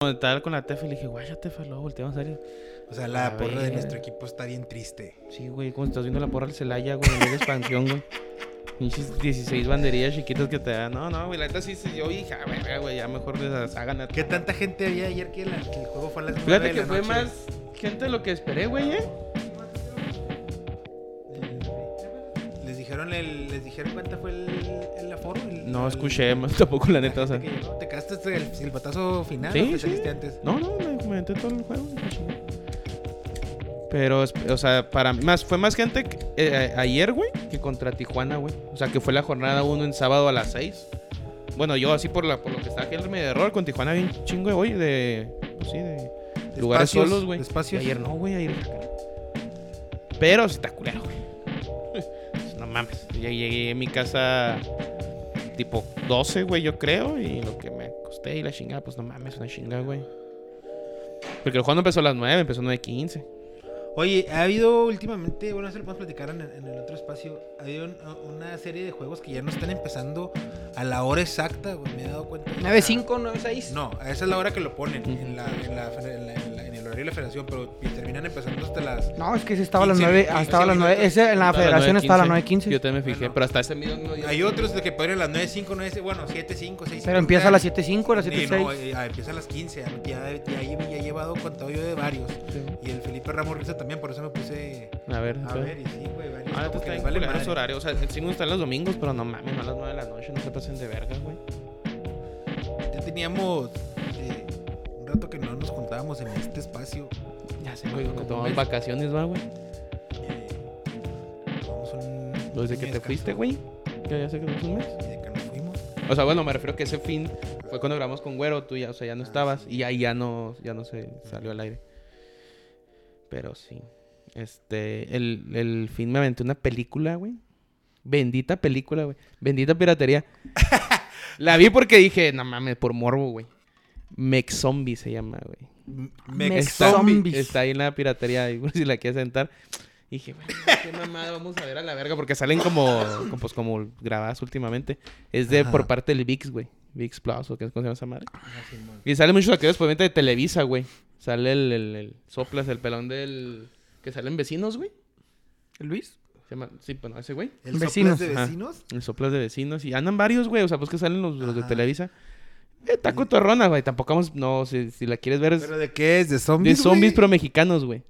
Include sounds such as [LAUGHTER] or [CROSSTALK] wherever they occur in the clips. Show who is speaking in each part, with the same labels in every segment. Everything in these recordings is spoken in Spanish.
Speaker 1: Cuando estaba con la Tefa, le dije, guaya Tefa, luego volteamos a ver.
Speaker 2: O sea, la
Speaker 1: A
Speaker 2: porra de
Speaker 1: ver.
Speaker 2: nuestro equipo está bien triste.
Speaker 1: Sí, güey, como estás viendo la porra del Celaya, güey, en la expansión, güey. [LAUGHS] Pinches 16 banderillas chiquitas que te dan. No, no, güey, la neta sí, sí, yo dije, "Ah, verga, güey, ya mejor les hagan a
Speaker 2: ¿Qué tanta gente había ayer que, la- que el juego fue a las nueve
Speaker 1: Fíjate
Speaker 2: de
Speaker 1: que
Speaker 2: la
Speaker 1: fue
Speaker 2: noche?
Speaker 1: más gente de lo que esperé, güey, ¿eh?
Speaker 2: Eh, ¿Les dijeron, el, ¿Les dijeron cuánta fue el, el aforo? El-
Speaker 1: No
Speaker 2: el-
Speaker 1: escuché más [LAUGHS] tampoco, la neta, o
Speaker 2: gente
Speaker 1: sea.
Speaker 2: que llegó? ¿Te quedaste hasta el silbatazo final
Speaker 1: Sí,
Speaker 2: o te
Speaker 1: sí.
Speaker 2: saliste antes?
Speaker 1: No, no, me, me aventé todo el juego. la chingada. Pero, es- o sea, para mí, más, fue más gente que- eh, a- ayer, güey, que contra Tijuana, güey. O sea, que fue la jornada 1 en sábado a las 6. Bueno, yo así por, la, por lo que estaba aquí medio error, con Tijuana bien chingo, güey, de. Pues sí, de.
Speaker 2: De
Speaker 1: Lugares
Speaker 2: espacios,
Speaker 1: solos, güey.
Speaker 2: de espacios.
Speaker 1: Y Ayer no, güey, ayer. Pero sí está culero, güey. Pues, No mames. Yo llegué a mi casa tipo 12, güey, yo creo. Y lo que me acosté y la chingada, pues no mames, una chingada, güey. Porque el juego no empezó a las 9, empezó a 9.15.
Speaker 2: Oye, ha habido últimamente, bueno, eso lo podemos platicar en, en el otro espacio, ha habido un- una serie de juegos que ya no están empezando a la hora exacta, güey, me he dado cuenta.
Speaker 3: 9-5, 9-6.
Speaker 2: No, a esa es la hora que lo ponen,
Speaker 1: Ujú.
Speaker 2: en, la, en, la, en, la- en la- en el horario de la federación, pero terminan empezando hasta las...
Speaker 3: No, es que sí estaba a las
Speaker 2: 15,
Speaker 3: 9. Estaba a las 9.
Speaker 2: minutos.
Speaker 3: Ese en la
Speaker 1: Estaba a las
Speaker 3: Ah, federación estaba a las
Speaker 1: 9:15.
Speaker 3: 9.15.
Speaker 1: Yo también me fijé,
Speaker 2: Bueno.
Speaker 1: pero hasta ese video no.
Speaker 2: Hay otros de que podrían a las 9.5, 9, bueno, 7.5, 6.
Speaker 3: Pero empieza a las 7.5, a las
Speaker 2: Sí, no,
Speaker 3: 7.6.
Speaker 2: eh, ah, empieza a las 15. Ya, ya, ya, ya he llevado contado yo de varios. Y el Felipe Ramos Riza también, por eso me puse
Speaker 1: A ver,
Speaker 2: a ver. Y sí, güey, varios.
Speaker 1: Ah,
Speaker 2: como
Speaker 1: neta
Speaker 2: que
Speaker 1: está bien
Speaker 2: les vale
Speaker 1: culero ese
Speaker 2: madre.
Speaker 1: horario. O sea, sí me gustan los domingos, pero no mames, no a las 9 de la noche, no se pasen de verga, güey.
Speaker 2: Ya teníamos eh, un rato que no nos juntábamos en este espacio.
Speaker 1: Ya sé, güey,
Speaker 2: como
Speaker 1: tomamos
Speaker 2: ves.
Speaker 1: vacaciones, va, güey.
Speaker 2: Eh, tomamos un.
Speaker 1: Desde
Speaker 2: un
Speaker 1: Pues que te
Speaker 2: descanso
Speaker 1: fuiste, güey. Ya, ya sé que fue un mes.
Speaker 2: Y de que nos fuimos.
Speaker 1: O sea, bueno, me refiero que ese fin fue cuando grabamos con Güero, tú ya, o sea, ya no
Speaker 2: Ah,
Speaker 1: estabas
Speaker 2: sí.
Speaker 1: y ahí ya no, ya no se salió al aire. Pero sí. Este, el, el fin me aventé una película, güey. Bendita película, güey. Bendita [LAUGHS] piratería. La vi porque dije, no mames, por morbo, güey. Mech Zombie se llama, güey.
Speaker 2: M-
Speaker 3: Mex
Speaker 2: Mex
Speaker 1: Está,
Speaker 2: Zombie.
Speaker 3: Zombies.
Speaker 1: está ahí en la piratería, ahí, [LAUGHS] por si la quieres sentar. Y dije, bueno, qué mamada, vamos a ver a la verga, porque salen como, como- pues como grabadas últimamente. Es de
Speaker 2: Ajá.
Speaker 1: por parte del VIX, güey. VIX Plus, o qué es como se llama esa madre.
Speaker 2: Ah, Simón.
Speaker 1: Y salen muchos saqueos por venta de Televisa, güey. Sale el, el, el soplas, el pelón del. que salen vecinos, güey.
Speaker 3: ¿Luis?
Speaker 1: Se llama- Sí, bueno, ese güey.
Speaker 2: ¿El Vecinos.
Speaker 3: Vecinos.
Speaker 2: de
Speaker 1: Ajá.
Speaker 2: vecinos?
Speaker 1: El soplas de vecinos. Y andan varios, güey. O sea, pues que salen los, los de
Speaker 2: Ajá.
Speaker 1: Televisa. Eh, Está cotorrona, güey. Tampoco vamos. No, si, si la quieres ver es
Speaker 2: ¿Pero de qué es? ¿De
Speaker 1: de
Speaker 2: zombies?
Speaker 1: zombies, pero
Speaker 2: güey? Ah,
Speaker 1: mexicanos, güey.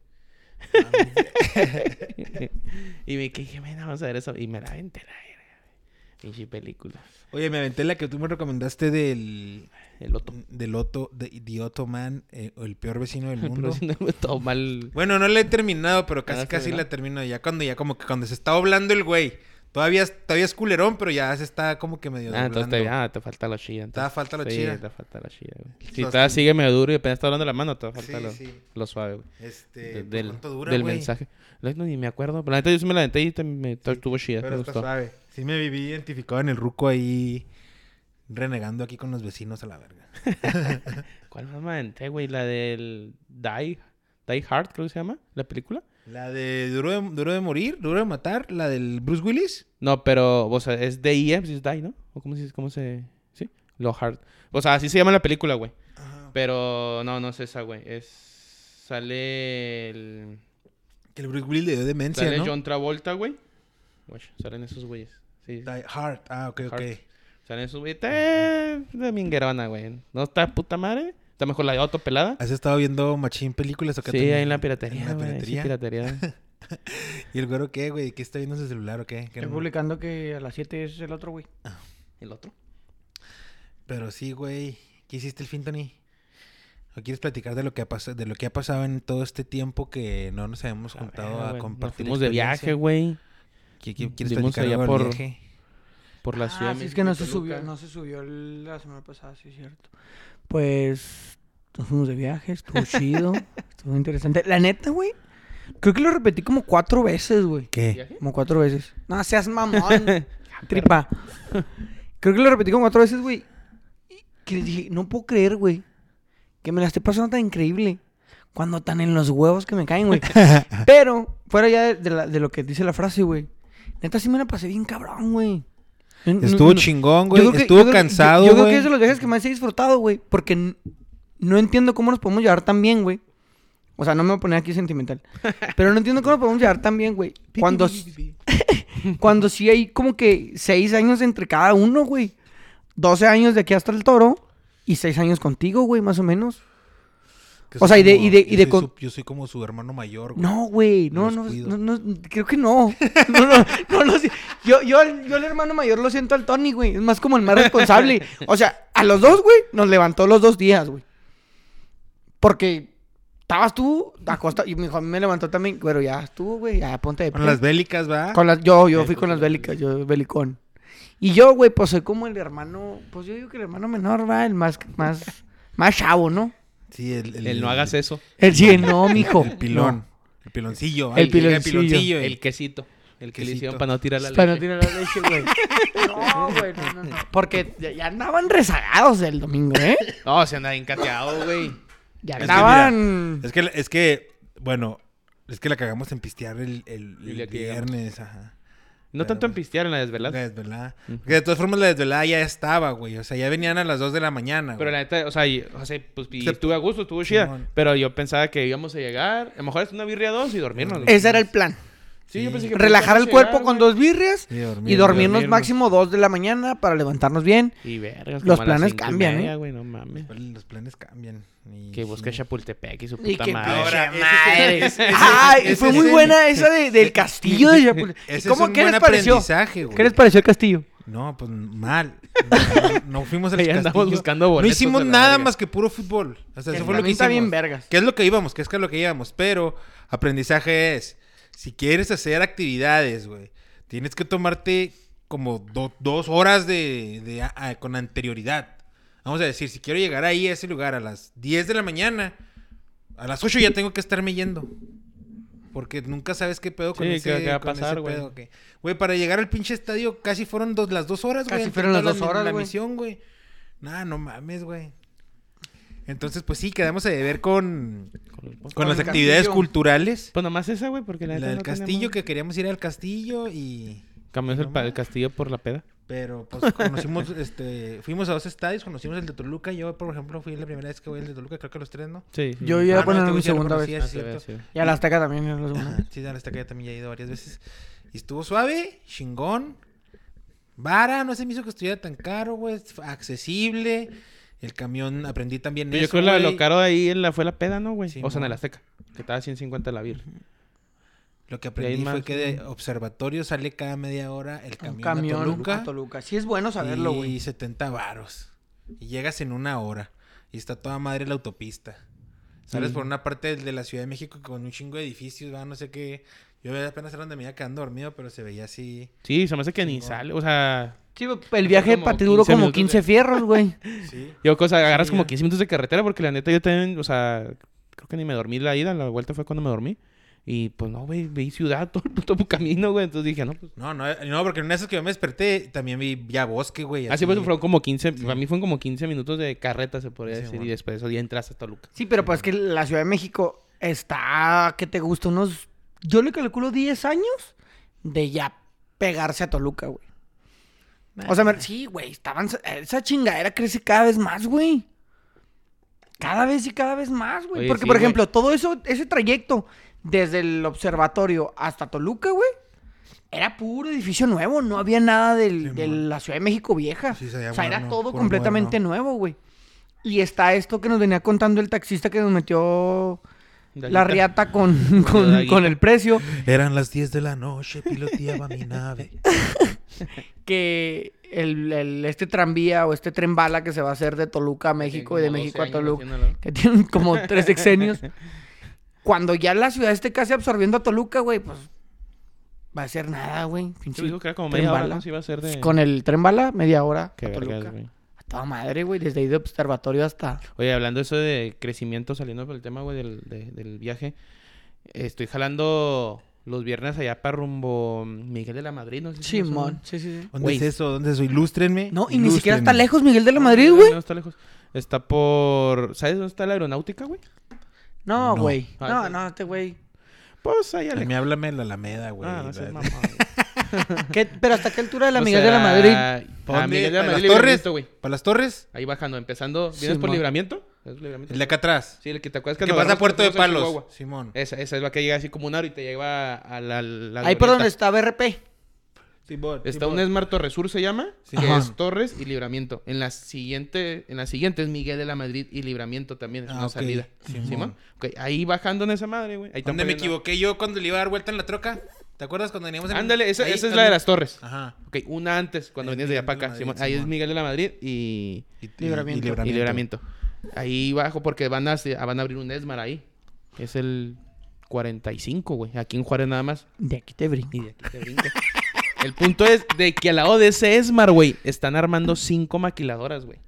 Speaker 1: y me que dije, mira, vamos a ver eso. Y me la aventé la verga, güey. Pinche película.
Speaker 2: Oye, me aventé la que tú me recomendaste del.
Speaker 1: El otro.
Speaker 2: Del Otto. De, The Otto Man, eh, o el peor
Speaker 1: [LAUGHS]
Speaker 2: vecino del
Speaker 1: Pero
Speaker 2: mundo.
Speaker 1: si no me todo mal.
Speaker 2: Bueno, no la he terminado, pero casi
Speaker 1: Ah, sí,
Speaker 2: casi
Speaker 1: ¿no?
Speaker 2: la termino. Ya cuando ya como que cuando se está doblando el güey. Todavía, es- todavía es culerón, pero ya se está como que medio
Speaker 1: Ah, entonces te,
Speaker 2: doblando.
Speaker 1: ah, te falta la chida.
Speaker 2: Te da
Speaker 1: entonces.
Speaker 2: falta lo
Speaker 1: Sí,
Speaker 2: chida.
Speaker 1: te falta la chida, güey. Si
Speaker 2: Entonces,
Speaker 1: estás sigue medio duro y apenas está hablando la mano, te falta
Speaker 2: Sí,
Speaker 1: lo,
Speaker 2: sí.
Speaker 1: lo suave, güey.
Speaker 2: Este,
Speaker 1: De-
Speaker 2: ¿por
Speaker 1: del
Speaker 2: ¿cuánto dura,
Speaker 1: del
Speaker 2: güey?
Speaker 1: mensaje. No, no, ni me acuerdo. Pero la neta yo sí me la aventé y te- me, te- estuvo chida.
Speaker 2: Pero
Speaker 1: me
Speaker 2: está
Speaker 1: gustó.
Speaker 2: suave. Sí me viví identificado en el ruco ahí renegando aquí con los vecinos a la verga.
Speaker 1: ¿Cuál más me aventé, güey? La del Die, Die Hard, creo que se llama. La película.
Speaker 2: La de duro, de duro de morir, duro de matar, la del Bruce Willis.
Speaker 1: No, pero, o sea, es D.I.M., si pues, es Die, ¿no? ¿O cómo se, cómo se, sí? Hard. O sea, así se llama la película, güey. Pero, no, no es esa, güey. Es, sale el,
Speaker 2: Que el Bruce Willis le dio demencia,
Speaker 1: sale
Speaker 2: ¿no?
Speaker 1: John Travolta, güey. Güey, salen esos güeyes. Sí,
Speaker 2: Die Hard. Ah, ok, ok.
Speaker 1: Hard. salen esos güeyes. Eh, de minguerona, güey. ¿No está puta madre? Está mejor la de Otto Pelada.
Speaker 2: ¿Has estado viendo Machín películas o qué?
Speaker 1: Sí,
Speaker 2: te-
Speaker 1: ahí en la piratería,
Speaker 2: En la
Speaker 1: güey. Sí,
Speaker 2: piratería.
Speaker 1: piratería.
Speaker 2: ¿Y el güero qué, güey? ¿Qué está viendo en su celular o qué? ¿Qué
Speaker 3: Estoy
Speaker 2: no?
Speaker 3: publicando que a las 7 es el otro, güey.
Speaker 1: ¿El otro?
Speaker 2: Pero sí, güey. ¿Qué hiciste el fin, Tony? ¿O quieres platicar de lo que ha pasado, de lo que ha pasado en todo este tiempo que no nos habíamos
Speaker 1: A ver,
Speaker 2: juntado a,
Speaker 1: Ah, güey, Nos
Speaker 2: compartir?
Speaker 1: fuimos de viaje,
Speaker 2: experiencia?
Speaker 1: güey.
Speaker 2: ¿Qué- qué- ¿Quieres
Speaker 1: Fuimos
Speaker 2: platicar
Speaker 1: allá
Speaker 2: algo
Speaker 1: por-
Speaker 2: del viaje?
Speaker 1: Por la ciudad.
Speaker 3: Ah,
Speaker 1: de
Speaker 3: sí, es que no se
Speaker 1: México,
Speaker 3: subió,
Speaker 1: Toluca.
Speaker 3: no se subió el- la semana pasada, sí es cierto. Pues nos fuimos de viaje, estuvo chido, estuvo interesante. La neta, güey, creo que lo repetí como cuatro veces, güey.
Speaker 2: ¿Qué?
Speaker 1: ¿Viaje?
Speaker 3: Como cuatro veces. No seas mamón, [LAUGHS] tripa. Creo que lo repetí como cuatro veces, güey. y Que les dije, no puedo creer, güey, que me la esté pasando tan increíble. Cuando tan en los huevos que me caen, [LAUGHS] güey. Pero, fuera ya de, de la- de lo que dice la frase, güey. Neta, sí me la pasé bien cabrón, güey. No-
Speaker 2: Estuvo
Speaker 3: no-
Speaker 2: chingón,
Speaker 3: yo
Speaker 2: güey.
Speaker 3: creo que-
Speaker 2: Estuvo
Speaker 3: yo creo que-
Speaker 2: cansado,
Speaker 3: Yo,
Speaker 2: güey.
Speaker 3: yo creo que es de los viajes que más he disfrutado, güey. Porque n- no entiendo cómo nos podemos llevar tan bien, güey. O sea, no me voy a poner aquí sentimental. Pero no entiendo cómo nos podemos llevar tan bien, güey. Cuando, cuando sí hay como que seis años entre cada uno, güey. 12 años de aquí hasta el toro y seis años contigo, güey, más o menos.
Speaker 2: Que
Speaker 3: O
Speaker 2: soy
Speaker 3: sea, y de-
Speaker 2: como-
Speaker 3: y de-
Speaker 2: yo
Speaker 3: y de
Speaker 2: soy
Speaker 3: con-
Speaker 2: su- yo soy como su hermano mayor, güey.
Speaker 3: No, güey,
Speaker 2: Yo
Speaker 3: no,
Speaker 2: los
Speaker 3: no,
Speaker 2: cuido.
Speaker 3: no, no, creo que no. [LAUGHS] No, no, no, lo sé. yo, yo, al- yo el hermano mayor lo siento al Tony, güey. Es más como el más responsable. O sea, a los dos, güey, nos levantó los dos días, güey. Porque estabas tú, acosta, y mi hijo me levantó también, pero ya estuvo, güey, ya ponte de
Speaker 2: Con
Speaker 3: pie.
Speaker 2: las bélicas, ¿va?
Speaker 3: Ah, Con las- yo, yo
Speaker 2: Eh,
Speaker 3: fui
Speaker 2: pues,
Speaker 3: con las
Speaker 2: eh,
Speaker 3: bélicas, yo belicón. Y yo, güey, pues soy como el hermano, pues yo digo que el hermano menor, va, el más, más, más chavo, ¿no?
Speaker 2: Sí, el, el-
Speaker 1: El no hagas eso.
Speaker 3: El sí, el no, mijo.
Speaker 2: El pilón. El piloncillo.
Speaker 3: El
Speaker 2: ay, llega
Speaker 3: piloncillo.
Speaker 2: eh.
Speaker 1: El quesito. El que le hicieron
Speaker 2: Quesito.
Speaker 1: para no tirar la
Speaker 3: No, para no
Speaker 1: leche.
Speaker 3: tirar la leche, güey. No, güey, no, no, no. Porque ya- ya andaban rezagados el domingo, ¿eh?
Speaker 1: No, se anda bien cateado, güey.
Speaker 3: Ya
Speaker 2: Es que
Speaker 3: andaban.
Speaker 2: Es que, es que, bueno, es que la cagamos en pistear el, el-
Speaker 1: Y
Speaker 2: el
Speaker 1: le tiramos.
Speaker 2: viernes, ajá.
Speaker 1: No tanto en pistear en la
Speaker 2: La
Speaker 1: desvelada.
Speaker 2: desvelada. Porque de todas formas la desvelada ya estaba, güey. O sea, ya venían a las 2 de la mañana,
Speaker 1: Pero la
Speaker 2: güey.
Speaker 1: neta, o sea, y- o sea, pues y
Speaker 2: Se-
Speaker 1: estuve a gusto, estuvo chida.
Speaker 2: Simón.
Speaker 1: Pero yo pensaba que íbamos a llegar. A lo mejor es una birria dos y dormirnos. güey.
Speaker 3: Ese era el plan.
Speaker 1: Sí, yo pensé que
Speaker 3: Eh, Relajar el
Speaker 1: podíamos
Speaker 3: cuerpo
Speaker 1: llegar,
Speaker 3: con
Speaker 1: güey.
Speaker 3: dos birrias
Speaker 2: Y dormir,
Speaker 3: y dormirnos
Speaker 1: dormirnos.
Speaker 3: máximo dos de la mañana para levantarnos bien.
Speaker 1: Y vergas,
Speaker 3: Los
Speaker 1: como a las
Speaker 3: planes
Speaker 1: cinco y
Speaker 3: cambian,
Speaker 1: media,
Speaker 3: ¿eh?
Speaker 1: güey, no mames.
Speaker 2: Los planes cambian. y
Speaker 1: Que
Speaker 2: sí.
Speaker 1: busca Chapultepec y su
Speaker 3: Y
Speaker 1: puta
Speaker 3: que
Speaker 1: madre.
Speaker 2: Ahora, ese
Speaker 3: pinche
Speaker 2: es-
Speaker 3: madre.
Speaker 2: ese-
Speaker 3: Ay,
Speaker 2: ese
Speaker 3: fue
Speaker 2: es
Speaker 3: muy
Speaker 2: el-
Speaker 3: buena esa
Speaker 2: [LAUGHS]
Speaker 3: de- del castillo de Chapultepec. ¿Y
Speaker 2: Ese
Speaker 3: ¿Cómo,
Speaker 2: es un
Speaker 3: ¿Qué
Speaker 2: buen
Speaker 3: les pareció?
Speaker 2: aprendizaje, güey.
Speaker 3: ¿Qué les pareció el castillo?
Speaker 2: No,
Speaker 1: [LAUGHS]
Speaker 2: pues mal. No, no fuimos al
Speaker 1: Ahí
Speaker 2: castillo.
Speaker 1: andamos buscando
Speaker 2: no
Speaker 1: boletos
Speaker 2: hicimos
Speaker 1: a la
Speaker 2: nada
Speaker 1: verga.
Speaker 2: más que puro fútbol. O sea,
Speaker 3: El
Speaker 2: eso fue lo que
Speaker 3: camino está
Speaker 2: hicimos.
Speaker 3: bien vergas.
Speaker 2: Que es lo que íbamos, que es que es lo que íbamos. Pero aprendizaje es, si quieres hacer actividades, güey, tienes que tomarte como do- dos horas de, de a- a- con anterioridad. Vamos a decir, si quiero llegar ahí a ese lugar a las 10 de la mañana, a las 8 ya tengo que estarme yendo. Porque nunca sabes qué pedo con
Speaker 1: Sí,
Speaker 2: ese,
Speaker 1: qué- qué va a
Speaker 2: con ese
Speaker 1: pasar, güey.
Speaker 2: pedo, que- Güey, para llegar al pinche estadio casi fueron dos- las dos horas, güey.
Speaker 3: Casi
Speaker 2: entre
Speaker 3: fueron las
Speaker 2: toda
Speaker 3: dos
Speaker 2: la mi-
Speaker 3: horas,
Speaker 2: La
Speaker 3: güey.
Speaker 2: misión, güey. Nah, no mames, güey. Entonces, pues sí, quedamos a deber con,
Speaker 1: Con el-
Speaker 2: Pues con las
Speaker 3: el
Speaker 2: actividades
Speaker 3: castillo.
Speaker 2: culturales.
Speaker 1: Pues nomás esa, güey, porque la
Speaker 2: La
Speaker 1: neta
Speaker 2: del
Speaker 1: no
Speaker 2: castillo,
Speaker 1: tenemos-
Speaker 2: que queríamos ir al castillo y...
Speaker 1: Cambiamos el, pa- el
Speaker 2: nomás.
Speaker 1: castillo por la peda.
Speaker 2: Pero [LAUGHS] pues conocimos, este, fuimos a dos estadios, conocimos el de Toluca. Yo, por ejemplo, fui la primera vez que voy al de Toluca, creo que los tres, ¿no?
Speaker 1: Sí.
Speaker 3: Yo ya-
Speaker 2: Ah, no,
Speaker 3: bueno,
Speaker 2: este
Speaker 3: mi
Speaker 2: güey sí lo
Speaker 3: segunda
Speaker 2: conocía,
Speaker 1: Ah,
Speaker 2: es
Speaker 1: sí,
Speaker 2: cierto.
Speaker 1: sí.
Speaker 3: Y a la Azteca también. era la segunda.
Speaker 2: Ajá, Ah, Sí, la neta que ya también ya he ido varias veces. Y estuvo suave, chingón. Vara, no se me hizo que estuviera tan caro, güey. fue Accesible. El camión, aprendí también
Speaker 1: Pues Yo
Speaker 2: eso,
Speaker 1: creo que
Speaker 2: güey.
Speaker 1: lo caro de ahí en la, fue la peda, ¿no, güey?
Speaker 2: Sí,
Speaker 1: o sea, en
Speaker 2: mo.
Speaker 1: el Azteca. Que estaba a 150 la vir.
Speaker 2: Lo que
Speaker 1: ahí
Speaker 2: aprendí fue
Speaker 1: más,
Speaker 2: que de observatorio sale cada media hora el camión,
Speaker 3: Un camión
Speaker 2: a Toluca.
Speaker 3: a Toluca. Sí es bueno saberlo, güey.
Speaker 2: Y 70 varos. Y llegas en una hora. Y está toda madre la autopista. Sales
Speaker 1: Sí.
Speaker 2: por una parte de la Ciudad de México con un chingo de edificios, ¿verdad? no sé qué. Yo apenas era donde me iba quedando dormido, pero se veía así.
Speaker 1: Sí, se me hace que ni
Speaker 2: Chingón.
Speaker 1: sale. O sea,
Speaker 3: Sí, el viaje
Speaker 1: como
Speaker 3: para ti duró
Speaker 1: 15
Speaker 3: como eh.
Speaker 1: minutos
Speaker 3: 15
Speaker 1: de-
Speaker 3: fierros, [LAUGHS] güey.
Speaker 2: Sí.
Speaker 1: yo, cosa, agarras
Speaker 2: Sí,
Speaker 1: como
Speaker 2: ya.
Speaker 1: 15 minutos de carretera porque la neta yo también, o sea, creo que ni me dormí la ida. La vuelta fue cuando me dormí. Y pues no, güey, vi ciudad [LAUGHS] todo el puto camino, güey. Entonces dije, no, pues.
Speaker 2: No, no, eh, no, porque en una de esas que yo me desperté, también vi ya bosque, güey.
Speaker 1: Así pues fueron como 15,
Speaker 2: Sí.
Speaker 1: para mí fueron como 15 minutos de carreta, se podría
Speaker 2: Sí,
Speaker 1: decir.
Speaker 2: bueno.
Speaker 1: Y después de eso ya entras a Toluca.
Speaker 3: Sí, pero pues que la Ciudad de México está, que te gusta, unos, yo le calculo 10 años de ya pegarse a Toluca, güey. O sea,
Speaker 1: Ah.
Speaker 3: me- sí, güey, estaban, esa chingadera crece cada vez más, güey. Cada vez y cada vez más, güey.
Speaker 1: Oye,
Speaker 3: Porque,
Speaker 1: sí,
Speaker 3: por
Speaker 1: güey.
Speaker 3: ejemplo, todo eso, ese trayecto desde el observatorio hasta Toluca, güey, era puro edificio nuevo. No había nada del-
Speaker 2: Sí,
Speaker 3: de
Speaker 2: mon.
Speaker 3: la Ciudad de México vieja.
Speaker 2: Sí, se
Speaker 3: o
Speaker 2: veía
Speaker 3: sea, era
Speaker 2: moderno,
Speaker 3: todo
Speaker 2: puro
Speaker 3: completamente nuevo, güey. Y está esto que nos venía contando el taxista que nos metió la
Speaker 1: [LAUGHS]
Speaker 3: riata con, con,
Speaker 1: Daguita.
Speaker 3: con el precio.
Speaker 2: Eran las 10 de la noche, piloteaba mi nave.
Speaker 3: que el, el- este tranvía o este tren bala que se va a hacer de Toluca a México y de México a Toluca, que tienen como
Speaker 1: [LAUGHS]
Speaker 3: tres sexenios, cuando ya la ciudad esté casi absorbiendo a Toluca, güey, pues va a ser nada, güey.
Speaker 1: Yo
Speaker 3: Pinche
Speaker 1: digo que era como
Speaker 3: tren
Speaker 1: media hora,
Speaker 3: bala.
Speaker 1: ¿no? Sí iba a ser de...
Speaker 3: Con el tren bala, media hora
Speaker 1: Qué
Speaker 3: a Toluca.
Speaker 1: vergas, güey.
Speaker 3: a toda madre, güey, desde ahí de observatorio hasta...
Speaker 1: Oye, hablando eso de crecimiento, saliendo por el tema, güey, del, de- del viaje, estoy jalando los viernes allá para rumbo mm, Miguel de la Madrid, no sé si conocen, güey.
Speaker 3: Simón, sí, sí, sí.
Speaker 2: ¿Dónde
Speaker 1: Güey.
Speaker 2: es eso? ¿Dónde es eso? Ilústrenme.
Speaker 3: No, y ni siquiera
Speaker 2: ilústrenme.
Speaker 3: está lejos Miguel de la
Speaker 1: No,
Speaker 3: Madrid,
Speaker 1: no,
Speaker 3: güey.
Speaker 1: No, está lejos. Está por... ¿Sabes dónde está la aeronáutica, güey?
Speaker 3: No,
Speaker 2: No.
Speaker 3: güey.
Speaker 1: Ah,
Speaker 3: No,
Speaker 1: sí.
Speaker 3: no, este güey.
Speaker 1: Pues allá
Speaker 2: A
Speaker 1: lejos.
Speaker 2: mí háblame de la Alameda, güey.
Speaker 1: Ah, no seas
Speaker 2: La-
Speaker 1: mamón, güey.
Speaker 3: ¿Qué- Pero hasta qué altura de la
Speaker 1: O
Speaker 3: Miguel de la
Speaker 1: sea,
Speaker 3: Madrid. Ah,
Speaker 1: a
Speaker 2: ¿Para dónde?
Speaker 1: Miguel de la
Speaker 2: ¿Para
Speaker 1: Madrid
Speaker 2: las
Speaker 1: y
Speaker 2: torres?
Speaker 1: Libramiento, güey.
Speaker 2: ¿Para las torres?
Speaker 1: Ahí bajando, empezando. ¿Vienes por
Speaker 3: Simón.
Speaker 1: libramiento? Es libramiento.
Speaker 2: El de acá atrás.
Speaker 1: Sí, el que te acuerdas
Speaker 2: Que,
Speaker 1: nos
Speaker 2: pasa a
Speaker 1: agarramos
Speaker 2: Puerto de
Speaker 1: todos en
Speaker 2: Palos.
Speaker 1: Chihuahua. Eh,
Speaker 2: Simón.
Speaker 1: Esa, esa es la que llega así como un aro y te lleva a la... la
Speaker 3: Ahí
Speaker 1: glorieta.
Speaker 3: por donde está BRP.
Speaker 2: Simón,
Speaker 1: Está
Speaker 2: Simón.
Speaker 1: un Esmar Torres Sur se llama,
Speaker 2: Sí.
Speaker 1: que
Speaker 2: Ajá.
Speaker 1: es Torres y Libramiento. En la siguiente, en la siguiente es Miguel de la Madrid y Libramiento también, es
Speaker 2: Ah,
Speaker 1: una
Speaker 2: ok.
Speaker 1: salida.
Speaker 2: Simón.
Speaker 1: Simón. Ok, Ahí bajando en esa madre, güey. Ahí están
Speaker 2: ¿Dónde me
Speaker 1: poniendo-
Speaker 2: equivoqué yo cuando le iba a dar vuelta en la troca? ¿Te acuerdas cuando veníamos en
Speaker 1: Ándale, esa,
Speaker 2: Ahí, Ah.
Speaker 1: esa es
Speaker 2: ándale.
Speaker 1: la de las torres.
Speaker 2: Ajá.
Speaker 1: Ok, una antes, cuando
Speaker 2: Es
Speaker 1: venías de
Speaker 2: Miguel de la
Speaker 1: Yapaca.
Speaker 2: Madrid,
Speaker 1: Simón. Ahí es
Speaker 2: Simón.
Speaker 1: Miguel de la Madrid y,
Speaker 2: Y- y-
Speaker 3: Libramiento.
Speaker 1: y Libramiento. Ahí bajo porque van a, hacer- van a abrir un Esmar ahí. Es el 45, güey. Aquí en Juárez nada más.
Speaker 3: De aquí te brinco.
Speaker 1: Y de aquí te brinco. El punto es de que al lado de ese Esmar, güey, están armando cinco maquiladoras, güey.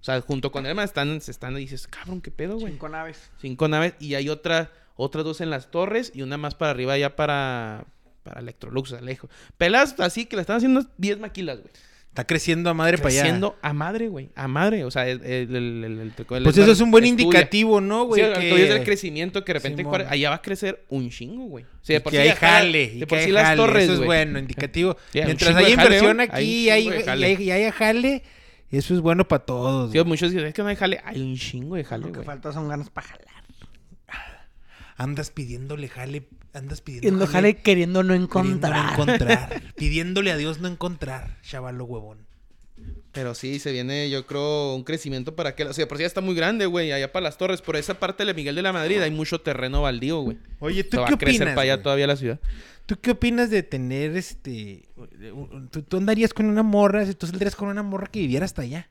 Speaker 1: O sea, junto con el Esmar están, se están y dices, cabrón, qué pedo, güey.
Speaker 3: Cinco naves.
Speaker 1: Cinco naves y hay otra, otras dos en las torres y una más para arriba ya para, para Electrolux, Alejo. Pelas así que la están haciendo 10 maquilas, güey.
Speaker 2: Está creciendo a madre para allá.
Speaker 1: Creciendo a madre, güey. A madre. O sea, el, el, el- el- el- el
Speaker 2: Pues
Speaker 1: Esmar
Speaker 2: eso es un buen
Speaker 1: estudia.
Speaker 2: indicativo, ¿no, güey?
Speaker 1: Sí, al- al- es el
Speaker 2: que...
Speaker 1: crecimiento que de repente
Speaker 2: Simón.
Speaker 1: Juárez- allá va a crecer un chingo, güey. O sea,
Speaker 2: y
Speaker 1: de por
Speaker 2: que
Speaker 1: sí
Speaker 2: hay
Speaker 1: ya jala-
Speaker 2: jale. Y
Speaker 1: de
Speaker 2: que
Speaker 1: por
Speaker 2: hay
Speaker 1: sí las
Speaker 2: jale.
Speaker 1: torres,
Speaker 2: Eso es
Speaker 1: güey.
Speaker 2: bueno, indicativo.
Speaker 1: Sí, hay un
Speaker 2: Mientras
Speaker 1: chingo de
Speaker 2: haya
Speaker 1: jale,
Speaker 2: inversión
Speaker 1: güey. Hay
Speaker 2: aquí
Speaker 1: un
Speaker 2: hay-
Speaker 1: chingo de
Speaker 2: y
Speaker 1: jale.
Speaker 2: hay, y haya jale, eso es bueno para todos.
Speaker 1: Sí,
Speaker 2: güey.
Speaker 1: muchos dicen, es que no hay jale. Hay un chingo de jale,
Speaker 3: Lo que
Speaker 1: güey.
Speaker 3: falta son ganas para jalar.
Speaker 2: Andas pidiéndole jale. Andas pidiendo
Speaker 3: Yendo jale queriendo no
Speaker 2: queriendo no
Speaker 3: encontrar.
Speaker 2: encontrar. [LAUGHS] pidiéndole a Dios no encontrar. Chavalo huevón.
Speaker 1: Pero sí, se viene, yo creo, un crecimiento para que... O sea, por sí ya está muy grande, güey, allá para las torres. Por esa parte de Miguel de la Madrid hay mucho terreno baldío, güey.
Speaker 2: Oye,
Speaker 1: Se
Speaker 2: ¿tú
Speaker 1: va
Speaker 2: qué
Speaker 1: a crecer
Speaker 2: opinas?
Speaker 1: para allá
Speaker 2: güey?
Speaker 1: todavía la ciudad.
Speaker 2: ¿Tú qué opinas de tener este. un- ¿Tú, tú andarías con una morra? Si tú saldrías con una morra que viviera hasta allá.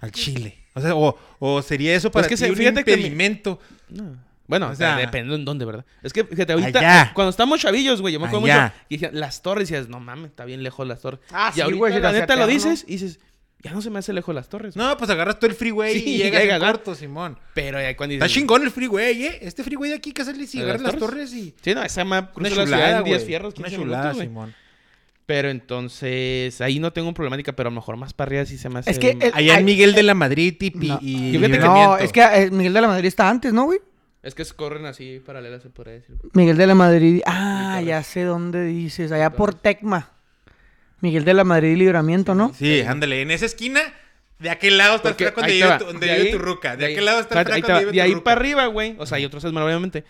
Speaker 2: Al Chile. O sea, o, o sería eso para
Speaker 1: que
Speaker 2: ti
Speaker 1: se-
Speaker 2: un
Speaker 1: fíjate que me-
Speaker 2: impedimento.
Speaker 1: No. Bueno,
Speaker 2: O
Speaker 1: o sea,
Speaker 2: sea,
Speaker 1: depende en dónde, ¿verdad? Es que, fíjate, ahorita,
Speaker 2: allá.
Speaker 1: cuando estamos chavillos, güey, yo me acuerdo
Speaker 2: Allá.
Speaker 1: mucho. Y decía, las torres, y dices, no mames, está bien lejos las torres.
Speaker 3: Ah,
Speaker 1: y
Speaker 3: sí,
Speaker 1: ahorita,
Speaker 3: güey, se te
Speaker 1: la
Speaker 3: hace
Speaker 1: neta, lo
Speaker 3: eterno.
Speaker 1: dices y dices, ya no se me hace lejos las torres. güey".
Speaker 2: No, pues agarras todo el freeway
Speaker 1: Sí,
Speaker 2: y
Speaker 1: llegas,
Speaker 2: llegas en
Speaker 1: ¿verdad?
Speaker 2: corto, Simón.
Speaker 1: Pero ya cuando
Speaker 2: Está
Speaker 1: dices...
Speaker 2: chingón el freeway, ¿eh? Este freeway de aquí que sales y
Speaker 1: ¿De
Speaker 2: agarras
Speaker 1: las
Speaker 2: las
Speaker 1: torres?
Speaker 2: torres y.
Speaker 1: Sí, no, esa map cruza
Speaker 2: Una
Speaker 1: la ciudad
Speaker 2: chulada,
Speaker 1: en 10
Speaker 2: güey.
Speaker 1: fierros,
Speaker 2: Una
Speaker 1: 15
Speaker 2: chulada,
Speaker 1: minutos, güey.
Speaker 2: Simón.
Speaker 1: Pero entonces, ahí no tengo problemática, pero a lo mejor más para arriba sí se me hace...
Speaker 3: Es que el-
Speaker 2: Allá
Speaker 3: Ay,
Speaker 2: en Miguel de la Madrid y. pi-
Speaker 3: no.
Speaker 2: y
Speaker 1: Yo fíjate que
Speaker 2: Libramiento.
Speaker 3: No, es que eh, Miguel de la Madrid está antes, ¿no, güey?
Speaker 1: Es que se corren así paralelas, se podría decir.
Speaker 3: Miguel de la Madrid. Ah,
Speaker 1: Sí, correcto.
Speaker 3: ya sé dónde dices. Allá por Tecma. Miguel de la Madrid y Libramiento, ¿no?
Speaker 2: Sí, ándale. En esa esquina, de aquel lado está el
Speaker 1: Porque
Speaker 2: fraco
Speaker 1: ahí
Speaker 2: donde
Speaker 1: te
Speaker 2: vive
Speaker 1: va.
Speaker 2: tu- donde
Speaker 1: De
Speaker 2: vive
Speaker 1: ahí-
Speaker 2: tu ruca. De
Speaker 1: ahí-
Speaker 2: aquel lado está el
Speaker 1: espérate, ahí
Speaker 2: fraco
Speaker 1: te va.
Speaker 2: donde
Speaker 1: De
Speaker 2: vive
Speaker 1: ahí
Speaker 2: tu ruca.
Speaker 1: para arriba, güey. O sea, hay otros esmalte, obviamente.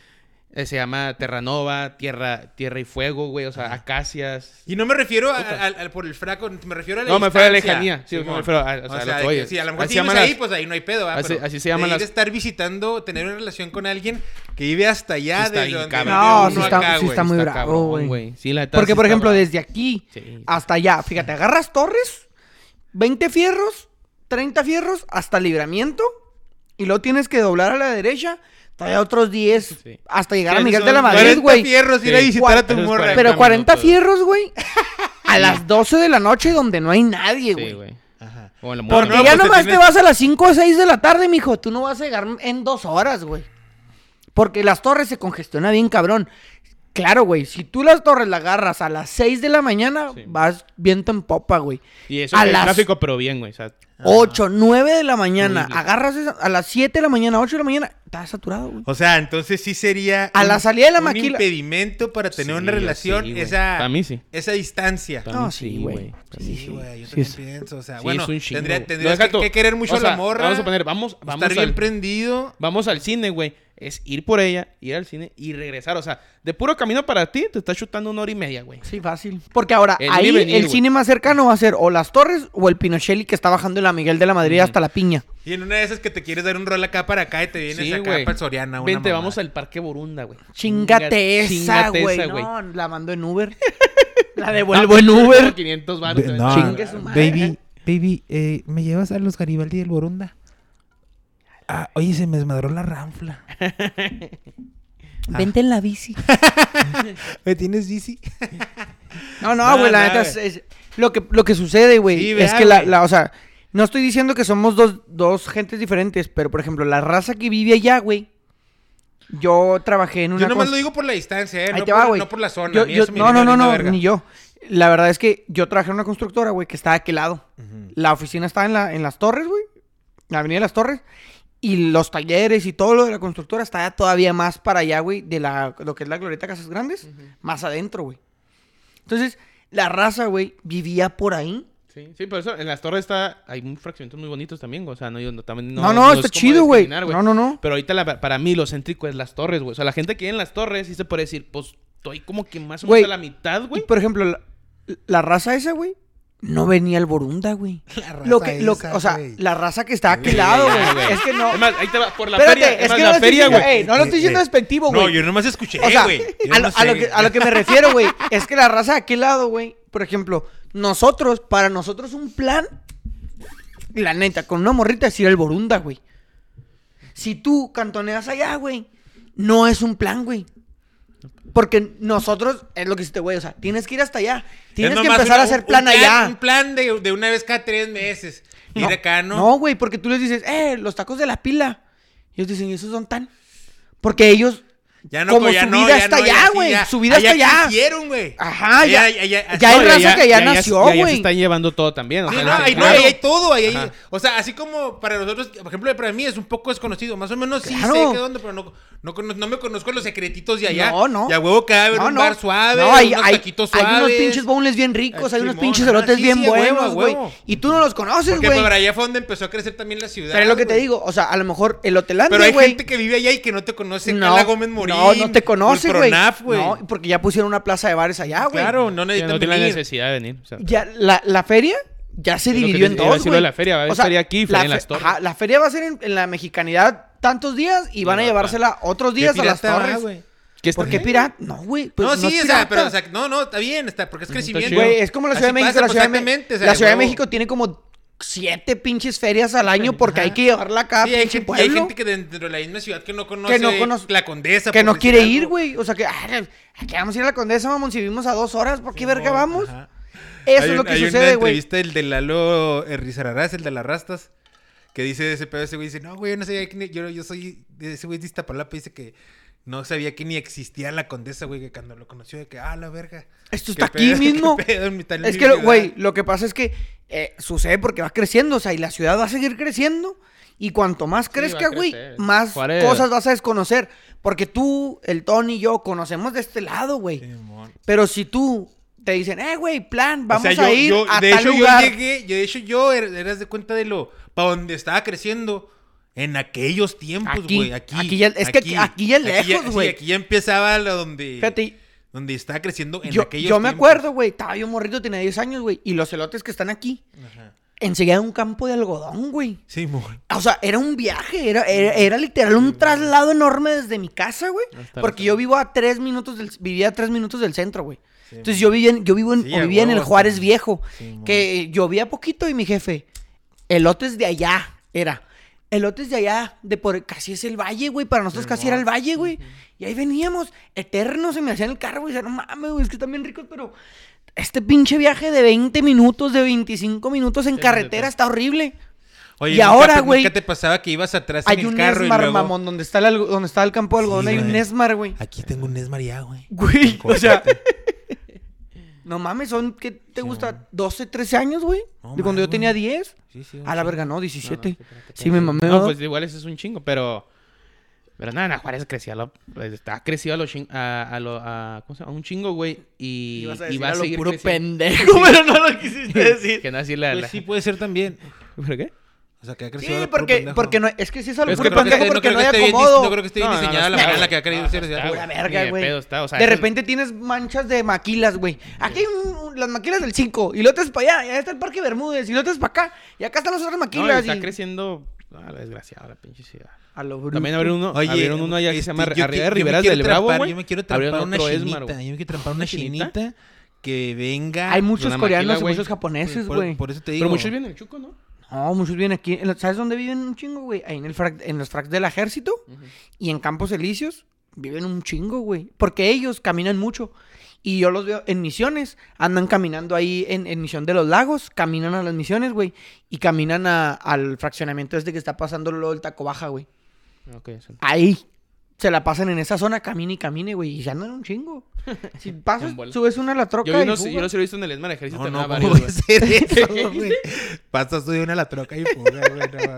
Speaker 1: Eh, se llama Terranova, Tierra, Tierra y Fuego, güey. O sea, Acacias.
Speaker 2: Y no me refiero a- al- al- por el fraco, me refiero a la
Speaker 1: No, me refiero a la
Speaker 2: distancia,
Speaker 1: lejanía. Sí, me
Speaker 2: Simón.
Speaker 1: refiero a- o sea, a lo que
Speaker 2: de
Speaker 1: voy.
Speaker 2: que si a lo mejor
Speaker 1: Así
Speaker 2: si vives
Speaker 1: llaman
Speaker 2: ahí,
Speaker 1: las-
Speaker 2: pues ahí no hay pedo, ¿va?
Speaker 1: así-
Speaker 2: Pero
Speaker 1: así se llaman
Speaker 2: de ir a
Speaker 1: las-
Speaker 2: estar visitando, tener una relación con alguien que vive hasta allá
Speaker 1: Sí está
Speaker 2: de
Speaker 1: bien
Speaker 2: donde
Speaker 1: cabrón.
Speaker 2: vive
Speaker 1: No,
Speaker 2: uno
Speaker 1: sí está-
Speaker 3: sí está
Speaker 2: güey.
Speaker 3: muy bravo, güey.
Speaker 1: Sí, la neta,
Speaker 3: Porque,
Speaker 1: sí
Speaker 3: por
Speaker 1: está
Speaker 3: ejemplo,
Speaker 1: bravo.
Speaker 3: desde aquí
Speaker 1: Sí.
Speaker 3: hasta allá, fíjate, agarras torres, 20 fierros, 30 fierros, hasta libramiento, y luego tienes que doblar a la derecha, todavía otros 10,
Speaker 1: Sí.
Speaker 3: hasta llegar a
Speaker 1: Sí,
Speaker 3: Miguel
Speaker 1: son
Speaker 3: de la Madrid,
Speaker 2: 40
Speaker 3: güey.
Speaker 2: fierros ir a
Speaker 1: Sí.
Speaker 2: visitar a tu
Speaker 1: Eso es
Speaker 2: morra.
Speaker 1: 40
Speaker 3: Pero 40
Speaker 1: minutos.
Speaker 3: fierros, güey, [LAUGHS] a las 12 de la noche donde no hay nadie,
Speaker 1: Sí,
Speaker 3: güey.
Speaker 1: güey.
Speaker 2: Ajá.
Speaker 1: O en la
Speaker 3: Porque
Speaker 1: moto, ¿no?
Speaker 2: pues, te
Speaker 3: ya nomás te
Speaker 2: tienes-
Speaker 3: vas a las 5 o 6 de la tarde, mijo. Tú no vas a llegar en dos horas, güey. Porque las torres se congestiona bien, cabrón. Claro, güey. Si tú las torres la agarras a las 6 de la mañana,
Speaker 1: Sí.
Speaker 3: vas viento en popa, güey.
Speaker 1: Y eso
Speaker 3: a
Speaker 1: es
Speaker 3: las-
Speaker 1: tráfico, pero bien, güey. O sea,
Speaker 3: 8, 9 de la mañana.
Speaker 1: Horrible.
Speaker 3: Agarras esa- a las 7 de la mañana, 8 de la mañana. Estás saturado, güey.
Speaker 2: O sea, entonces sí sería
Speaker 3: A la salida de la
Speaker 2: un
Speaker 3: maquila-
Speaker 2: impedimento para tener
Speaker 1: Sí,
Speaker 2: una relación
Speaker 1: sí, güey.
Speaker 2: esa
Speaker 1: Para mí sí.
Speaker 2: esa distancia.
Speaker 1: Para
Speaker 3: No,
Speaker 1: mí
Speaker 3: sí,
Speaker 1: sí,
Speaker 3: güey.
Speaker 1: güey. Para mí
Speaker 2: Sí, güey, yo
Speaker 3: Sí,
Speaker 2: también
Speaker 3: es-
Speaker 2: pienso, o sea,
Speaker 1: Sí,
Speaker 2: bueno,
Speaker 1: es un chingo,
Speaker 2: tendría-
Speaker 1: güey.
Speaker 2: tendrías
Speaker 1: Deja
Speaker 2: que,
Speaker 1: tú.
Speaker 2: que querer mucho
Speaker 1: O sea,
Speaker 2: a la morra.
Speaker 1: Vamos a poner, vamos, vamos
Speaker 2: estar bien
Speaker 1: al-
Speaker 2: prendido.
Speaker 1: Vamos al cine, güey. Es ir por ella, ir al cine y regresar. O sea, de puro camino para ti, te estás chutando una hora y media, güey.
Speaker 3: Sí, fácil. Porque ahora,
Speaker 1: El
Speaker 3: ahí
Speaker 1: ir y venir,
Speaker 3: el
Speaker 1: güey.
Speaker 3: cine más cercano va a ser o las torres o el Pinochelli que está bajando la Miguel de la Madrid hasta la piña.
Speaker 2: Y en una de esas que te quieres dar un rol acá para acá y te vienes
Speaker 1: Sí,
Speaker 2: acá
Speaker 1: güey.
Speaker 2: para el Soriana. Una
Speaker 1: Vente,
Speaker 2: mamá.
Speaker 1: vamos al Parque Borunda, güey.
Speaker 3: Chingate
Speaker 1: Chinga-
Speaker 3: esa,
Speaker 1: chingate
Speaker 3: güey.
Speaker 1: esa, Ah,
Speaker 3: No, la mando en Uber. La devuelvo en Uber.
Speaker 1: 500 baros.
Speaker 2: Ve-
Speaker 1: te
Speaker 2: no,
Speaker 1: venden.
Speaker 3: Chingue su madre.
Speaker 2: baby, baby, eh, ¿me llevas a los Garibaldi del Borunda? Ah, oye, [LAUGHS] se me desmadró la ranfla.
Speaker 3: Vente en la bici.
Speaker 2: ¿Me tienes bici?
Speaker 3: No,
Speaker 2: No,
Speaker 3: no, güey, la
Speaker 2: no,
Speaker 3: neta
Speaker 2: güey.
Speaker 3: es, es- lo que lo que sucede, güey,
Speaker 2: Sí,
Speaker 3: es
Speaker 2: vea,
Speaker 3: que la,
Speaker 2: güey.
Speaker 3: la- o sea, no estoy diciendo que somos dos dos gentes diferentes, pero por ejemplo, la raza que vive allá, güey. Yo trabajé en una
Speaker 2: Yo nomás
Speaker 3: cons-
Speaker 2: lo digo por la distancia, eh.
Speaker 3: Ahí
Speaker 2: no,
Speaker 3: te
Speaker 2: por,
Speaker 3: va, güey.
Speaker 2: no por la zona.
Speaker 3: Yo-
Speaker 2: a mí
Speaker 3: yo-
Speaker 2: eso me
Speaker 3: no,
Speaker 2: viene
Speaker 3: no, no,
Speaker 2: valiendo
Speaker 3: no,
Speaker 2: verga.
Speaker 3: ni yo. La verdad es que yo trabajé en una constructora, güey, que estaba de aquel lado. La oficina estaba en, la, en las torres, güey. La avenida de las torres. Y los talleres y todo lo de la constructora estaba todavía más para allá, güey, de la, lo que es la Glorieta Casas Grandes, más adentro, güey. Entonces, la raza, güey, vivía por ahí.
Speaker 1: Sí, sí, por eso en las torres está, hay un fraccionamientos muy bonitos también, güey. O sea, no, yo no, también
Speaker 3: No, no,
Speaker 1: no es
Speaker 3: está
Speaker 1: como
Speaker 3: chido, güey.
Speaker 1: discriminar,
Speaker 3: No, no, no.
Speaker 1: Pero ahorita la- para mí lo céntrico es las torres, güey. O sea, la gente que vive en las torres sí se puede decir, pues estoy como que más o menos
Speaker 3: Güey.
Speaker 1: a la mitad,
Speaker 3: Y
Speaker 1: güey.
Speaker 3: por ejemplo, la, la raza esa, güey, no venía al Borunda, güey.
Speaker 2: La raza
Speaker 3: Lo que, lo que-
Speaker 2: esa,
Speaker 3: o sea,
Speaker 2: güey.
Speaker 3: la raza que está a aquel lado,
Speaker 1: Ya,
Speaker 3: güey. Es que no.
Speaker 1: Es más, ahí te va, por la
Speaker 3: Espérate,
Speaker 1: feria. Es,
Speaker 3: es
Speaker 1: más,
Speaker 3: que no
Speaker 1: la
Speaker 3: lo estoy
Speaker 1: feria,
Speaker 3: diciendo-
Speaker 1: güey.
Speaker 3: ey, no lo estoy diciendo
Speaker 2: Eh, eh.
Speaker 3: despectivo,
Speaker 2: No,
Speaker 3: güey.
Speaker 2: yo nomás escuché,
Speaker 3: O sea,
Speaker 2: güey. Yo
Speaker 3: a, lo,
Speaker 2: no
Speaker 3: a lo
Speaker 2: sé.
Speaker 3: que, a lo que me refiero, güey, es que la raza de aquel lado, güey, por ejemplo, nosotros, para nosotros un plan, la neta, con una morrita es ir al Borunda, güey. Si tú cantoneas allá, güey, no es un plan, güey. Porque nosotros, es lo que hiciste, güey, o sea, tienes que ir hasta allá. Tienes
Speaker 2: Es
Speaker 3: que
Speaker 2: nomás
Speaker 3: empezar
Speaker 2: una-
Speaker 3: a hacer
Speaker 2: un-
Speaker 3: plan
Speaker 2: un
Speaker 3: allá.
Speaker 2: Un plan de, de una vez cada tres meses. Ir acá, ¿no?
Speaker 3: No, güey, porque tú les dices, eh, los tacos de la pila. Y ellos dicen, ¿y esos son tan? Porque ellos,
Speaker 2: Ya no, pues
Speaker 3: como
Speaker 2: ya
Speaker 3: su
Speaker 2: no, ya
Speaker 3: vida está
Speaker 2: no, ya
Speaker 3: allá,
Speaker 2: sí,
Speaker 3: güey.
Speaker 2: ya.
Speaker 3: su vida está allá.
Speaker 2: Quisieron, güey.
Speaker 3: Ajá, ya-
Speaker 2: ya,
Speaker 3: ya
Speaker 2: no,
Speaker 3: hay
Speaker 1: No, y
Speaker 3: raza
Speaker 1: allá-
Speaker 3: que ya
Speaker 1: y allá-
Speaker 3: nació,
Speaker 1: y allá
Speaker 3: güey.
Speaker 1: se están llevando todo también. o
Speaker 2: Sí,
Speaker 1: sea,
Speaker 2: no,
Speaker 1: la-
Speaker 2: ahí, no,
Speaker 1: claro.
Speaker 2: ahí hay todo, ahí hay-
Speaker 1: Ajá.
Speaker 2: o sea, así como para nosotros, por ejemplo, para mí es un poco desconocido, más o menos sí
Speaker 3: Claro.
Speaker 2: sé qué onda, pero no, no, cono- no me conozco los secretitos de allá.
Speaker 3: No, no.
Speaker 2: Y a huevo que va a haber
Speaker 3: No,
Speaker 2: un
Speaker 3: no.
Speaker 2: bar suave,
Speaker 3: No, hay,
Speaker 2: unos
Speaker 3: hay-
Speaker 2: taquitos
Speaker 3: hay
Speaker 2: suaves.
Speaker 3: unos pinches bowls bien ricos,
Speaker 2: Ah,
Speaker 3: hay unos
Speaker 2: Simón,
Speaker 3: pinches
Speaker 2: ajá,
Speaker 3: elotes
Speaker 2: sí,
Speaker 3: bien
Speaker 2: sí, a huevo,
Speaker 3: buenos,
Speaker 2: a
Speaker 3: güey.
Speaker 2: huey.
Speaker 3: Y tú no los conoces,
Speaker 2: Porque
Speaker 3: güey.
Speaker 2: por allá fue donde empezó a crecer también la ciudad.
Speaker 3: Pero es lo que te
Speaker 2: güey.
Speaker 3: digo, o sea, a lo mejor el hotelante,
Speaker 2: Pero hay
Speaker 3: güey.
Speaker 2: gente que vive allá y que no te conoce.
Speaker 3: no,
Speaker 2: Carla Gómez Morín.
Speaker 3: no, no te conoce,
Speaker 2: el
Speaker 3: güey.
Speaker 2: Pronaf,
Speaker 3: No, porque ya pusieron una plaza de bares allá, güey.
Speaker 2: Claro, no
Speaker 1: Ya
Speaker 2: necesitan
Speaker 1: no tiene la
Speaker 2: venir.
Speaker 1: necesidad de venir. o sea.
Speaker 3: Ya, la, la feria ya se
Speaker 1: Es lo que
Speaker 3: dividió
Speaker 1: te-
Speaker 3: en
Speaker 1: iba a
Speaker 3: dos,
Speaker 1: decir lo de
Speaker 3: güey.
Speaker 1: la feria, va a haber feria aquí y
Speaker 3: la
Speaker 1: feria en las torres.
Speaker 3: ajá, la feria va a ser en, en la mexicanidad tantos días y van a
Speaker 1: no,
Speaker 3: llevársela otros
Speaker 2: Qué
Speaker 3: días a las
Speaker 2: pirata,
Speaker 3: torres.
Speaker 2: güey.
Speaker 1: ¿Qué está
Speaker 3: ¿Por qué
Speaker 1: bien?
Speaker 3: pirata? No, güey. pues
Speaker 2: no, sí,
Speaker 3: es
Speaker 2: o sea,
Speaker 3: pirata.
Speaker 2: pero, o sea, no, no, está bien, está, porque es crecimiento.
Speaker 1: chido.
Speaker 3: Güey, es como la Ciudad
Speaker 2: Así
Speaker 3: de México.
Speaker 2: pasa,
Speaker 3: la
Speaker 2: pues,
Speaker 3: Ciudad, de, Me-
Speaker 2: exactamente, o sea,
Speaker 3: la Ciudad de
Speaker 2: huevo.
Speaker 3: México tiene como siete pinches ferias al año porque hay que llevarla acá a
Speaker 2: Sí, hay,
Speaker 3: ah,
Speaker 2: gente,
Speaker 3: pinche
Speaker 2: hay
Speaker 3: pueblo.
Speaker 2: gente que dentro de la misma ciudad que no conoce,
Speaker 3: no conoce-
Speaker 2: la condesa.
Speaker 3: que
Speaker 2: por
Speaker 3: no
Speaker 2: decir
Speaker 3: quiere
Speaker 2: algo.
Speaker 3: ir, güey. O sea, que, ah, que vamos a ir a la Condesa, mamón, si vivimos a dos horas, ¿por qué verga
Speaker 2: Simón,
Speaker 3: vamos?
Speaker 2: ajá.
Speaker 3: Eso
Speaker 2: Hay
Speaker 3: es lo
Speaker 2: un-
Speaker 3: que
Speaker 2: hay
Speaker 3: sucede,
Speaker 2: Una
Speaker 3: güey.
Speaker 2: entrevista del de Lalo Errizararás, el de las rastas, que dice ese pedo, ese güey dice, no, güey, yo no sabía que ni- yo, yo soy, de ese güey de Iztapalapa, dice que no sabía que ni existía la condesa, güey, que cuando lo conoció, de que, ah, la verga.
Speaker 3: Esto
Speaker 2: qué
Speaker 3: está aquí
Speaker 2: pedo, [LAUGHS]
Speaker 3: mismo.
Speaker 2: qué pedo, en mitad de
Speaker 3: Es
Speaker 2: mi
Speaker 3: que, lo-
Speaker 2: ciudad.
Speaker 3: güey, lo que pasa es que eh, sucede porque va creciendo, o sea, y la ciudad va a seguir creciendo. Y cuanto más
Speaker 1: va a
Speaker 3: crezca, güey,
Speaker 1: crecer.
Speaker 3: más
Speaker 1: Juárez.
Speaker 3: cosas vas a desconocer. Porque tú, el Tony y yo conocemos de este lado, güey.
Speaker 2: Simón.
Speaker 3: Pero si tú te dicen, eh, güey, plan, vamos
Speaker 2: O sea,
Speaker 3: a
Speaker 2: yo-
Speaker 3: ir
Speaker 2: yo-
Speaker 3: a
Speaker 2: de
Speaker 3: tal
Speaker 2: hecho,
Speaker 3: lugar.
Speaker 2: Yo llegué, yo, de hecho, yo er- eras de cuenta de lo, para donde estaba creciendo. En aquellos tiempos,
Speaker 3: Aquí,
Speaker 2: güey. Aquí,
Speaker 3: aquí ya- es que aquí- aquí ya lejos,
Speaker 2: sí,
Speaker 3: güey.
Speaker 2: Aquí ya empezaba lo donde.
Speaker 3: Fíjate,
Speaker 2: Donde estaba creciendo en
Speaker 3: yo,
Speaker 2: aquellos
Speaker 3: yo me
Speaker 2: tiempos.
Speaker 3: acuerdo, güey, estaba yo morrito, tenía 10 años, güey, y los elotes que están aquí,
Speaker 2: Ajá.
Speaker 3: enseguida un campo de algodón, güey.
Speaker 2: Sí, mon.
Speaker 3: O sea, era un viaje, era, era, era literal un traslado enorme desde mi casa, güey.
Speaker 1: Hasta la
Speaker 3: Porque yo vivo a tres minutos del, vivía a tres minutos del centro, güey.
Speaker 2: Sí,
Speaker 3: Entonces yo vivía en, yo vivo en,
Speaker 2: Sí,
Speaker 3: o
Speaker 2: a
Speaker 3: vivía en el
Speaker 2: huevo,
Speaker 3: Juárez
Speaker 2: sí.
Speaker 3: Viejo,
Speaker 2: Sí, mo.
Speaker 3: que llovía poquito y mi jefe, elotes de allá, era. Elotes de allá, de por casi es el valle, güey. Para nosotros casi era el valle, güey. Y ahí veníamos, eternos, se me hacían el carro, güey. O sea, no mames, güey, es que están bien ricos, pero este pinche viaje de 20 minutos, de 25 minutos en
Speaker 1: Sí,
Speaker 3: carretera
Speaker 1: neta.
Speaker 3: está horrible.
Speaker 2: Oye,
Speaker 3: Y
Speaker 2: nunca
Speaker 3: ahora,
Speaker 2: te-
Speaker 3: güey,
Speaker 2: Nunca te pasaba que ibas atrás
Speaker 3: Hay
Speaker 2: en el
Speaker 3: un
Speaker 2: carro
Speaker 3: Esmar,
Speaker 2: y luego...
Speaker 3: mamón, donde está el, algo- donde está el campo de algodón,
Speaker 2: Sí,
Speaker 3: hay un
Speaker 2: güey.
Speaker 3: Esmar, güey.
Speaker 2: Aquí tengo un Esmar ya, güey.
Speaker 3: Güey,
Speaker 2: En
Speaker 3: o sea,
Speaker 2: Coacate.
Speaker 3: [LAUGHS] no mames, son, ¿qué te
Speaker 2: güey.
Speaker 3: gusta? ¿12, 13 años, güey?
Speaker 2: No
Speaker 3: de cuando yo
Speaker 2: mames.
Speaker 3: tenía 10.
Speaker 2: Sí, sí,
Speaker 3: A la
Speaker 2: sí.
Speaker 3: verga, no, 17.
Speaker 1: No, no, espérate,
Speaker 3: sí, me
Speaker 1: espérate.
Speaker 3: mamé.
Speaker 1: No,
Speaker 3: ¿verdad?
Speaker 1: pues igual ese es un chingo, pero. Pero nada, Ana Juárez crecía lo, pues, está crecido a lo ching- a, a lo a, ¿cómo se llama? a un chingo, güey. Y,
Speaker 3: Ibas a
Speaker 1: y
Speaker 3: decir
Speaker 1: va a
Speaker 3: a lo
Speaker 1: seguir
Speaker 3: puro
Speaker 1: creciendo.
Speaker 3: pendejo, pero no lo quisiste
Speaker 1: [LAUGHS]
Speaker 3: decir.
Speaker 1: Que no así la,
Speaker 2: Pues
Speaker 1: la-
Speaker 2: sí, puede ser también.
Speaker 1: ¿Por qué?
Speaker 2: O sea, que ha crecido.
Speaker 3: Sí,
Speaker 2: puro
Speaker 3: porque,
Speaker 2: pendejo.
Speaker 3: porque no, es que si es a lo
Speaker 1: Es
Speaker 2: No
Speaker 1: que
Speaker 3: puro
Speaker 2: creo
Speaker 3: pendejo
Speaker 2: esté-
Speaker 3: porque
Speaker 2: creo
Speaker 3: no hay
Speaker 2: esté bien-
Speaker 3: acomodo.
Speaker 2: No creo que esté bien
Speaker 1: No, no, no
Speaker 2: diseñada la
Speaker 1: está,
Speaker 2: manera en la
Speaker 1: güey.
Speaker 2: que ha querido
Speaker 1: No,
Speaker 2: ser.
Speaker 1: no
Speaker 2: o sea,
Speaker 1: está,
Speaker 2: güey.
Speaker 1: güey.
Speaker 3: La
Speaker 1: Ni
Speaker 3: verga,
Speaker 1: de
Speaker 3: güey.
Speaker 1: pedo está, o sea,
Speaker 3: de
Speaker 1: eso es-
Speaker 3: repente tienes manchas de maquilas, güey. Aquí hay un- un- las maquilas del 5 y lo otro es para allá. Y ahí está el Parque Bermúdez y lo otro es para acá. Y acá están las otras
Speaker 1: No, y
Speaker 3: maquilas.
Speaker 1: está
Speaker 3: y-
Speaker 1: creciendo. Ah, la desgraciada, la pinche ciudad.
Speaker 3: A lo bruto.
Speaker 1: También abrieron uno, abrieron uno allá que
Speaker 2: este,
Speaker 1: se llama
Speaker 2: yo
Speaker 1: Arriba
Speaker 2: qui-
Speaker 1: de
Speaker 2: yo me
Speaker 1: Riberas
Speaker 2: quiero
Speaker 1: del Bravo,
Speaker 2: trampar,
Speaker 1: güey.
Speaker 2: Yo me quiero
Speaker 1: Abrieron
Speaker 2: trampar una
Speaker 1: otro Esmar,
Speaker 2: chinita.
Speaker 1: güey.
Speaker 2: Yo me quiero trampar una
Speaker 1: ¿Una chinita?
Speaker 2: chinita que venga.
Speaker 3: Hay muchos
Speaker 1: una
Speaker 3: coreanos
Speaker 1: maquila,
Speaker 3: y
Speaker 1: güey.
Speaker 3: muchos japoneses,
Speaker 2: Por-
Speaker 3: güey.
Speaker 2: Por eso te digo.
Speaker 1: Pero muchos vienen en Chuco, ¿no?
Speaker 3: No, muchos vienen aquí. en la- ¿Sabes dónde viven un chingo, güey? Ahí en, el frac- en los tracks del ejército y en Campos Elíseos viven un chingo, güey. Porque ellos caminan mucho. Y yo los veo en misiones. Andan caminando ahí en, en Misión de los Lagos. Caminan a las misiones, güey. Y caminan a- al fraccionamiento este que está pasando lo del Taco Baja, güey.
Speaker 1: Ok, eso.
Speaker 3: Ahí. Se la pasan en esa zona, camine y camine, güey. Y ya andan
Speaker 1: [LAUGHS]
Speaker 3: un chingo. Si pasas,
Speaker 1: En bola.
Speaker 3: subes una a la troca
Speaker 1: Yo, vi
Speaker 3: y
Speaker 1: unos-
Speaker 3: fuga.
Speaker 1: yo los he visto en el Esmar Ejército.
Speaker 2: No,
Speaker 1: también a varios,
Speaker 2: no, ¿cómo
Speaker 1: güey.
Speaker 2: voy a hacer eso, [LAUGHS] güey? Pasas tú de una a la troca y fuga, güey. no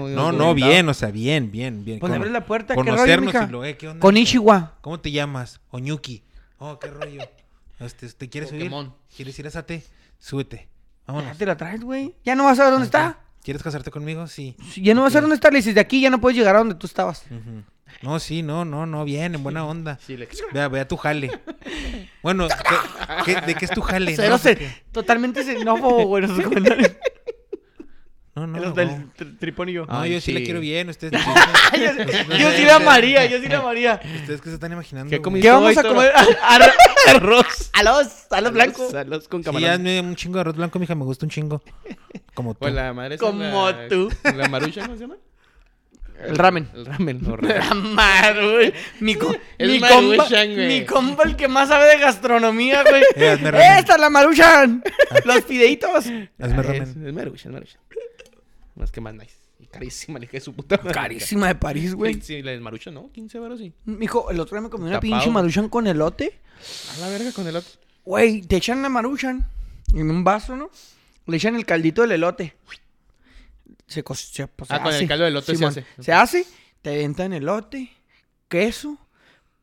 Speaker 2: mames. No, no, bien, o sea, bien, bien, bien.
Speaker 3: Pues
Speaker 2: Con-
Speaker 3: abre la puerta, ¿qué rollo,
Speaker 2: Conocernos
Speaker 3: mija?
Speaker 2: y lo, eh, ¿qué onda?
Speaker 3: Con
Speaker 2: mija?
Speaker 3: Ichiwa.
Speaker 2: ¿Cómo te llamas? Oñuki. Oh, qué rollo. Este, ¿Te quieres subir?
Speaker 1: Pokémon.
Speaker 2: ¿Quieres ir a Sate? Súbete. Vámonos.
Speaker 3: Ya te la traes, güey. Ya no vas a ver dónde está.
Speaker 2: ¿Quieres casarte conmigo? Sí.
Speaker 3: Si Ya no vas a ver dónde está. Le dices, de aquí ya no puedes llegar a donde tú estabas.
Speaker 2: Ujú. No, sí, no, no, no, bien, en buena onda.
Speaker 1: Sí, le-
Speaker 2: Vea, vea tu jale. Bueno, ¿qué- qué- ¿de qué es tu jale?
Speaker 3: Cero
Speaker 2: no,
Speaker 3: se-
Speaker 2: porque-
Speaker 3: Totalmente xenófobo, güey. [LAUGHS] esos comentarios.
Speaker 2: no, no,
Speaker 3: Los
Speaker 2: no.
Speaker 3: del tri- Tripón y yo.
Speaker 2: No, yo
Speaker 1: sí.
Speaker 2: sí, la quiero bien.
Speaker 3: [LAUGHS]
Speaker 2: Ustedes,
Speaker 3: Ay, yo,
Speaker 2: no
Speaker 3: yo
Speaker 2: sé,
Speaker 3: sí la
Speaker 2: no sé.
Speaker 3: amaría, yo sí la amaría.
Speaker 2: ustedes que se están imaginando.
Speaker 1: ¿Qué
Speaker 2: güey?
Speaker 1: comiste?
Speaker 3: ¿Qué vamos a
Speaker 1: Toro.
Speaker 3: [LAUGHS] comer?
Speaker 1: Arroz.
Speaker 3: A los, a los blancos.
Speaker 1: Salos con
Speaker 2: Sí,
Speaker 1: camarón.
Speaker 2: hazme un chingo de arroz blanco, mija, me gusta un chingo. Como tú.
Speaker 1: Pues la madre esa,
Speaker 3: Como
Speaker 1: la-
Speaker 3: tú.
Speaker 1: La marucha, ¿cómo se llama?
Speaker 3: El ramen.
Speaker 1: El ramen. no, ramen.
Speaker 3: [LAUGHS] La Maruchan. Mi, co-
Speaker 1: Es
Speaker 3: mi compa,
Speaker 1: Maruchan, güey.
Speaker 3: mi compa el que más sabe de gastronomía, [LAUGHS] güey.
Speaker 2: Eh, hazme ramen.
Speaker 3: ¡Esta es la [LAUGHS] maruchan! Los fideitos.
Speaker 2: Hazme
Speaker 1: Ah, es-
Speaker 2: ramen.
Speaker 1: Es marucha, es marucha. Más que más nice. Y carísima, le dije su puta madre.
Speaker 3: Carísima de París, güey.
Speaker 1: Sí, la del marucha, ¿no? 15 baros, sí.
Speaker 3: Mijo, el otro día me comí una
Speaker 1: Tapado.
Speaker 3: pinche maruchan con elote.
Speaker 1: A la verga con el otro.
Speaker 3: Güey, te echan la maruchan en un vaso, ¿no? Le echan el caldito del elote. Se, co- se- pues,
Speaker 1: Ah,
Speaker 3: se
Speaker 1: con el
Speaker 3: hace.
Speaker 1: caldo del elote se
Speaker 3: Simón.
Speaker 1: hace.
Speaker 3: Se hace, te aventan elote, queso,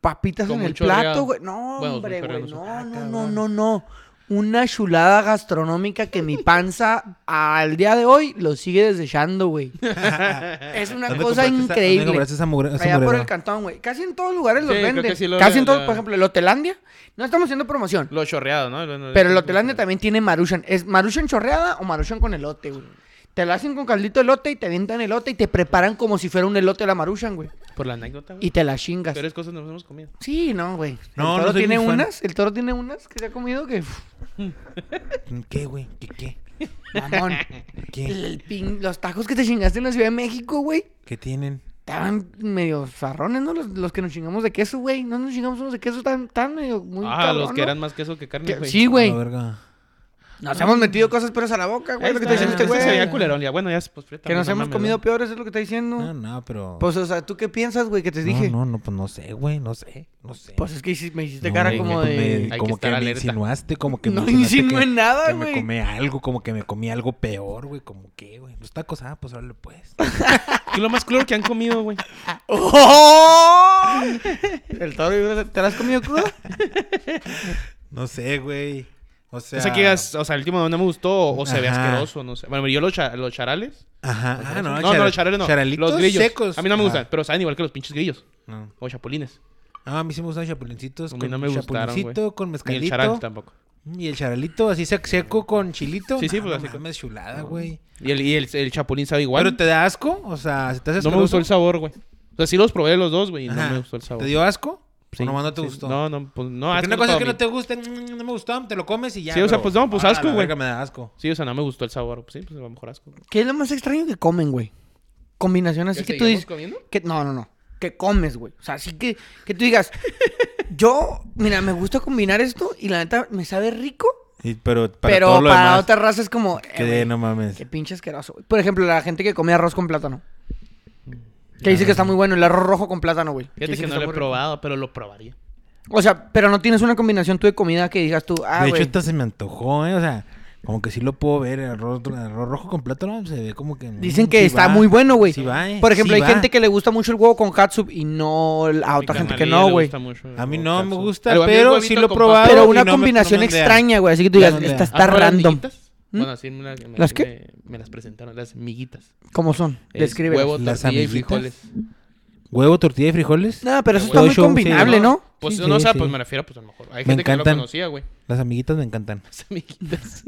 Speaker 3: papitas
Speaker 1: Con
Speaker 3: en el
Speaker 1: mucho
Speaker 3: plato,
Speaker 1: agregado.
Speaker 3: güey. No,
Speaker 1: Bueno,
Speaker 3: hombre,
Speaker 1: mucho agregado,
Speaker 3: güey. No,
Speaker 2: sí.
Speaker 3: no,
Speaker 2: Ah,
Speaker 3: no,
Speaker 2: cabrón.
Speaker 3: no, no. Una chulada gastronómica que mi panza al día de hoy lo sigue
Speaker 2: [LAUGHS]
Speaker 3: desechando, güey. es una
Speaker 2: ¿Dónde compraste
Speaker 3: cosa
Speaker 2: esa-
Speaker 3: increíble.
Speaker 2: ¿Dónde compraste esa mugre- esa
Speaker 3: Allá por
Speaker 2: murera?
Speaker 3: el cantón, güey. Casi en todos lugares los
Speaker 1: Sí, creo que
Speaker 3: venden.
Speaker 1: sí lo-
Speaker 3: Casi en todos,
Speaker 1: la-
Speaker 3: por ejemplo, el Hotelandia. No estamos haciendo promoción.
Speaker 1: Lo chorreado, ¿no? Lo-
Speaker 3: Pero el Hotelandia también tiene maruchan. ¿Es maruchan chorreada o maruchan con elote, güey? Te lo hacen con caldito de elote y te avientan elote y te preparan como si fuera un elote a la maruchan, güey.
Speaker 1: Por la anécdota, güey.
Speaker 3: Y te la chingas.
Speaker 1: Pero es cosas que nos hemos comido.
Speaker 3: Sí, no, güey.
Speaker 2: No,
Speaker 3: el
Speaker 2: no
Speaker 3: toro
Speaker 2: soy
Speaker 3: tiene
Speaker 2: muy fan.
Speaker 3: unas, el toro tiene unas que se ha comido que... uf,
Speaker 2: ¿Qué, Eh, güey? ¿Qué, qué?
Speaker 3: mamón. El-
Speaker 2: ¿Qué?
Speaker 3: el pin- los tacos que te chingaste en la Ciudad de México, güey.
Speaker 2: ¿Qué tienen?
Speaker 3: Estaban medio zarrones, ¿no? Los, los que nos chingamos de queso, güey. No nos chingamos unos de queso tan, tan medio muy
Speaker 1: ah,
Speaker 3: cabrón,
Speaker 1: los que
Speaker 3: ¿no?
Speaker 1: eran más queso que carne,
Speaker 3: Que-
Speaker 1: güey.
Speaker 3: Sí, güey.
Speaker 2: Ah, A la verga.
Speaker 3: Nos hemos metido cosas peores a la boca,
Speaker 1: Ahí
Speaker 3: güey. Lo que
Speaker 1: está,
Speaker 3: está diciendo este
Speaker 1: ese
Speaker 3: güey.
Speaker 1: se veía culerón, ya. Bueno, ya pues, fíjate,
Speaker 3: Que nos
Speaker 1: no
Speaker 3: hemos
Speaker 1: mames,
Speaker 3: comido
Speaker 1: ¿no?
Speaker 3: peores, es lo que está diciendo.
Speaker 2: No, no, pero.
Speaker 3: Pues, o sea, ¿tú qué piensas, güey, que te dije?
Speaker 2: No, no, no, pues no sé, güey, no sé, no sé.
Speaker 3: Pues es que hici- me hiciste
Speaker 2: No,
Speaker 3: cara
Speaker 2: güey,
Speaker 3: como
Speaker 2: pues me-
Speaker 3: de...
Speaker 1: que
Speaker 2: como que,
Speaker 1: estar
Speaker 2: me
Speaker 1: alerta.
Speaker 2: insinuaste, como que me
Speaker 3: [LAUGHS] No
Speaker 2: insinuaste
Speaker 3: insinué
Speaker 2: que-
Speaker 3: nada,
Speaker 2: que
Speaker 3: güey.
Speaker 2: me comí algo, como que me comí algo peor, güey, como que, güey. Los tacos, ah, pues órale, pues.
Speaker 1: ¿Qué es lo más crudo que han comido, güey?
Speaker 3: [LAUGHS] ¡Oh! El toro, ¿te lo has comido crudo?
Speaker 2: No sé, güey. O sea,
Speaker 1: O sea, que digas, o sea, el último no me gustó o, o se ve
Speaker 2: Ajá.
Speaker 1: asqueroso, no sé. Bueno, yo los, cha- los charales.
Speaker 2: Ajá, ah, no,
Speaker 1: no,
Speaker 2: chara-
Speaker 1: no, los charales no.
Speaker 2: charalitos
Speaker 1: los grillos.
Speaker 2: secos.
Speaker 1: A mí no me
Speaker 2: Ah,
Speaker 1: gustan, pero saben igual que los pinches grillos
Speaker 2: no.
Speaker 1: o chapulines.
Speaker 2: Ah, a mí sí me gustan chapulincitos.
Speaker 1: A mí
Speaker 2: con
Speaker 1: no me gustaron,
Speaker 2: chapulincito,
Speaker 1: güey.
Speaker 2: con
Speaker 1: Ni
Speaker 2: mezcalito.
Speaker 1: el charal tampoco.
Speaker 2: Y el charalito así sec- seco con chilito.
Speaker 1: Sí, sí,
Speaker 2: Ah,
Speaker 1: pues,
Speaker 2: no
Speaker 1: así con-
Speaker 2: mames, chulada, güey.
Speaker 1: Y el, y el, el chapulín sabe igual.
Speaker 2: Pero te da asco, o sea, ¿se te hace
Speaker 1: no me
Speaker 2: asqueroso?
Speaker 1: gustó el sabor, güey. O sea, sí los probé los dos, güey, y no
Speaker 2: Ajá.
Speaker 1: me gustó el sabor.
Speaker 2: ¿Te dio asco?
Speaker 1: Sí,
Speaker 2: ¿O nomás no te
Speaker 1: sí.
Speaker 2: gustó?
Speaker 1: No, no, pues no.
Speaker 2: Porque
Speaker 1: asco
Speaker 2: una cosa
Speaker 1: estaba
Speaker 2: es que no
Speaker 1: bien.
Speaker 2: te guste, mm, no me gustó, te lo comes y ya.
Speaker 1: Sí, o sea,
Speaker 2: pero,
Speaker 1: pues no, pues
Speaker 2: ah,
Speaker 1: asco,
Speaker 2: la
Speaker 1: güey.
Speaker 2: verga, me da asco.
Speaker 1: Sí, o sea, no me gustó el sabor. Pues sí, pues a lo mejor asco.
Speaker 3: [LAUGHS] ¿Qué es lo más extraño que comen, güey? Combinación así que tú dices...
Speaker 1: comiendo?
Speaker 3: Que, no, no, no. Que comes, güey. O sea, así que, que tú [LAUGHS] digas... Yo, mira, me gusta combinar esto y la neta me sabe rico,
Speaker 2: pero para
Speaker 3: pero
Speaker 2: todo lo
Speaker 3: para
Speaker 2: demás,
Speaker 3: otra raza es como... eh,
Speaker 2: que
Speaker 3: güey,
Speaker 2: no mames.
Speaker 3: Qué pinche asqueroso, güey. Por ejemplo, la gente que come arroz con plátano. Que dice que está muy bueno el arroz rojo con plátano, güey.
Speaker 1: Fíjate
Speaker 3: dice
Speaker 1: que no
Speaker 3: está
Speaker 1: lo he
Speaker 3: muy rico.
Speaker 1: probado, pero lo probaría.
Speaker 3: O sea, pero no tienes una combinación tú de comida que digas tú, ah,
Speaker 2: de hecho,
Speaker 3: güey.
Speaker 2: esta se me antojó, ¿eh? O sea, como que sí lo puedo ver. El arroz, el arroz rojo con plátano se ve como que. mm,
Speaker 3: Dicen que
Speaker 2: sí
Speaker 3: está
Speaker 2: va,
Speaker 3: muy bueno, güey.
Speaker 2: sí va, ¿eh?
Speaker 3: Por ejemplo,
Speaker 2: Sí
Speaker 3: hay
Speaker 2: va.
Speaker 3: gente que le gusta mucho el huevo con katsup y no a otra gente que no, güey.
Speaker 2: A mí no me gusta, pero sí lo he probado.
Speaker 3: Pero una
Speaker 2: Y no me- no
Speaker 3: combinación
Speaker 2: me ondea.
Speaker 3: extraña, güey. Así que tú digas,
Speaker 2: No me ondea.
Speaker 3: esta está random. ¿Mm?
Speaker 1: Ah, Bueno, así me, la- me-
Speaker 3: ¿Las
Speaker 1: sí
Speaker 3: qué?
Speaker 1: Me, me las presentaron, las miguitas.
Speaker 3: ¿Cómo son?
Speaker 1: Es
Speaker 3: Describe.
Speaker 1: Huevo,
Speaker 2: Las
Speaker 1: tortilla y
Speaker 2: amiguitas.
Speaker 1: frijoles.
Speaker 2: Huevo, tortilla y frijoles.
Speaker 3: No, pero eso
Speaker 1: El
Speaker 3: está
Speaker 1: huevo
Speaker 3: muy
Speaker 2: show, sí,
Speaker 3: combinable,
Speaker 2: ¿no?
Speaker 3: ¿no?
Speaker 1: Pues
Speaker 2: Sí,
Speaker 1: no, o
Speaker 2: sí,
Speaker 1: sea,
Speaker 2: sí.
Speaker 1: pues me refiero, pues a lo mejor. Hay
Speaker 2: Me
Speaker 1: gente que no lo
Speaker 2: encantan.
Speaker 1: conocía, güey. [LAUGHS]
Speaker 2: Las amiguitas me encantan.
Speaker 1: Las amiguitas.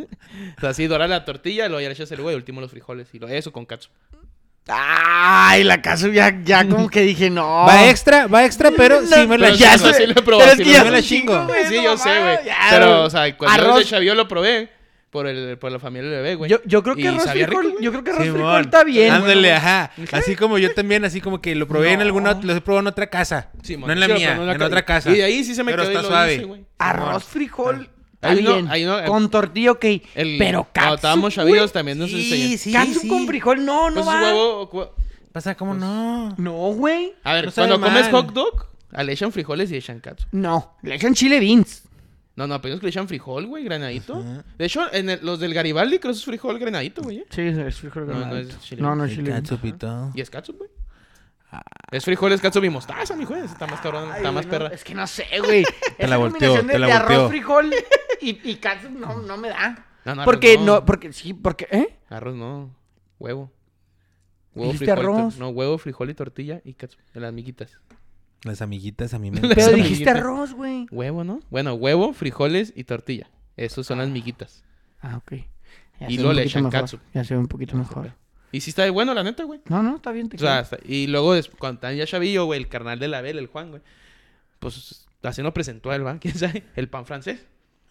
Speaker 1: o sea, así dorar la tortilla, luego ya le echas el huevo y último los frijoles. Y lo eso con catsup.
Speaker 3: Ay, la katsup ya,
Speaker 1: [LAUGHS]
Speaker 3: ya como que dije, no.
Speaker 2: Va eh, extra, va extra, Ah. [LAUGHS] pero sí me la
Speaker 3: [LAUGHS]
Speaker 1: Pero
Speaker 3: ya
Speaker 1: sí,
Speaker 3: sé,
Speaker 1: sí lo he probado,
Speaker 3: pero es
Speaker 1: sí
Speaker 3: que
Speaker 1: lo
Speaker 3: ya
Speaker 1: he
Speaker 2: me la
Speaker 3: sé un
Speaker 2: chingo.
Speaker 3: chingo, güey,
Speaker 1: Pues sí,
Speaker 3: no
Speaker 1: yo
Speaker 3: mames,
Speaker 1: sé, güey.
Speaker 3: ya,
Speaker 1: Pero,
Speaker 3: güey.
Speaker 1: o sea, cuando yo
Speaker 3: Arroz.
Speaker 1: de Chavío lo probé por, el, por la familia del bebé, güey.
Speaker 3: Yo, yo creo
Speaker 1: Y
Speaker 3: que arroz
Speaker 1: sabía rico,
Speaker 3: frijol,
Speaker 1: güey.
Speaker 3: yo creo que arroz
Speaker 2: Simón.
Speaker 3: frijol está bien.
Speaker 2: Ándale, ajá. Así como yo también, así como que lo probé en
Speaker 3: No.
Speaker 2: alguna, ot- lo he probado en otra casa.
Speaker 1: Sí, mon.
Speaker 2: no en la
Speaker 1: Sí, lo
Speaker 2: mía,
Speaker 1: probé la
Speaker 2: en
Speaker 1: ca-
Speaker 2: otra casa.
Speaker 1: Y de ahí sí se me
Speaker 2: Pero
Speaker 1: quedó y
Speaker 2: está
Speaker 1: lo
Speaker 2: suave.
Speaker 1: hice, güey.
Speaker 3: Arroz frijol.
Speaker 1: Hay
Speaker 3: está
Speaker 1: uno-
Speaker 3: bien.
Speaker 1: hay uno-
Speaker 3: con tortilla, ok.
Speaker 1: eh, El-
Speaker 3: pero
Speaker 1: cuando
Speaker 3: katsu.
Speaker 1: estábamos
Speaker 3: güey.
Speaker 1: chavillos también nos
Speaker 2: Sí,
Speaker 1: enseñan.
Speaker 2: sí,
Speaker 3: Katsu
Speaker 2: sí.
Speaker 3: con frijol, no, no
Speaker 1: Pues
Speaker 3: va.
Speaker 1: huevo. cu-
Speaker 2: Pasa como no.
Speaker 3: No, güey.
Speaker 1: A ver,
Speaker 2: No sabe
Speaker 1: cuando comes
Speaker 2: mal.
Speaker 1: hot dog, ah, le echan frijoles y echan katsu.
Speaker 3: No, le echan chile beans.
Speaker 1: No, no, apenas que le echan frijol, güey, granadito.
Speaker 2: Ajá.
Speaker 1: De hecho, en el- los del Garibaldi creo que es frijol granadito, güey. ¿eh?
Speaker 3: Sí, es frijol
Speaker 1: No, no
Speaker 3: granadito.
Speaker 1: es chile
Speaker 3: No,
Speaker 1: beans.
Speaker 3: no es
Speaker 2: El
Speaker 3: chile beans.
Speaker 2: catsup y todo.
Speaker 1: Y es katsu, güey. Es frijol, es katsu y mostaza, mi juez. Está más cabrón,
Speaker 3: Ah. Ay,
Speaker 1: está
Speaker 3: güey,
Speaker 1: más
Speaker 3: no,
Speaker 1: perra.
Speaker 2: [LAUGHS]
Speaker 3: Es que no sé, güey.
Speaker 2: la
Speaker 3: Esa
Speaker 2: volteó,
Speaker 3: combinación de-
Speaker 2: te la
Speaker 3: de
Speaker 2: volteó.
Speaker 3: arroz, frijol y, y katsu no, no me da.
Speaker 1: No, no, arroz
Speaker 3: porque
Speaker 1: no.
Speaker 3: no, porque sí, porque, ¿eh?
Speaker 1: Arroz no. Huevo. Huevo,
Speaker 3: ¿Dijiste
Speaker 1: frijol, y tor-
Speaker 3: arroz?
Speaker 1: No, huevo, frijol y tortilla y catsup. De las miguitas.
Speaker 2: Las amiguitas a mí me...
Speaker 3: Pero
Speaker 1: Las
Speaker 3: dijiste
Speaker 1: amiguitas.
Speaker 3: arroz, güey.
Speaker 1: Huevo, ¿no? Bueno, huevo, frijoles y tortilla. Esos son las miguitas.
Speaker 3: Ah, ok. Ya
Speaker 1: Y
Speaker 3: se
Speaker 1: luego
Speaker 3: ve un
Speaker 1: le
Speaker 3: poquito
Speaker 1: echan
Speaker 3: mejor,
Speaker 1: catsup.
Speaker 3: Ya se ve un poquito mejor.
Speaker 1: Y sí está de bueno, la neta, güey.
Speaker 3: No, no, está bien. Te
Speaker 1: O sea,
Speaker 3: queda.
Speaker 1: hasta- y luego des- cuando están ya chavillo, güey, el carnal de la vela, el Juan, güey. Pues así nos presentó el pan, [LAUGHS] quién sabe, el pan francés.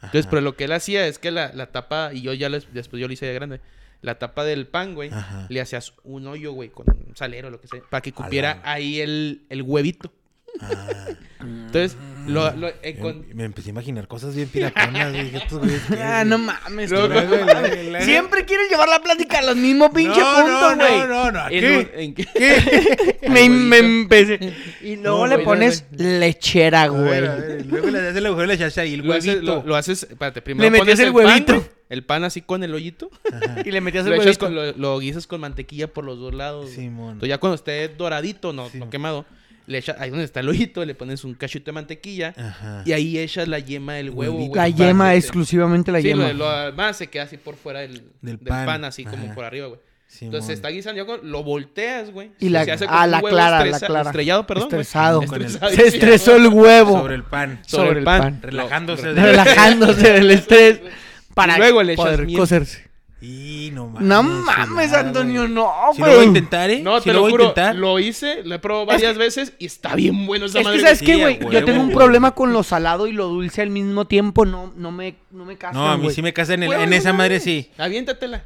Speaker 1: Entonces, pero lo que él hacía es que la, la tapa, y yo ya les- después yo lo hice de grande, la tapa del pan, güey,
Speaker 2: Ajá.
Speaker 1: le hacías un hoyo, güey, con un salero, lo que sea, para que
Speaker 2: la
Speaker 1: cupiera
Speaker 2: madre.
Speaker 1: ahí el, el huevito.
Speaker 2: Ah,
Speaker 1: Entonces, lo, lo- eh,
Speaker 2: yo
Speaker 1: con-
Speaker 2: Me empecé a imaginar cosas bien piratonas. dije, estos güeyes, ¿qué?
Speaker 3: Ah, no mames.
Speaker 1: Luego-
Speaker 3: tú, güey. Siempre quieres llevar la plática a los mismos pinche
Speaker 2: No,
Speaker 3: puntos,
Speaker 2: no,
Speaker 3: güey.
Speaker 2: No, no, no.
Speaker 1: en
Speaker 2: ¿qué?
Speaker 1: un- en que- Al
Speaker 3: [LAUGHS] Me,
Speaker 1: huevito.
Speaker 3: me empecé. Y luego
Speaker 1: No,
Speaker 3: le
Speaker 1: güey,
Speaker 3: pones lechera,
Speaker 2: A ver, a
Speaker 3: güey.
Speaker 2: ver, Luego le das el agujero de la chacha y el
Speaker 1: lo, haces,
Speaker 2: huevito.
Speaker 1: lo- lo haces- espérate, primero
Speaker 3: metías el
Speaker 1: pan,
Speaker 3: huevito.
Speaker 1: güey, el pan así con el hoyito.
Speaker 3: Y le metías
Speaker 1: Lo,
Speaker 3: el
Speaker 1: echas
Speaker 3: huevito.
Speaker 1: con- lo- lo guisas con mantequilla por los dos lados. güey.
Speaker 2: Simón.
Speaker 1: Entonces ya cuando esté doradito, no,
Speaker 2: Sí.
Speaker 1: no quemado, le echas, ahí donde está el ojito, le pones un cachito de mantequilla
Speaker 2: Ajá.
Speaker 1: y ahí echas la yema del huevo.
Speaker 2: Huevito.
Speaker 1: güey,
Speaker 3: La
Speaker 1: para
Speaker 3: yema,
Speaker 1: que te-
Speaker 3: exclusivamente la
Speaker 1: sí,
Speaker 3: yema.
Speaker 1: Lo, lo demás se queda así por fuera del, del
Speaker 2: Del pan.
Speaker 1: pan. así
Speaker 2: Ajá.
Speaker 1: como por arriba, güey.
Speaker 2: Simón.
Speaker 1: Entonces se está guisando, ya cuando lo volteas, güey.
Speaker 3: Y la-
Speaker 1: se hace
Speaker 3: ah,
Speaker 1: como un
Speaker 3: la
Speaker 1: huevo
Speaker 3: clara, la
Speaker 1: estresa-
Speaker 3: clara.
Speaker 1: Estrellado, perdón. güey.
Speaker 3: Estresado.
Speaker 2: Con el-
Speaker 1: Estresado.
Speaker 3: Se estresó el huevo.
Speaker 2: Sobre el pan.
Speaker 1: sobre, el pan.
Speaker 2: Relajándose.
Speaker 3: Relajándose
Speaker 1: [LAUGHS]
Speaker 3: del estrés. Para
Speaker 1: Y luego le echas
Speaker 3: poder
Speaker 1: miel.
Speaker 3: coserse.
Speaker 2: Y no mames.
Speaker 3: No mames,
Speaker 2: chulada,
Speaker 3: Antonio,
Speaker 2: güey.
Speaker 3: no,
Speaker 2: Si lo voy a
Speaker 3: güey.
Speaker 2: intentar, ¿eh?
Speaker 1: No,
Speaker 2: Si
Speaker 1: te lo,
Speaker 2: voy a
Speaker 1: juro,
Speaker 2: intentar.
Speaker 1: lo hice, lo he probado varias veces y está bien bueno esa
Speaker 3: Es que,
Speaker 1: madre.
Speaker 3: ¿sabes
Speaker 2: sí,
Speaker 3: qué,
Speaker 2: a
Speaker 3: güey? Yo
Speaker 2: huevo,
Speaker 3: tengo un
Speaker 2: güey.
Speaker 3: problema con lo salado y lo dulce al mismo tiempo. No, no me, no me casca,
Speaker 2: No, a mí
Speaker 3: güey.
Speaker 2: sí me casa en, el-
Speaker 1: Huevo,
Speaker 2: en
Speaker 1: no
Speaker 2: esa madre,
Speaker 1: mames.
Speaker 2: sí.
Speaker 1: Aviéntatela.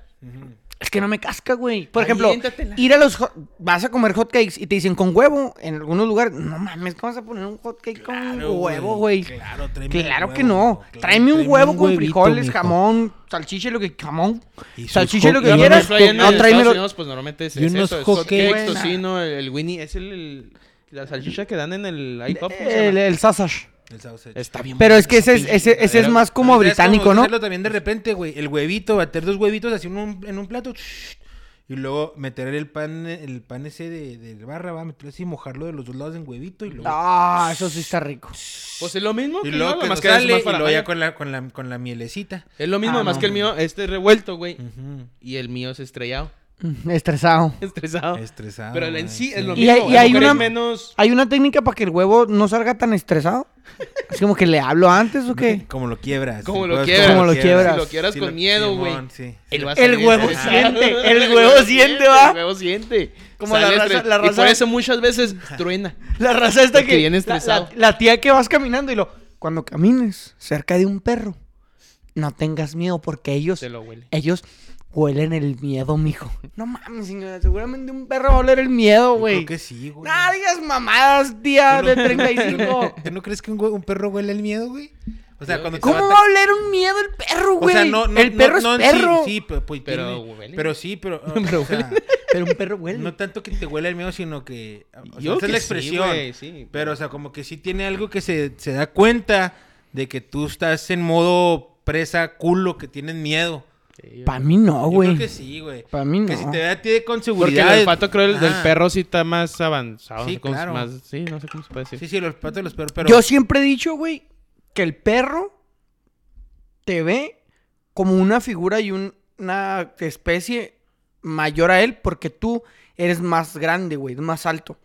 Speaker 3: Es que no me casca, güey. Por ejemplo,
Speaker 1: Aviéntatela.
Speaker 3: ir a los... hot- Vas a comer hotcakes y te dicen con huevo en algunos lugares. No mames, ¿cómo vas a poner un hotcake
Speaker 2: Claro,
Speaker 3: con huevo, güey?
Speaker 2: Claro, tráeme
Speaker 3: Claro
Speaker 2: un
Speaker 3: que
Speaker 2: huevo,
Speaker 3: no.
Speaker 2: claro,
Speaker 3: Tráeme un huevo con
Speaker 2: huevito,
Speaker 3: frijoles,
Speaker 2: mijo.
Speaker 3: jamón, salchicha, y lo que jamón.
Speaker 2: Y sus
Speaker 3: salchicha, y lo
Speaker 2: hot-
Speaker 3: que
Speaker 2: y
Speaker 3: quieras.
Speaker 2: unos hot-
Speaker 3: No,
Speaker 1: no,
Speaker 3: tráemelo-
Speaker 1: pues normalmente es,
Speaker 2: y
Speaker 1: es
Speaker 2: unos
Speaker 1: eso, es
Speaker 2: hot
Speaker 1: hot
Speaker 2: cakes.
Speaker 1: cakes, tocino, el, el Winnie, es el, el- la salchicha que dan en el IHOP. ¿cómo se
Speaker 3: El,
Speaker 1: llama?
Speaker 3: el sausage.
Speaker 2: El sausage.
Speaker 1: Está bien.
Speaker 3: Eh, Pero
Speaker 1: buena
Speaker 3: es que
Speaker 1: esa
Speaker 3: ese es,
Speaker 1: pinche
Speaker 3: ese, ese es
Speaker 1: chingadera.
Speaker 3: más como
Speaker 2: ¿Sabes cómo
Speaker 3: británico, ¿no?
Speaker 2: hacerlo también de repente, güey. El huevito, bater dos huevitos así en un, en un plato. shh, Y luego meter el pan, el pan ese de, de barra, va, meterlo así, mojarlo de los dos lados en huevito y luego.
Speaker 3: Ah, eso sí está rico.
Speaker 1: Pues es lo mismo.
Speaker 2: Y
Speaker 1: que
Speaker 2: luego
Speaker 1: yo,
Speaker 2: que
Speaker 1: nomás
Speaker 2: nos
Speaker 1: que es
Speaker 2: sale,
Speaker 1: más
Speaker 2: y
Speaker 1: para
Speaker 2: luego ya
Speaker 1: allá.
Speaker 2: con la, con la, con la mielecita.
Speaker 1: Es lo mismo,
Speaker 3: Ah,
Speaker 1: más
Speaker 3: no.
Speaker 1: que el mío, este es revuelto, güey.
Speaker 2: Ujú.
Speaker 1: Y el mío es estrellado. [LAUGHS]
Speaker 3: Mm, Estresado.
Speaker 1: Estresado.
Speaker 2: Estresado.
Speaker 1: Pero el en
Speaker 2: güey,
Speaker 1: sí es lo
Speaker 3: Y
Speaker 1: mismo.
Speaker 3: hay- y
Speaker 1: a
Speaker 3: hay
Speaker 1: lo mejor es
Speaker 3: una-
Speaker 1: menos.
Speaker 3: ¿Hay una técnica para que el huevo no salga tan estresado? ¿Es como que le hablo antes o qué?
Speaker 2: Como lo quiebras.
Speaker 1: Como
Speaker 2: el
Speaker 1: lo
Speaker 2: huevo es
Speaker 1: quiebras.
Speaker 3: Como lo quiebras.
Speaker 1: Si lo quieras con miedo, güey.
Speaker 2: Simón, sí.
Speaker 1: él va a
Speaker 3: El
Speaker 1: salir
Speaker 3: huevo
Speaker 1: estresado. [LAUGHS]
Speaker 3: siente, el huevo siente, ¿va?
Speaker 1: El huevo siente.
Speaker 3: Como la
Speaker 1: Sale
Speaker 3: raza-
Speaker 1: estres-
Speaker 3: la
Speaker 1: Y
Speaker 3: raza-
Speaker 1: por eso muchas
Speaker 3: [LAUGHS]
Speaker 1: veces truena.
Speaker 3: La raza esta
Speaker 1: Porque
Speaker 3: que.
Speaker 1: viene
Speaker 3: la-
Speaker 1: estresado.
Speaker 3: La, la tía que vas caminando y lo. Cuando camines cerca de un perro, no tengas miedo porque ellos.
Speaker 1: Se lo huele.
Speaker 3: Ellos huelen el miedo, mijo. No mames, señora. Seguramente un perro va a oler el miedo,
Speaker 2: Yo
Speaker 3: güey.
Speaker 2: Creo que sí, güey.
Speaker 3: No digas mamadas, tía
Speaker 2: ¿Tú no-
Speaker 3: de
Speaker 2: [LAUGHS]
Speaker 3: 35.
Speaker 2: ¿Tú no crees que un, hue- un perro huele el miedo, güey? O sea,
Speaker 1: Creo
Speaker 2: cuando
Speaker 1: que
Speaker 2: te
Speaker 3: ¿Cómo
Speaker 2: a
Speaker 3: va a oler un miedo el perro, güey? el perro es
Speaker 2: no, sí,
Speaker 3: perro.
Speaker 2: Sí, pero, pues,
Speaker 1: Pero
Speaker 2: tiene-
Speaker 1: huele.
Speaker 2: pero sí, pero.
Speaker 3: [LAUGHS]
Speaker 2: ah, o
Speaker 1: Pero
Speaker 2: sea,
Speaker 3: Pero un perro huele.
Speaker 2: no tanto que te huele el miedo, sino que. ah, o sea,
Speaker 1: Yo
Speaker 2: esa es la
Speaker 1: que sí,
Speaker 2: expresión.
Speaker 1: güey, sí,
Speaker 2: pero, o sea, como que sí tiene algo que se, se da cuenta de que tú estás en modo presa culo, que tienes miedo.
Speaker 1: Sí, yo-
Speaker 3: Para mí no,
Speaker 2: Yo
Speaker 3: Oh, güey.
Speaker 2: creo que sí, güey.
Speaker 3: Para mí no.
Speaker 2: Que si te ve a ti de con
Speaker 1: Porque
Speaker 2: seguridad. Ah,
Speaker 1: el olfato creo el, del
Speaker 2: Ajá.
Speaker 1: perro sí está más avanzado.
Speaker 2: Sí,
Speaker 1: no sé cómo se-
Speaker 2: claro.
Speaker 1: más- sí, no sé cómo se puede decir.
Speaker 2: Sí, sí, el olfato de los perros. Pero
Speaker 3: Yo siempre he dicho, güey, que el perro te ve como una figura y un- una especie mayor a él porque tú eres más grande, güey, más alto.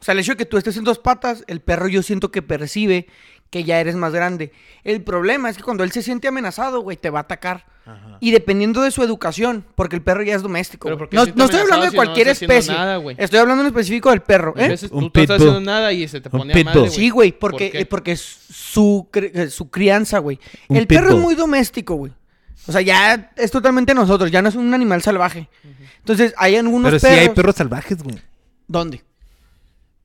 Speaker 3: O sea, el hecho de que tú estés en dos patas, el perro yo siento que percibe que ya eres más grande. El problema es que cuando él se siente amenazado, güey, te va a atacar.
Speaker 2: Ajá.
Speaker 3: Y dependiendo de su educación, porque el perro ya es doméstico.
Speaker 1: Pero ¿por
Speaker 3: güey.
Speaker 1: qué
Speaker 3: No,
Speaker 1: siente
Speaker 3: no estoy hablando
Speaker 1: amenazado
Speaker 3: de
Speaker 1: si no
Speaker 3: cualquier
Speaker 1: está haciendo
Speaker 3: especie.
Speaker 1: nada, güey?
Speaker 3: estoy hablando en específico del perro,
Speaker 1: A
Speaker 3: ¿eh?
Speaker 1: veces tú
Speaker 2: Un
Speaker 1: no estás
Speaker 2: pitbull.
Speaker 1: haciendo nada y se te
Speaker 2: Un
Speaker 1: pone a madre,
Speaker 2: pitbull.
Speaker 1: güey.
Speaker 3: Sí, güey, porque,
Speaker 1: ¿Por qué?
Speaker 3: eh, porque es su, cri- eh, su crianza, güey.
Speaker 2: Un
Speaker 3: El perro es
Speaker 2: pitbull.
Speaker 3: muy doméstico, güey. O sea, ya es totalmente nosotros, ya no es un animal salvaje. Entonces, hay algunos
Speaker 2: Pero sí
Speaker 3: perros.
Speaker 2: hay perros salvajes, güey.
Speaker 3: ¿Dónde?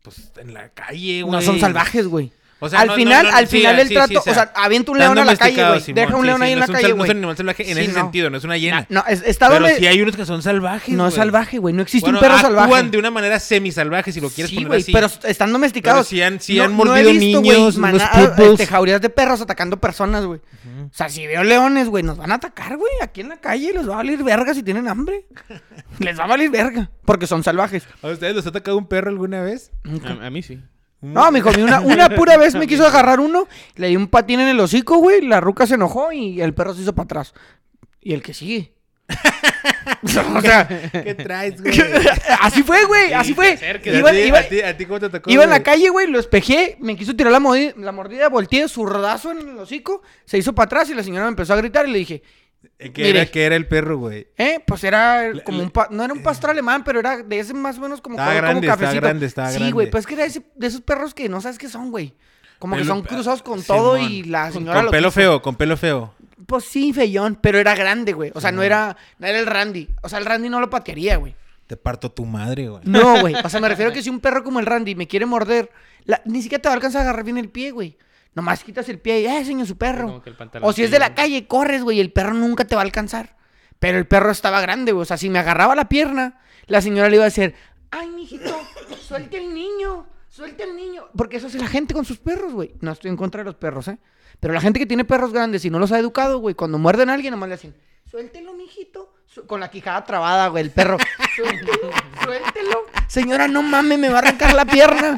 Speaker 2: Pues en la calle, güey.
Speaker 3: No son salvajes, güey.
Speaker 2: O sea,
Speaker 3: al
Speaker 2: no-
Speaker 3: final,
Speaker 2: no- no-
Speaker 3: al
Speaker 2: sí,
Speaker 3: final
Speaker 2: sí,
Speaker 3: el
Speaker 2: sí,
Speaker 3: trato,
Speaker 2: sí,
Speaker 3: o sea, avienta un
Speaker 2: están
Speaker 3: león a la calle, güey.
Speaker 2: domesticados,
Speaker 3: Deja
Speaker 2: Simón,
Speaker 3: un
Speaker 2: sí,
Speaker 3: león
Speaker 2: sí,
Speaker 3: ahí
Speaker 2: no
Speaker 3: en la
Speaker 2: es un sal-
Speaker 3: calle,
Speaker 2: No
Speaker 3: güey.
Speaker 2: es un animal salvaje en
Speaker 3: Sí,
Speaker 2: ese
Speaker 3: no.
Speaker 2: sentido, no es una
Speaker 3: Na-
Speaker 2: hiena.
Speaker 3: No, es- está
Speaker 2: Pero
Speaker 3: doble-
Speaker 2: sí hay unos que son salvajes,
Speaker 3: No es
Speaker 2: güey.
Speaker 3: salvaje, güey. No existe
Speaker 2: Bueno, ah,
Speaker 3: un perro
Speaker 2: actúan
Speaker 3: salvaje.
Speaker 2: de una manera semi-salvaje, si lo quieres
Speaker 3: sí,
Speaker 2: poner
Speaker 3: güey,
Speaker 2: así.
Speaker 3: pero están domesticados.
Speaker 2: Pero sí han- sí han
Speaker 3: he
Speaker 2: mordido
Speaker 3: güey,
Speaker 2: niños, unos
Speaker 3: maná-
Speaker 2: pitbulls.
Speaker 3: este, jaurías de perros atacando personas, güey. O sea, si veo leones, güey, nos van a atacar, güey, aquí en la calle. Les va a valer verga si tienen hambre.
Speaker 2: [LAUGHS]
Speaker 3: les va a valer verga, porque son salvajes.
Speaker 2: ¿A ustedes los ha atacado un perro alguna vez?
Speaker 1: A, a mí sí.
Speaker 3: No, mijo, a mí una, una
Speaker 2: [LAUGHS]
Speaker 3: pura vez me quiso agarrar uno, le di un patín en el hocico, güey, la ruca se enojó y el perro se hizo para atrás. Y el que sigue. [LAUGHS]
Speaker 2: o sea, ¿qué traes, güey?
Speaker 3: así fue, güey. [LAUGHS] Así fue.
Speaker 1: acerques.
Speaker 2: ¿Y
Speaker 3: Iba,
Speaker 2: a, ti,
Speaker 3: iba-
Speaker 2: a ti- a ti cómo te tocó?
Speaker 3: iba en la
Speaker 2: güey?
Speaker 3: calle, güey. Lo espejé. Me quiso tirar la, modi- la mordida. Volteé zurdazo en el hocico. Se hizo para atrás y la señora me empezó a gritar. Y le dije,
Speaker 2: Eh, ¿Qué era,
Speaker 3: Mire.
Speaker 2: qué era el perro, güey?
Speaker 3: eh, pues era como
Speaker 2: le-
Speaker 3: un. pa- no era un pastor alemán, pero era de ese más o menos como,
Speaker 2: Estaba
Speaker 3: como
Speaker 2: grande, estaba
Speaker 3: cafecito.
Speaker 2: grande, estaba
Speaker 3: Sí, güey.
Speaker 2: grande.
Speaker 3: Pues que era ese- de esos perros que no sabes qué son, güey. Como que
Speaker 2: Pelo-
Speaker 3: son cruzados con
Speaker 2: Simón.
Speaker 3: todo y la
Speaker 2: Con,
Speaker 3: señora
Speaker 2: con
Speaker 3: lo
Speaker 2: pelo
Speaker 3: quiso.
Speaker 2: feo, con pelo feo.
Speaker 3: Pues sí, feyón, pero era grande, güey. O sea, no era, no era el Randy. O sea, el Randy no lo patearía, güey.
Speaker 2: Te parto tu madre, güey.
Speaker 3: No, güey. O sea, me refiero a que si un perro como el Randy me quiere morder, la- ni siquiera te va a alcanzar a agarrar bien el pie, güey. Nomás quitas el pie y, ¡eh, señor, su
Speaker 1: Como
Speaker 3: perro!
Speaker 1: que el pantalón
Speaker 3: O si es de
Speaker 1: te
Speaker 3: la
Speaker 1: llega.
Speaker 3: calle, corres, güey, y el perro nunca te va a alcanzar. Pero el perro estaba grande, güey. O sea, si me agarraba la pierna, la señora le iba a decir, ¡ay, mijito, suelte al niño! ¡Suelte al niño! Porque eso hace la gente con sus perros, güey. No estoy en contra de los perros, ¿eh? Pero la gente que tiene perros grandes y no los ha educado, güey, cuando muerden a alguien, nomás le hacen, suéltelo, mijito. Su- con la quijada trabada, güey, el perro.
Speaker 2: [LAUGHS]
Speaker 3: Suéltelo, suéltelo. Señora, no mames, me va a arrancar
Speaker 2: [LAUGHS]
Speaker 3: la pierna.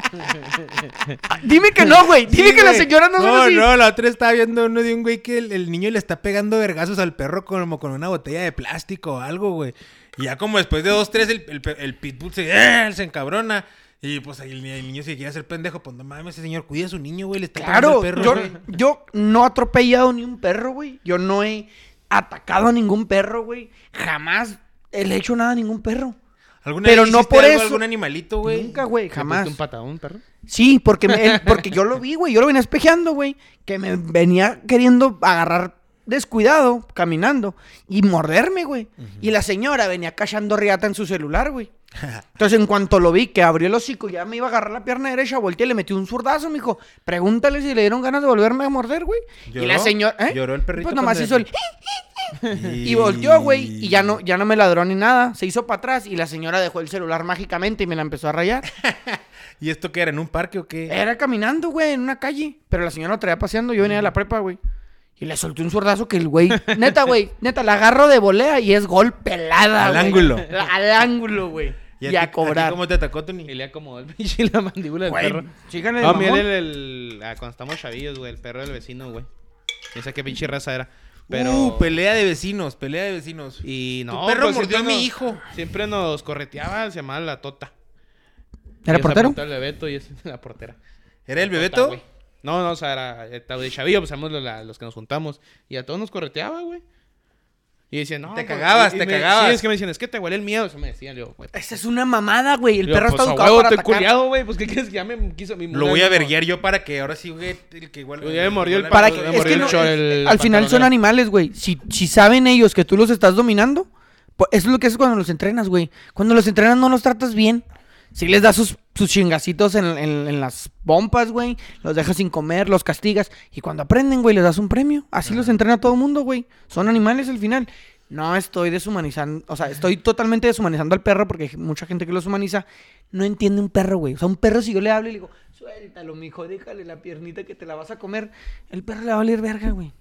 Speaker 3: Ah, Dime que no, güey. Dime
Speaker 2: Sí,
Speaker 3: que las
Speaker 2: güey.
Speaker 3: señoras no,
Speaker 2: No,
Speaker 3: son así.
Speaker 2: no, la otra estaba viendo uno de un güey que el, el niño le está pegando vergazos al perro como con una botella de plástico o algo, güey. Y ya como después de dos, tres, el, el pe- el pitbull se, ¡eh! se encabrona. Y pues ahí el, el niño se quiere hacer pendejo. Pues no mames, ese señor, cuida a su niño, güey. Le está
Speaker 3: Claro,
Speaker 2: pegando al
Speaker 3: yo,
Speaker 2: perro. güey.
Speaker 3: yo no he atropellado ni un perro, güey. Yo no he atacado a ningún perro, güey. Jamás le he hecho nada a ningún perro.
Speaker 2: ¿Alguna
Speaker 3: pero
Speaker 2: vez
Speaker 3: no
Speaker 2: hiciste
Speaker 3: por
Speaker 2: algo a
Speaker 3: eso-
Speaker 2: algún animalito, güey?
Speaker 3: Nunca, güey,
Speaker 1: ¿Le
Speaker 3: jamás.
Speaker 1: pusiste un patadón, perro?
Speaker 3: Sí, porque, me- él- porque yo lo vi, güey. Yo lo venía espejeando, güey. Que me venía queriendo agarrar descuidado, caminando, y morderme, güey. Y la señora venía cachando riata en su
Speaker 2: [LAUGHS]
Speaker 3: celular, güey. Entonces, en cuanto lo vi, que abrió el hocico, ya me iba a agarrar la pierna derecha, volteé y le metí un zurdazo, me dijo, pregúntale si le dieron ganas de volverme a morder, güey. Y la
Speaker 2: ¿Lloró?
Speaker 3: señora... ¿eh?
Speaker 2: ¿Lloró el perrito
Speaker 3: Pues nomás
Speaker 2: cuando-
Speaker 3: hizo el... Y volteó, güey, y ya no, ya no me ladró ni nada. Se hizo para atrás y la señora dejó el celular mágicamente y me la empezó a rayar.
Speaker 2: ¿Y esto qué era? ¿En un parque o qué?
Speaker 3: Era caminando, güey, en una calle. Pero la señora lo traía paseando. Yo venía de la prepa, güey. Y le solté un zurdazo que el güey.
Speaker 1: [LAUGHS]
Speaker 3: Neta, güey. Neta, la agarro de volea y es gol pelada,
Speaker 2: Al
Speaker 3: güey.
Speaker 2: ángulo.
Speaker 3: Al ángulo, güey. Y,
Speaker 2: ti-
Speaker 3: a cobrar.
Speaker 2: ti ¿Cómo te atacó, Tony?
Speaker 1: Y le acomodó el [LAUGHS] pinche la mandíbula del
Speaker 3: Güey,
Speaker 1: perro. Ah,
Speaker 3: síganle de
Speaker 1: No, mira el,
Speaker 3: mamón.
Speaker 1: el- ah, cuando estamos chavillos, güey, el perro del vecino, güey. Quién sabe qué pinche raza era. Pero...
Speaker 2: Uh, pelea de vecinos, pelea de vecinos.
Speaker 1: y no,
Speaker 2: Tu perro
Speaker 1: pues,
Speaker 2: mordió
Speaker 1: siempre
Speaker 2: a mi
Speaker 1: nos-
Speaker 2: hijo.
Speaker 1: Siempre nos correteaba, se llamaba la tota.
Speaker 3: ¿Era
Speaker 1: Y esa
Speaker 3: portero?
Speaker 1: apuntó El Bebeto y esa es la portera.
Speaker 2: ¿Era el
Speaker 1: Tota,
Speaker 2: Bebeto?
Speaker 1: güey. No, no, o sea, era esta- de chavillo, pues éramos la- los, que nos juntamos. Y a todos nos correteaba, güey. Y decían, no.
Speaker 2: Te
Speaker 1: pues,
Speaker 2: cagabas,
Speaker 1: y- y
Speaker 2: te
Speaker 1: me-
Speaker 2: cagabas.
Speaker 1: Sí, es que me decían, es que te huele el miedo. Eso me decían, yo, güey.
Speaker 3: Esa es una mamada, güey. El
Speaker 1: Yo,
Speaker 3: perro
Speaker 1: pues,
Speaker 3: está
Speaker 1: a
Speaker 3: educado
Speaker 1: huevo,
Speaker 3: para
Speaker 1: estoy
Speaker 3: atacar.
Speaker 1: culiado, güey. Pues, ¿qué crees? Ya me quiso mi
Speaker 2: Lo voy a
Speaker 1: verguiar
Speaker 2: verguiar yo para que ahora sí, güey, el que igual.
Speaker 1: Yo Pues ya me mordió el
Speaker 3: Para
Speaker 1: Yo
Speaker 3: que,
Speaker 1: le
Speaker 3: es
Speaker 1: mordí
Speaker 3: que
Speaker 1: el
Speaker 3: no-
Speaker 1: cho- el- la
Speaker 3: al final son
Speaker 1: pantalonera.
Speaker 3: animales, güey. Si, si saben ellos que tú los estás dominando, po- eso es lo que haces cuando los entrenas, güey. Cuando los entrenas no los tratas bien. Si les das sus, sus chingacitos en, en- en las pompas, güey. Los dejas sin comer, los castigas. Y cuando aprenden, güey, les das un premio. Así los entrena todo el mundo, güey. Son animales al final. No estoy deshumanizando, o sea, estoy totalmente deshumanizando al perro porque hay mucha gente que los humaniza no entiende un perro, güey. O sea, un perro si yo le hablo y le digo, suéltalo, mijo, déjale la piernita que te la vas a comer, el perro le va a valer verga, güey.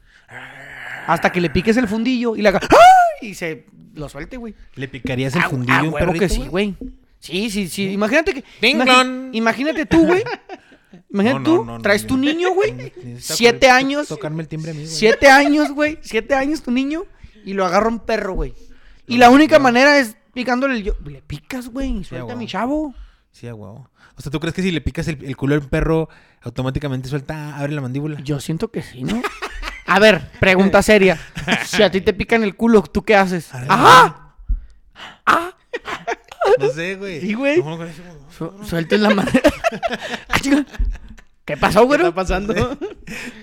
Speaker 3: Hasta que le piques el fundillo y le haga ¡Ah! y se lo suelte, güey.
Speaker 2: ¿Le picarías el
Speaker 3: Ah,
Speaker 2: fundillo
Speaker 3: ah,
Speaker 2: a un
Speaker 3: huevo
Speaker 2: perrito?
Speaker 3: que sí, güey. Sí, sí, sí. Imagínate que.
Speaker 2: Ding
Speaker 3: imagi-
Speaker 2: dong.
Speaker 3: Imagínate tú,
Speaker 2: [LAUGHS]
Speaker 3: güey.
Speaker 2: No,
Speaker 3: Imagínate
Speaker 2: no,
Speaker 3: tú,
Speaker 2: no, no,
Speaker 3: traes
Speaker 2: yo-
Speaker 3: tu niño,
Speaker 2: [LAUGHS]
Speaker 3: güey.
Speaker 2: Necesita
Speaker 3: Siete
Speaker 2: to-
Speaker 3: años.
Speaker 2: Tocarme el timbre a mí, güey.
Speaker 3: Siete años, güey. Siete años tu niño y lo agarra un perro, güey. Y la única manera es picándole el yo. Le picas, güey. Suelta a
Speaker 2: huevo.
Speaker 3: mi chavo.
Speaker 2: Sí, a huevo. O sea, ¿tú crees que si le picas el, el culo a un perro, automáticamente suelta, abre la [LAUGHS] mandíbula?
Speaker 3: Yo siento que sí, ¿no? [LAUGHS] A ver, pregunta seria. Si a ti te pican el culo, ¿tú qué haces?
Speaker 2: Arre,
Speaker 3: ¡Ajá!
Speaker 2: No sé, güey.
Speaker 3: Sí, güey.
Speaker 2: No, güey, no.
Speaker 3: Su- Suelten la mano. [LAUGHS] Ah, chinga. ¿Qué pasó,
Speaker 1: ¿Qué está
Speaker 3: güey?
Speaker 1: pasando? [LAUGHS]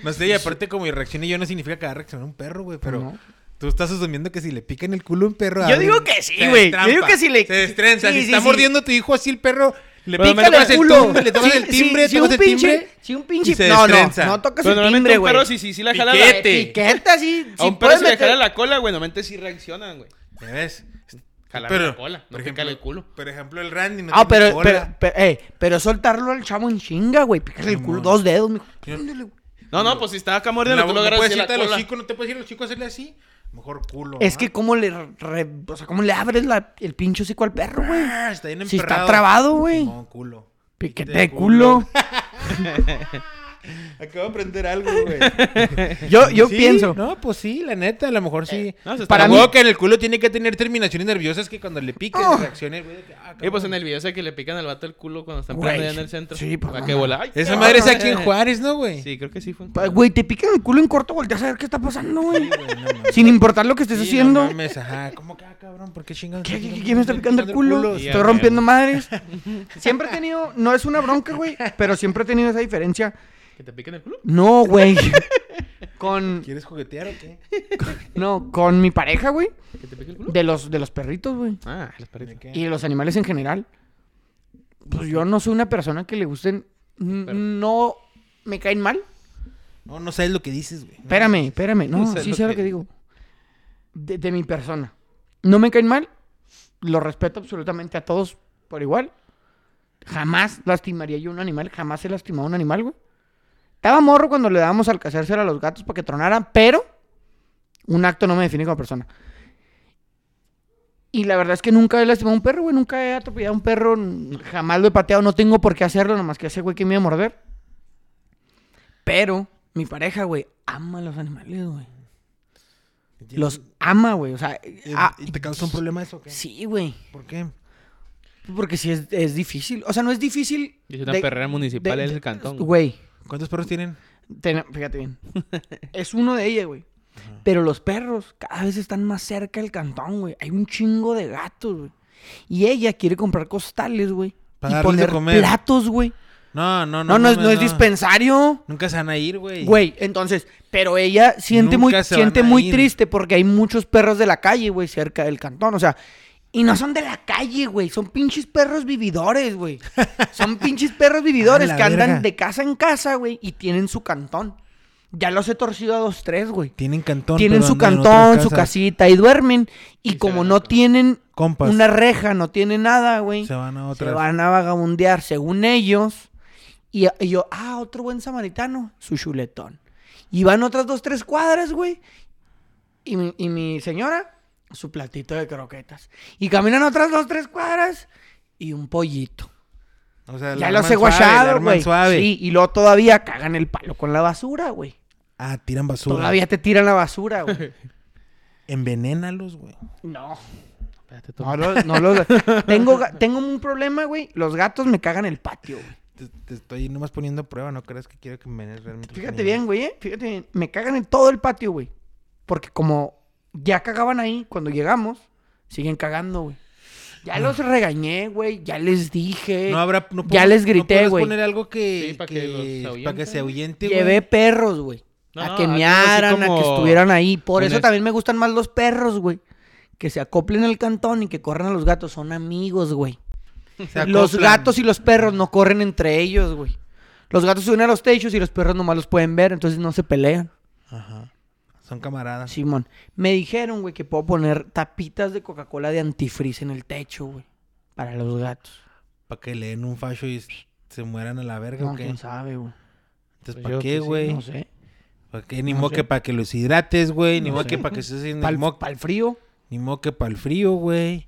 Speaker 2: No sé, y
Speaker 3: Pues,
Speaker 2: aparte como mi reacción y yo no significa que va a reaccionar un perro, güey, pero...
Speaker 3: No.
Speaker 2: Tú estás asumiendo que si le pican el culo a un perro...
Speaker 3: Yo
Speaker 2: abre-
Speaker 3: digo que sí,
Speaker 2: se
Speaker 3: güey. Yo
Speaker 2: destrampa,
Speaker 3: digo que si le-
Speaker 2: Se destrenza.
Speaker 3: Sí,
Speaker 2: si
Speaker 3: sí,
Speaker 2: está
Speaker 3: sí.
Speaker 2: mordiendo a tu hijo así el perro... Le
Speaker 1: Pero
Speaker 2: picas
Speaker 1: nomás le
Speaker 2: el culo. Le tocas el timbre,
Speaker 3: si
Speaker 2: tocas el timbre...
Speaker 3: Si un
Speaker 2: y se
Speaker 3: pinche... No, no,
Speaker 2: destrenza.
Speaker 3: no toques
Speaker 1: Pero
Speaker 3: el
Speaker 1: normalmente
Speaker 3: timbre,
Speaker 1: un
Speaker 3: güey.
Speaker 1: perro sí, sí, sí la jala la-
Speaker 2: Piquete.
Speaker 3: Piqueta, sí.
Speaker 1: A un
Speaker 3: sí
Speaker 1: perro
Speaker 3: puedes
Speaker 1: si le
Speaker 3: meter-
Speaker 1: jala la cola, güey. Normalmente sí reaccionan, güey.
Speaker 2: ¿Ya ves?
Speaker 1: Jalar la cola, no picarle el culo.
Speaker 2: Por ejemplo, el Randy no
Speaker 3: Ah,
Speaker 2: tiene
Speaker 3: pero,
Speaker 2: cola.
Speaker 3: pero, pero, eh, pero soltarlo al chavo en chinga, güey. Picarle el culo
Speaker 2: Simón.
Speaker 3: dos dedos, mijo.
Speaker 2: Yo-
Speaker 3: Ándale, güey.
Speaker 1: No, no, pues si estaba acá
Speaker 2: No,
Speaker 1: mordiendo, tú lo agarras
Speaker 2: puedes
Speaker 1: así
Speaker 2: irte
Speaker 1: la
Speaker 2: a los
Speaker 1: cola.
Speaker 2: chicos, no te puedes ir a los chicos a hacerle así. Mejor culo.
Speaker 3: Es
Speaker 2: ¿no?
Speaker 3: que cómo le, re- o sea, cómo le abres la- el pinche hocico al perro, güey.
Speaker 2: Ah, está bien
Speaker 3: Si está
Speaker 2: emperrado.
Speaker 3: trabado, güey.
Speaker 2: Simón, culo.
Speaker 3: Piquete de culo.
Speaker 2: Acabo de aprender algo, [LAUGHS] güey.
Speaker 3: Yo,
Speaker 2: [LAUGHS]
Speaker 3: yo
Speaker 2: Sí,
Speaker 3: pienso.
Speaker 2: No, pues sí, la neta, a lo mejor sí.
Speaker 1: No, se está
Speaker 2: Para
Speaker 1: la-
Speaker 2: mí que en el culo tiene que tener terminaciones nerviosas que cuando le piques
Speaker 3: Oh.
Speaker 2: reaccione, güey. de que, ah,
Speaker 1: Y pues en
Speaker 2: cabrón.
Speaker 1: el video ese que le pican al vato el culo cuando están
Speaker 3: Güey,
Speaker 1: peleando allá en el centro.
Speaker 3: sí, por
Speaker 1: Va
Speaker 3: mamá.
Speaker 1: que bola. ¡Ay,
Speaker 2: Esa
Speaker 1: qué
Speaker 2: madre es
Speaker 1: barba!
Speaker 2: aquí en Juárez, ¿no, eh. güey?
Speaker 1: Sí, creo que sí fue. en
Speaker 3: Pa-
Speaker 1: Juárez.
Speaker 3: Güey, te pican el culo en corto, volteas a ver qué está pasando, güey.
Speaker 2: güey, no mames.
Speaker 3: Sin importar lo que estés
Speaker 2: Sí, no
Speaker 3: haciendo.
Speaker 2: mames, ajá. ¿Cómo que, ah, cabrón? ¿Por qué chingados?
Speaker 3: ¿Qué, qué,
Speaker 2: chingados
Speaker 3: qué, qué me está picando el culo?
Speaker 1: Sí,
Speaker 3: Estoy
Speaker 1: a
Speaker 3: rompiendo madres. Siempre he tenido, no es una bronca, güey, pero siempre he tenido esa diferencia.
Speaker 1: ¿Que te pican el culo?
Speaker 3: No, güey. Con,
Speaker 2: ¿Quieres juguetear o qué?
Speaker 3: no, con mi pareja, güey.
Speaker 1: ¿Que te pica el culo?
Speaker 3: De los, de los perritos, güey.
Speaker 1: Ah, las
Speaker 2: ¿De
Speaker 1: paredes.
Speaker 2: qué?
Speaker 3: Y de los animales en general. Pues yo no soy una persona que le gusten. n-
Speaker 1: Pero-
Speaker 3: No me caen mal.
Speaker 2: No, no sabes lo que dices, güey.
Speaker 3: Espérame, espérame. No,
Speaker 1: No sé
Speaker 3: sí
Speaker 1: lo
Speaker 3: sé lo
Speaker 1: que
Speaker 3: que digo. De, de mi persona. No me caen mal. Lo respeto absolutamente a todos por igual. Jamás lastimaría yo a un animal. Jamás he lastimado a un animal, güey. Estaba morro cuando le dábamos al a los gatos para que tronaran, pero un acto no me define como persona. Y la verdad es que nunca he lastimado a un perro, güey. Nunca he atropellado a un perro. n- Jamás lo he pateado. No tengo por qué hacerlo, nomás que ese güey que me iba a morder. Pero mi pareja, güey, ama a los animales, güey.
Speaker 2: ¿Entiendes?
Speaker 3: Los ama, güey. O sea,
Speaker 2: ¿Y-
Speaker 3: ah,
Speaker 2: ¿Y te causa un problema eso o qué?
Speaker 3: sí, güey.
Speaker 2: ¿Por qué?
Speaker 3: Porque sí es, es difícil. O sea, no es difícil.
Speaker 1: Dice una
Speaker 3: de-
Speaker 1: perrera municipal
Speaker 3: de-
Speaker 1: es
Speaker 3: de-
Speaker 1: el cantón. güey.
Speaker 3: Güey,
Speaker 2: ¿Cuántos perros tienen?
Speaker 3: ten-
Speaker 2: [LAUGHS]
Speaker 3: fíjate bien. es uno de ellas, güey. Pero los perros cada vez están más cerca del cantón, güey. Hay un chingo de gatos, güey. Y ella quiere comprar costales, güey.
Speaker 2: Para
Speaker 3: y
Speaker 2: darles de
Speaker 3: poner
Speaker 2: comer.
Speaker 3: platos, güey.
Speaker 2: No, no,
Speaker 3: No,
Speaker 2: no.
Speaker 3: no, es, no es dispensario.
Speaker 2: Nunca se van a ir, güey.
Speaker 3: Güey, entonces, pero ella siente
Speaker 2: Nunca
Speaker 3: muy,
Speaker 2: se van
Speaker 3: siente
Speaker 2: a
Speaker 3: muy
Speaker 2: ir.
Speaker 3: triste porque hay muchos perros de la calle, güey, cerca del cantón, o sea, y no son de la calle, güey, son pinches perros
Speaker 2: [LAUGHS]
Speaker 3: vividores, güey. Son pinches perros vividores
Speaker 2: Ah, la
Speaker 3: que andan
Speaker 2: verga.
Speaker 3: de casa en casa, güey, y tienen su cantón. Ya los he torcido a dos, tres, güey.
Speaker 2: Tienen cantón.
Speaker 3: Tienen
Speaker 2: pero
Speaker 3: su
Speaker 2: andan en
Speaker 3: cantón,
Speaker 2: otras
Speaker 3: su
Speaker 2: casas.
Speaker 3: casita y duermen.
Speaker 1: Y
Speaker 3: Y
Speaker 1: se
Speaker 3: como
Speaker 1: van
Speaker 3: no
Speaker 1: acá.
Speaker 3: tienen
Speaker 2: Compas.
Speaker 3: una reja, no tienen nada, güey.
Speaker 2: Se van a
Speaker 3: Se
Speaker 2: otra.
Speaker 3: van a vagabundear según ellos. Y, y yo, ah, otro buen samaritano, su chuletón. Y van otras dos, tres cuadras, güey. Y mi, y mi señora, su platito de croquetas. Y caminan otras dos, tres cuadras y un pollito.
Speaker 2: O sea,
Speaker 3: ya
Speaker 2: lo
Speaker 3: los he guachado, güey. Sí, y luego todavía cagan el palo con la basura, güey.
Speaker 2: Ah, tiran basura.
Speaker 3: Todavía te tiran la basura, güey.
Speaker 2: Envenénalos, güey.
Speaker 3: No.
Speaker 1: Espérate, toma.
Speaker 3: No, los- no los- tengo, ga- tengo un problema, güey. Los gatos me cagan el patio, güey.
Speaker 2: Te, te estoy nomás poniendo a prueba, no creas que quiero que envenenes realmente. los
Speaker 3: Fíjate bien,
Speaker 2: animales.
Speaker 3: güey, ¿eh? Fíjate bien. Me cagan en todo el patio, güey. Porque como ya cagaban ahí, cuando llegamos, siguen cagando, güey. Ya los regañé, güey. Ya les dije.
Speaker 2: No habrá. No
Speaker 3: Ya les grité,
Speaker 2: no podemos
Speaker 3: güey.
Speaker 2: poner algo que.
Speaker 1: Sí, pa' que los se
Speaker 2: que para que
Speaker 1: ahuyenten.
Speaker 2: se ahuyente, güey.
Speaker 3: Llevé perros, güey.
Speaker 1: No,
Speaker 3: a
Speaker 1: no,
Speaker 3: que
Speaker 1: algo así
Speaker 3: mearan, a que
Speaker 1: como
Speaker 3: estuvieran ahí. Por
Speaker 1: un
Speaker 3: eso
Speaker 1: es-
Speaker 3: también me gustan más los perros, güey. Que se acoplen al cantón y que corran a los gatos. Son amigos, güey.
Speaker 2: Se
Speaker 3: Los
Speaker 2: acoplan.
Speaker 3: gatos y los perros no corren entre ellos, güey. Los gatos suben a los techos y los perros nomás los pueden ver, entonces no se pelean.
Speaker 2: Ajá. Son camaradas.
Speaker 3: Simón, me dijeron, güey, que puedo poner tapitas de Coca-Cola de antifriz en el techo, güey. Para los gatos.
Speaker 2: Para que le den un facho y s- se mueran a la verga,
Speaker 3: No,
Speaker 2: ¿o qué?
Speaker 3: quién sabe, güey.
Speaker 1: Pues
Speaker 2: Entonces, ¿para
Speaker 1: yo
Speaker 2: qué,
Speaker 1: que sí,
Speaker 2: güey?
Speaker 3: No sé.
Speaker 2: ¿Para qué? Ni
Speaker 3: No
Speaker 2: modo
Speaker 3: sé.
Speaker 2: que para que los hidrates, güey. Ni
Speaker 1: No
Speaker 2: modo
Speaker 1: sé.
Speaker 2: que para que se ni
Speaker 3: Para
Speaker 2: modo-
Speaker 3: el frío.
Speaker 2: ni modo que para el frío, güey.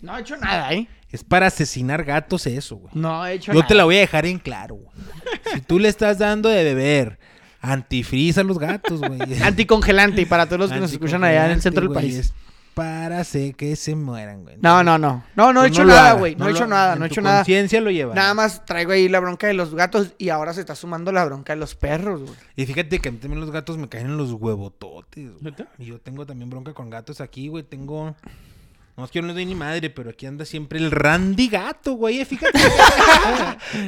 Speaker 3: No he hecho nada, ¿eh?
Speaker 2: Es para asesinar gatos eso, güey.
Speaker 3: No he hecho
Speaker 2: Yo
Speaker 3: nada.
Speaker 2: te la voy a dejar en claro, güey. Si tú le estás dando de beber antifriz a los gatos,
Speaker 3: [LAUGHS]
Speaker 2: güey.
Speaker 3: Anticongelante y para todos los que nos escuchan allá en el centro del
Speaker 2: Anticongelante,
Speaker 3: país.
Speaker 2: güey, este. es para hacer que se mueran, güey.
Speaker 3: No, no, no. No, no he
Speaker 2: Tú
Speaker 3: hecho
Speaker 2: Pues lo
Speaker 3: nada,
Speaker 2: hagas,
Speaker 3: güey. No, he
Speaker 2: lo-
Speaker 3: hecho nada,
Speaker 2: en
Speaker 3: no he
Speaker 2: tu
Speaker 3: hecho nada.
Speaker 2: conciencia lo lleva.
Speaker 3: Nada más traigo ahí la bronca de los gatos y ahora se está sumando la bronca de los perros, güey.
Speaker 2: Y fíjate que a mí también los gatos me caen en los huevototes, güey.
Speaker 1: ¿Neta?
Speaker 2: Y yo tengo también bronca con gatos aquí, güey. Tengo. No es que yo no les doy ni madre, pero aquí anda siempre el Randy gato, güey. eh,
Speaker 3: [LAUGHS]
Speaker 2: Fíjate.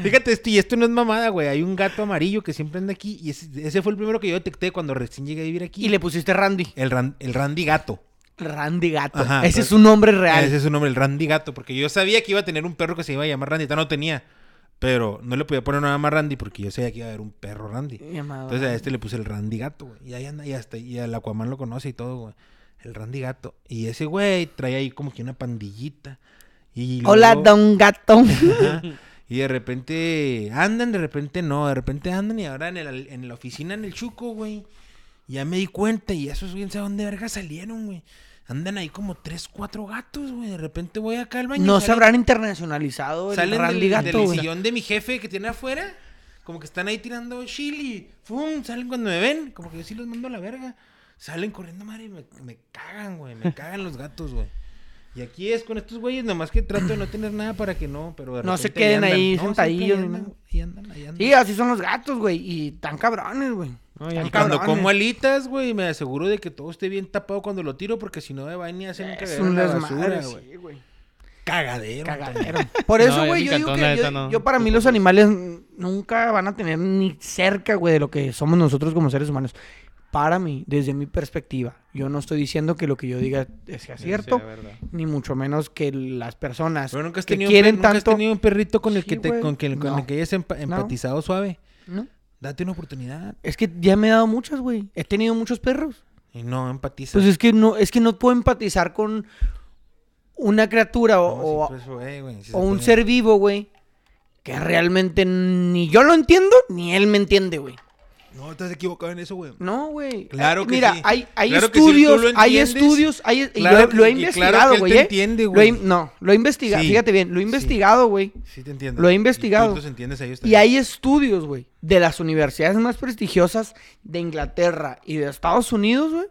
Speaker 2: fíjate esto, y esto no es mamada, güey. Hay un gato amarillo que siempre anda aquí. Y ese, ese fue el primero que yo detecté cuando recién llegué a vivir aquí.
Speaker 3: Y le pusiste Randy.
Speaker 2: el, ran- el Randy gato.
Speaker 3: Randy gato.
Speaker 2: Ajá,
Speaker 3: Ese
Speaker 2: pero-
Speaker 3: es un nombre real.
Speaker 2: Ese es su nombre, el Randy Gato, porque yo sabía que iba a tener un perro que se iba a llamar Randy, tal no tenía, pero no le podía poner nada más Randy porque yo sabía que iba a haber un perro Randy.
Speaker 3: Llamado
Speaker 2: Entonces a este le puse el Randy Gato, güey. Y ahí anda, y hasta y el Aquaman lo conoce y todo, güey. El Randy Gato. Y ese güey trae ahí como que una pandillita. Y
Speaker 3: Hola,
Speaker 2: luego-
Speaker 3: don gato.
Speaker 2: [LAUGHS] Ajá. Y de repente andan, de repente no, de repente andan y ahora en, el- en la oficina en el Chuco, güey. Ya me di cuenta y esos güey, ¿sabe dónde verga salieron, güey? Andan ahí como tres, cuatro gatos, güey. De repente voy acá al baño. y
Speaker 3: No se
Speaker 2: salen-
Speaker 3: habrán internacionalizado el
Speaker 2: Salen
Speaker 3: Randy
Speaker 2: del,
Speaker 3: Gato,
Speaker 2: del
Speaker 3: güey.
Speaker 2: sillón de mi jefe que tiene afuera. como que están ahí tirando chili. ¡Fum! Salen cuando me ven. Como que yo sí los mando a la verga. Salen corriendo, madre, y me, me cagan, güey. Me cagan los gatos, güey. Y aquí es con estos güeyes, nomás que trato de no tener nada para que no, pero de
Speaker 3: No se
Speaker 2: repente ahí
Speaker 3: queden ahí
Speaker 2: andan. No,
Speaker 3: sentadillos,
Speaker 2: siempre ahí
Speaker 3: ¿no?
Speaker 2: andan, ahí andan, ahí andan.
Speaker 3: Sí, así son los gatos, güey. Y tan cabrones, güey.
Speaker 1: No,
Speaker 3: Están
Speaker 2: Y cuando
Speaker 3: cabrones.
Speaker 2: como alitas, güey, me aseguro de que todo esté bien tapado cuando lo tiro, porque si no me van y hacen un
Speaker 3: Es
Speaker 2: cagadero en
Speaker 3: un
Speaker 2: la
Speaker 3: desmadre,
Speaker 2: basura, güey.
Speaker 3: sí, güey.
Speaker 2: Cagadero.
Speaker 3: Cagadero.
Speaker 2: cabrón.
Speaker 3: Por
Speaker 1: No,
Speaker 3: eso,
Speaker 1: yo
Speaker 3: güey,
Speaker 1: sí
Speaker 3: yo digo
Speaker 1: cantón,
Speaker 3: que
Speaker 1: la neta,
Speaker 3: yo,
Speaker 1: no.
Speaker 3: yo para mí los animales nunca van a tener ni cerca, güey, de lo que somos nosotros como seres humanos. Para mí, desde mi perspectiva, yo no estoy diciendo que lo que yo diga sea cierto,
Speaker 1: Sí, verdad.
Speaker 3: ni mucho menos que las personas
Speaker 2: Pero nunca has
Speaker 3: que
Speaker 2: tenido, un
Speaker 3: quieren
Speaker 2: per- nunca has
Speaker 3: tanto...
Speaker 2: tenido un perrito con el
Speaker 3: Sí,
Speaker 2: que te,
Speaker 3: güey.
Speaker 2: con, que, con
Speaker 3: No.
Speaker 2: el que hayas empa- empatizado suave.
Speaker 3: ¿No?
Speaker 2: Date una oportunidad.
Speaker 3: Es que ya me he dado muchas, güey. He tenido muchos perros.
Speaker 2: Y no empatizas.
Speaker 3: Pues es que no, es que no puedo empatizar con una criatura
Speaker 2: No,
Speaker 3: o, o-
Speaker 2: sí, pues, güey, güey, sí se
Speaker 3: o un
Speaker 2: puede.
Speaker 3: ser vivo, güey. Que realmente ni yo lo entiendo, ni él me entiende, güey.
Speaker 2: No, estás equivocado en eso, güey.
Speaker 3: No, güey.
Speaker 2: Claro
Speaker 3: Eh,
Speaker 2: que
Speaker 3: Mira,
Speaker 2: sí.
Speaker 3: hay, hay
Speaker 2: Claro que sí, tú lo
Speaker 3: estudios, hay
Speaker 2: entiendes.
Speaker 3: estudios, hay y
Speaker 2: Claro
Speaker 3: lo, he- lo he
Speaker 2: que- y claro que
Speaker 3: investigado,
Speaker 2: él
Speaker 3: güey.
Speaker 2: te
Speaker 3: eh.
Speaker 2: entiende,
Speaker 3: Lo he
Speaker 2: güey.
Speaker 3: in- no, lo he investigado,
Speaker 2: Sí.
Speaker 3: fíjate bien, lo he
Speaker 2: Sí.
Speaker 3: investigado, güey.
Speaker 2: Sí te entiendo.
Speaker 3: Lo he
Speaker 2: Y tú
Speaker 3: investigado.
Speaker 2: los entiendes a ellos
Speaker 3: Y
Speaker 2: también.
Speaker 3: hay estudios, güey, de las universidades más prestigiosas de Inglaterra y de Estados Unidos, güey,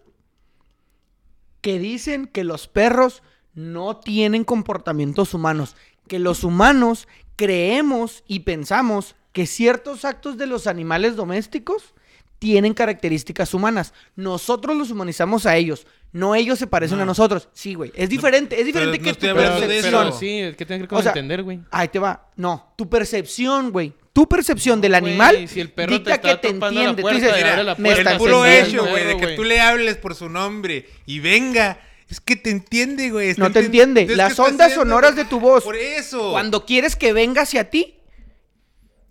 Speaker 3: que dicen que los perros no tienen comportamientos humanos, que los humanos creemos y pensamos que ciertos actos de los animales domésticos tienen características humanas. Nosotros los humanizamos a ellos, no ellos se parecen
Speaker 2: No.
Speaker 3: a nosotros. Sí, güey, es diferente, es diferente
Speaker 2: no
Speaker 3: que
Speaker 2: estoy
Speaker 3: tu
Speaker 2: hablando de
Speaker 3: percepción.
Speaker 2: eso.
Speaker 1: sí, es que tiene que ver
Speaker 3: O
Speaker 1: con
Speaker 3: sea,
Speaker 1: entender, güey.
Speaker 3: Ahí te va. No, tu percepción, güey. Tu percepción del
Speaker 1: No,
Speaker 3: animal
Speaker 1: güey, si el perro te
Speaker 3: dicta
Speaker 1: está
Speaker 3: que te
Speaker 1: topando la
Speaker 3: entiende. Tú
Speaker 1: puerta,
Speaker 3: dices,
Speaker 1: abre
Speaker 2: Mira,
Speaker 1: la
Speaker 3: me
Speaker 1: puerta,
Speaker 2: el
Speaker 3: está
Speaker 1: estás
Speaker 2: puro
Speaker 1: entendiendo,
Speaker 2: hecho, güey, de
Speaker 1: güey.
Speaker 2: que tú le hables por su nombre y venga, es que te entiende, güey. está
Speaker 3: No te
Speaker 2: enten-
Speaker 3: entiende.
Speaker 2: es que
Speaker 3: Las
Speaker 2: está
Speaker 3: ondas
Speaker 2: haciendo-
Speaker 3: sonoras de tu voz.
Speaker 2: Por eso.
Speaker 3: Cuando quieres que venga hacia ti,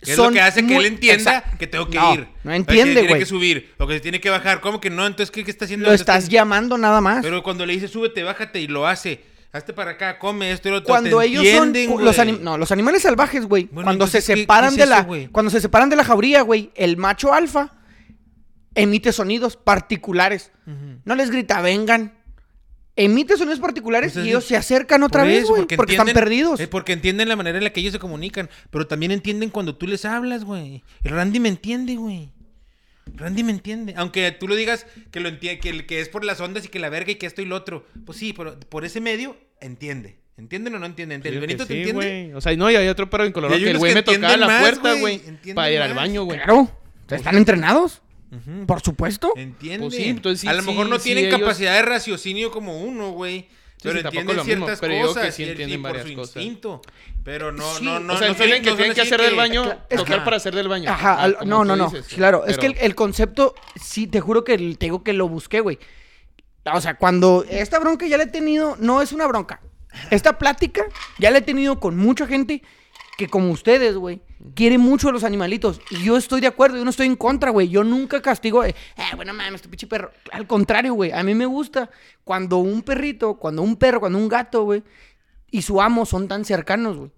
Speaker 2: ¿Qué es
Speaker 3: son
Speaker 2: lo que hace que
Speaker 3: muy-
Speaker 2: él entienda
Speaker 3: Exacto.
Speaker 2: que tengo que
Speaker 3: No,
Speaker 2: ir.
Speaker 3: No
Speaker 2: O que
Speaker 3: entiende,
Speaker 2: Tiene
Speaker 3: güey.
Speaker 2: que subir, o que se tiene que bajar. ¿Cómo que no? Entonces, ¿qué, qué está haciendo?
Speaker 3: Lo
Speaker 2: Entonces,
Speaker 3: estás llamando nada más.
Speaker 2: Pero cuando le dices, súbete, bájate, y lo hace. Hazte para acá, come esto y lo otro.
Speaker 3: cuando
Speaker 2: te
Speaker 3: ellos son
Speaker 2: entienden,
Speaker 3: cu- los
Speaker 2: güey.
Speaker 3: anim- no, los animales salvajes, güey.
Speaker 2: Bueno,
Speaker 3: cuando se
Speaker 2: entonces, ¿qué-
Speaker 3: separan
Speaker 2: qué es
Speaker 3: de la
Speaker 2: eso, güey?
Speaker 3: cuando se separan de la jauría, güey, el macho alfa emite sonidos particulares.
Speaker 2: Ujú.
Speaker 3: No les grita, "Vengan." Emite sonidos particulares
Speaker 2: Entonces,
Speaker 3: y ellos se acercan otra
Speaker 2: Por
Speaker 3: vez,
Speaker 2: eso,
Speaker 3: güey, porque, están
Speaker 2: entienden-
Speaker 3: perdidos.
Speaker 2: eh, porque entienden la manera en la que ellos se comunican. Pero también entienden cuando tú les hablas, güey. El Randy me entiende, güey. Randy me entiende. Aunque tú lo digas que lo entie- que, el- que es por las ondas y que la verga y que esto y lo otro. Pues sí, pero por ese medio entiende. ¿Entienden o no entienden?
Speaker 1: Pues Yo digo
Speaker 2: ¿El
Speaker 1: que
Speaker 2: Benito te
Speaker 1: sí,
Speaker 2: entiende?
Speaker 1: güey. O sea, no, y había otro perro en Colorado
Speaker 2: Y hay
Speaker 1: que el
Speaker 2: unos
Speaker 1: güey
Speaker 2: que
Speaker 1: me tocaba
Speaker 2: entienden
Speaker 1: la
Speaker 2: más,
Speaker 1: puerta,
Speaker 2: güey,
Speaker 1: güey,
Speaker 2: entienden
Speaker 1: para ir al
Speaker 2: más.
Speaker 1: baño, güey.
Speaker 3: Claro, están entrenados,
Speaker 2: Ujú.
Speaker 3: por supuesto.
Speaker 2: Entiende.
Speaker 1: Pues sí, entonces sí,
Speaker 2: a lo
Speaker 1: sí,
Speaker 2: mejor no
Speaker 1: sí,
Speaker 2: tienen
Speaker 1: ellos-
Speaker 2: capacidad de raciocinio como uno, güey. Pero
Speaker 1: sí, tampoco
Speaker 2: entienden
Speaker 1: lo mismo,
Speaker 2: ciertas
Speaker 1: pero yo digo que
Speaker 2: cosas
Speaker 1: sí
Speaker 2: y- y
Speaker 1: entienden
Speaker 2: por
Speaker 1: varias
Speaker 2: su
Speaker 1: cosas.
Speaker 2: instinto. Pero no,
Speaker 3: Sí.
Speaker 2: no, no.
Speaker 1: o sea,
Speaker 2: no son-
Speaker 1: entienden que
Speaker 2: no son
Speaker 1: tienen que
Speaker 2: así
Speaker 1: hacer del
Speaker 2: que-
Speaker 1: baño,
Speaker 3: Cla- es
Speaker 1: tocar
Speaker 2: que-
Speaker 1: para hacer del baño.
Speaker 3: Ajá,
Speaker 1: Ah,
Speaker 3: al-
Speaker 1: como
Speaker 3: no,
Speaker 1: tú
Speaker 3: no, no.
Speaker 1: dices,
Speaker 3: Claro, es que
Speaker 1: pero-
Speaker 3: el, el concepto, sí, te juro que el- te digo que lo busqué, güey. O sea, cuando esta bronca ya la he tenido, no es una bronca. Esta plática ya la he tenido con mucha gente que, como ustedes, güey, quiere mucho a los animalitos. Y yo estoy de acuerdo, yo no estoy en contra, güey. Yo nunca castigo, eh, "Ah, bueno, mames, este pinche perro. Al contrario, güey, a mí me gusta cuando un perrito, cuando un perro, cuando un gato, güey, y su amo son tan cercanos, güey.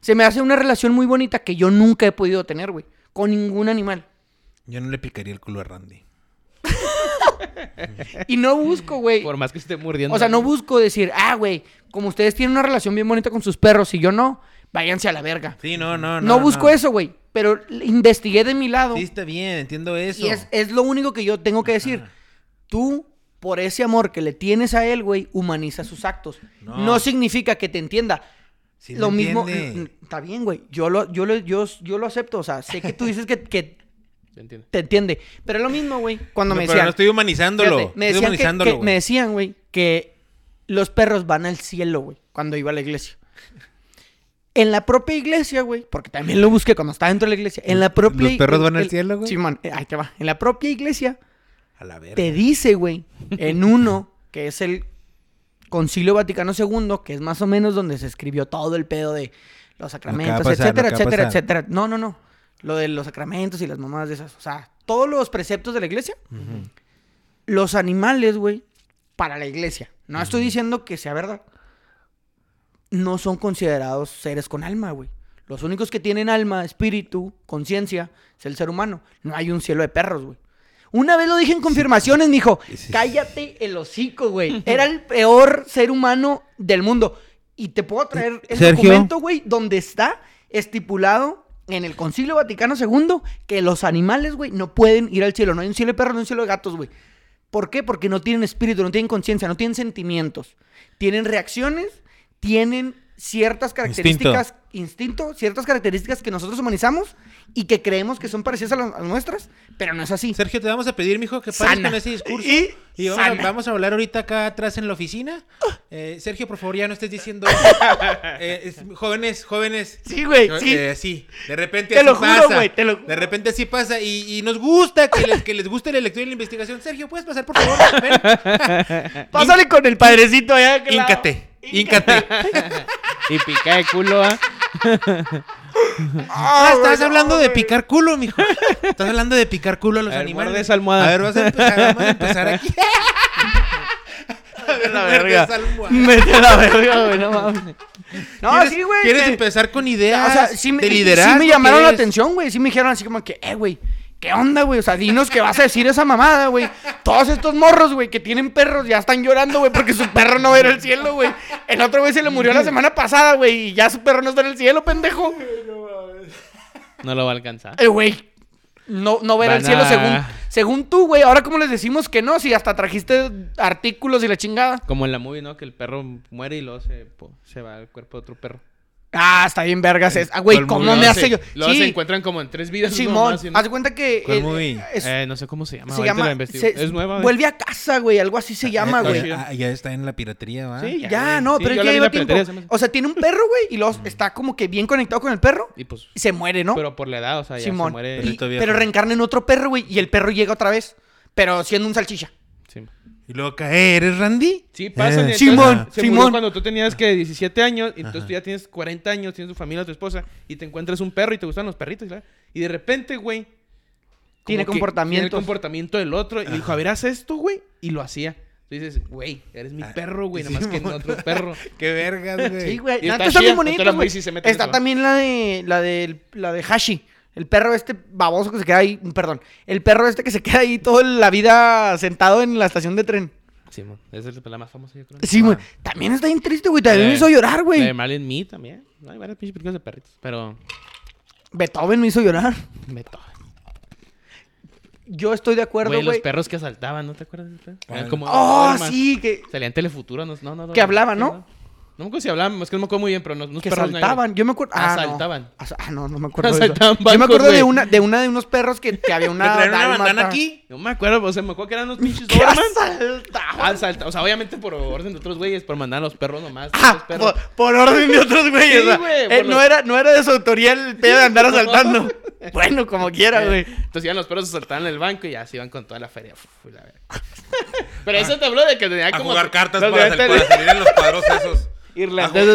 Speaker 3: Se me hace una relación muy bonita que yo nunca he podido tener, güey. Con ningún animal.
Speaker 2: Yo no le picaría el culo a Randy.
Speaker 3: Y no busco, güey.
Speaker 1: Por más que esté mordiendo.
Speaker 3: O sea, no busco decir, ah, güey, como ustedes tienen una relación bien bonita con sus perros y yo no, váyanse a la verga.
Speaker 2: Sí, no, no,
Speaker 3: no,
Speaker 2: no.
Speaker 3: busco eso, güey. Pero l- investigué de mi lado.
Speaker 2: Sí, está bien, entiendo eso.
Speaker 3: Y es, es lo único que yo tengo que decir. Tú, por ese amor que le tienes a él, güey, humaniza sus acactos.
Speaker 2: No.
Speaker 3: No, significa que te entienda.
Speaker 2: Sí,
Speaker 3: lo
Speaker 2: me
Speaker 3: mismo.
Speaker 2: entiende.
Speaker 3: mm, Está bien, güey. Yo lo, yo, lo, yo, yo lo acepto. O sea, sé que tú dices que, que
Speaker 1: ¿Me entiendes?
Speaker 3: te entiende. Pero es lo mismo, güey. Cuando
Speaker 2: No,
Speaker 3: me
Speaker 2: pero
Speaker 3: decían.
Speaker 2: no estoy humanizándolo.
Speaker 3: Fíjate, me
Speaker 2: estoy
Speaker 3: decían que-
Speaker 2: humanizándolo,
Speaker 3: que-
Speaker 2: güey.
Speaker 3: me decían, güey, que los perros van al cielo, güey, cuando iba a la iglesia. En la propia iglesia, güey, porque también lo busqué cuando estaba dentro de la iglesia. En la propia
Speaker 2: los perros
Speaker 3: el-
Speaker 2: van al
Speaker 3: el-
Speaker 2: cielo, güey?
Speaker 3: Simón, eh, ahí te va. En la propia iglesia
Speaker 2: A la verga.
Speaker 3: te dice, güey, en uno, que es el Concilio Vaticano II, que es más o menos donde se escribió todo el pedo de los sacramentos,
Speaker 2: pasar,
Speaker 3: etcétera,
Speaker 2: lo que va a
Speaker 3: etcétera,
Speaker 2: pasar.
Speaker 3: etcétera. No, no, no. Lo de los sacramentos y las mamadas de esas. O sea, todos los preceptos de la iglesia
Speaker 2: Ujú.
Speaker 3: los animales, güey, para la iglesia. No estoy diciendo que sea verdad. No son considerados seres con alma, güey. Los únicos que tienen alma, espíritu, conciencia, es el ser humano. No hay un cielo de perros, güey. Una vez lo dije en confirmaciones, mijo.
Speaker 2: Sí.
Speaker 3: Cállate el
Speaker 2: [LAUGHS]
Speaker 3: hocico, güey. Era el peor ser humano del mundo. Y te puedo traer el
Speaker 2: Sergio.
Speaker 3: documento, güey, donde está estipulado en el Concilio Vaticano II que los animales, güey, no pueden ir al cielo. No hay un cielo de perros, no hay un cielo de gatos, güey. ¿Por qué? Porque no tienen espíritu, no tienen conciencia, no tienen sentimientos. Tienen reacciones, tienen ciertas características, instinto. ciertas características que nosotros humanizamos y que creemos que son parecidas a las a las nuestras, pero no es así.
Speaker 2: Sergio, te vamos a pedir, mijo, que pares
Speaker 3: Sana.
Speaker 2: con ese discurso.
Speaker 3: Y
Speaker 2: Y vamos,
Speaker 3: sana.
Speaker 2: a, vamos a hablar ahorita acá atrás en la oficina. Eh, Sergio, por favor, ya no estés
Speaker 3: [LAUGHS]
Speaker 2: diciendo. eso. Eh, es- jóvenes, jóvenes.
Speaker 3: Sí, güey,
Speaker 2: Yo-
Speaker 3: sí.
Speaker 2: eh, sí, de repente
Speaker 3: Te
Speaker 2: así
Speaker 3: lo juro,
Speaker 2: pasa.
Speaker 3: güey, te lo juro.
Speaker 2: De repente así pasa y, y nos gusta que les, que les guste la lectura y la investigación. Sergio, ¿puedes pasar, por favor?
Speaker 3: [LAUGHS]
Speaker 2: Ven,
Speaker 3: Pásale con el padrecito allá. que la-
Speaker 2: íncate, íncate.
Speaker 1: Y pica de culo, ¿ah?
Speaker 2: [LAUGHS] Ah,
Speaker 3: güey,
Speaker 2: estás
Speaker 3: no,
Speaker 2: hablando de
Speaker 3: güey.
Speaker 2: picar culo, mijo. Estás hablando de picar culo a los
Speaker 1: A ver,
Speaker 2: animales.
Speaker 1: muerde esa almohada.
Speaker 2: A ver, vas a empezar, vamos a empezar
Speaker 3: [LAUGHS]
Speaker 2: aquí. [LAUGHS] a ver,
Speaker 3: La
Speaker 2: muerde
Speaker 3: verga.
Speaker 2: esa almohada.
Speaker 3: [LAUGHS] Mete la verga, güey, no mames. No,
Speaker 2: ¿Quieres-
Speaker 3: sí, güey.
Speaker 2: ¿Quieres
Speaker 3: te-
Speaker 2: empezar con ideas
Speaker 3: O sea, sí me,
Speaker 2: de liderazgo?
Speaker 3: sí me llamaron la
Speaker 2: ¿Quieres-
Speaker 3: atención, güey. Sí me dijeron así como que, eh, güey, ¿qué onda, güey? O sea, dinos qué vas a decir esa mamada, güey. Todos estos morros, güey, que tienen perros, ya están llorando, güey, porque su perro no era el cielo, güey. El otro güey se le murió la semana pasada, güey, y ya su perro no está en el cielo, pendejo.
Speaker 1: No lo va a alcanzar.
Speaker 3: Eh, güey. No, no ver
Speaker 1: Van
Speaker 3: el cielo
Speaker 1: a-
Speaker 3: según, según tú, güey. Ahora, ¿cómo les decimos que no? Si hasta trajiste artículos y la chingada.
Speaker 1: Como en la movie, ¿no? Que el perro muere y luego se, po- se va al cuerpo de otro perro.
Speaker 3: Ah, está bien, vergas. Es... Ah, güey,
Speaker 2: Todo el
Speaker 3: ¿cómo
Speaker 2: mundo
Speaker 3: me
Speaker 2: lo
Speaker 3: hace yo?
Speaker 1: Luego se
Speaker 3: Sí,
Speaker 1: encuentran como en tres vidas.
Speaker 3: Simón.
Speaker 1: nomás, y no-
Speaker 3: Haz de cuenta que.
Speaker 2: ¿Cuál
Speaker 3: eh,
Speaker 2: movie?
Speaker 3: es-
Speaker 1: Eh, no sé cómo se llama.
Speaker 3: se
Speaker 1: ahorita
Speaker 3: llama.
Speaker 1: la investigo.
Speaker 3: se-
Speaker 1: es nueva. güey.
Speaker 3: Vuelve a casa, güey. Algo así se llama,
Speaker 1: está
Speaker 3: güey.
Speaker 1: chido.
Speaker 2: Ah, ya está en la piratería, ¿va?
Speaker 1: Sí,
Speaker 3: Ya,
Speaker 1: güey.
Speaker 3: no,
Speaker 1: Sí,
Speaker 3: pero
Speaker 1: yo la
Speaker 3: es que
Speaker 1: vi
Speaker 3: lleva
Speaker 1: la piratería,
Speaker 3: tiempo.
Speaker 1: se me hace.
Speaker 3: O sea, tiene un perro, güey, y los está como que bien conectado con el perro
Speaker 1: Y pues,
Speaker 3: y se muere, ¿no?
Speaker 1: pero por la edad, o sea, ya
Speaker 3: Simón.
Speaker 1: se muere.
Speaker 3: Y-
Speaker 2: Perrito viejo.
Speaker 3: pero reencarna en otro perro, güey, y el perro llega otra vez, pero siendo un salchicha.
Speaker 1: Sí.
Speaker 2: Y luego cae, ¿eres Randy?
Speaker 1: Sí, pasan.
Speaker 2: Eh,
Speaker 1: entonces,
Speaker 3: Simón,
Speaker 1: se murió
Speaker 3: Simón.
Speaker 1: Cuando tú tenías que 17 años, y entonces tú ya tienes 40 años, tienes tu familia, tu esposa, y te encuentras un perro y te gustan los perritos, ¿verdad? Y de repente, güey. como
Speaker 3: Tiene
Speaker 1: que
Speaker 3: comportamientos.
Speaker 1: Tiene el comportamiento del otro. Y dijo, a ver, haz esto, güey. Y lo hacía. Tú dices, güey, eres mi perro, güey, nada más que en otro perro.
Speaker 2: Qué vergas, güey.
Speaker 3: Sí, güey.
Speaker 1: Y
Speaker 3: Antes
Speaker 1: está
Speaker 3: está
Speaker 1: chida, no
Speaker 3: bien
Speaker 1: te
Speaker 3: bonito,
Speaker 1: la
Speaker 3: güey.
Speaker 1: mueves y se mete en
Speaker 3: Está
Speaker 1: eso.
Speaker 3: también la de, la de la de Hashi. El perro este baboso que se queda ahí, perdón, el perro este que se queda ahí toda la vida sentado en la estación de tren.
Speaker 1: [LAUGHS] Simón, esa es la más famosa, yo creo.
Speaker 3: Sí, güey. También está bien triste, güey. También
Speaker 1: Eh,
Speaker 3: me hizo llorar,
Speaker 1: La de
Speaker 3: güey.
Speaker 1: Marlon Ah. Me también. No, Hay varias pinches películas de perritos. Pero.
Speaker 3: Beethoven me hizo llorar.
Speaker 1: Beto.
Speaker 3: Yo estoy de acuerdo,
Speaker 1: Güey,
Speaker 3: güey.
Speaker 1: los perros que asaltaban, ¿no te acuerdas? de eso? Eran
Speaker 2: ¿Cuál?
Speaker 1: como
Speaker 3: Oh,
Speaker 1: Doberman.
Speaker 3: sí, que,
Speaker 1: Salían Telefuturo, no, no, no.
Speaker 3: Que hablaban, ¿no?
Speaker 1: No me acuerdo si hablaban, es que no me acuerdo muy bien, pero nos, unos
Speaker 3: que
Speaker 1: perros negros.
Speaker 3: saltaban. Yo me acuerdo. Ah,
Speaker 1: Asaltaban.
Speaker 3: No. Asa- Ah, no, no me acuerdo. de eso.
Speaker 1: Asaltaban
Speaker 3: Yo me
Speaker 1: bancos,
Speaker 3: acuerdo
Speaker 1: güey.
Speaker 3: de una, de una de unos perros que,
Speaker 1: [LAUGHS]
Speaker 3: que había
Speaker 2: ¿Me
Speaker 3: una.
Speaker 2: traen una
Speaker 3: dálmata.
Speaker 2: bandana aquí?
Speaker 1: No me acuerdo, o sea, me acuerdo que eran unos pinches
Speaker 3: [LAUGHS] ¿Qué
Speaker 1: Doberman.
Speaker 3: asaltaban?
Speaker 1: Asalta- o sea, obviamente por orden de otros güeyes, por mandar a los perros nomás.
Speaker 3: Ah,
Speaker 1: los perros.
Speaker 3: por, por orden de otros güeyes.
Speaker 1: Sí,
Speaker 3: o sea,
Speaker 1: güey,
Speaker 3: eh,
Speaker 1: por
Speaker 3: no,
Speaker 1: los-
Speaker 3: era, no era de su autoría el pedo de
Speaker 1: [LAUGHS]
Speaker 3: andar asaltando. bueno, como
Speaker 1: Eh,
Speaker 3: quiera, güey.
Speaker 1: Entonces iban los perros, asaltaban el banco y ya se iban con toda la feria. Uf, la verga. [LAUGHS] Pero eso te habló de que tenía
Speaker 4: A
Speaker 1: como...
Speaker 4: jugar cartas
Speaker 1: los
Speaker 4: para, sal-
Speaker 1: tenían-
Speaker 3: [LAUGHS]
Speaker 4: para salir en los cuadros esos.
Speaker 3: Irlandeses,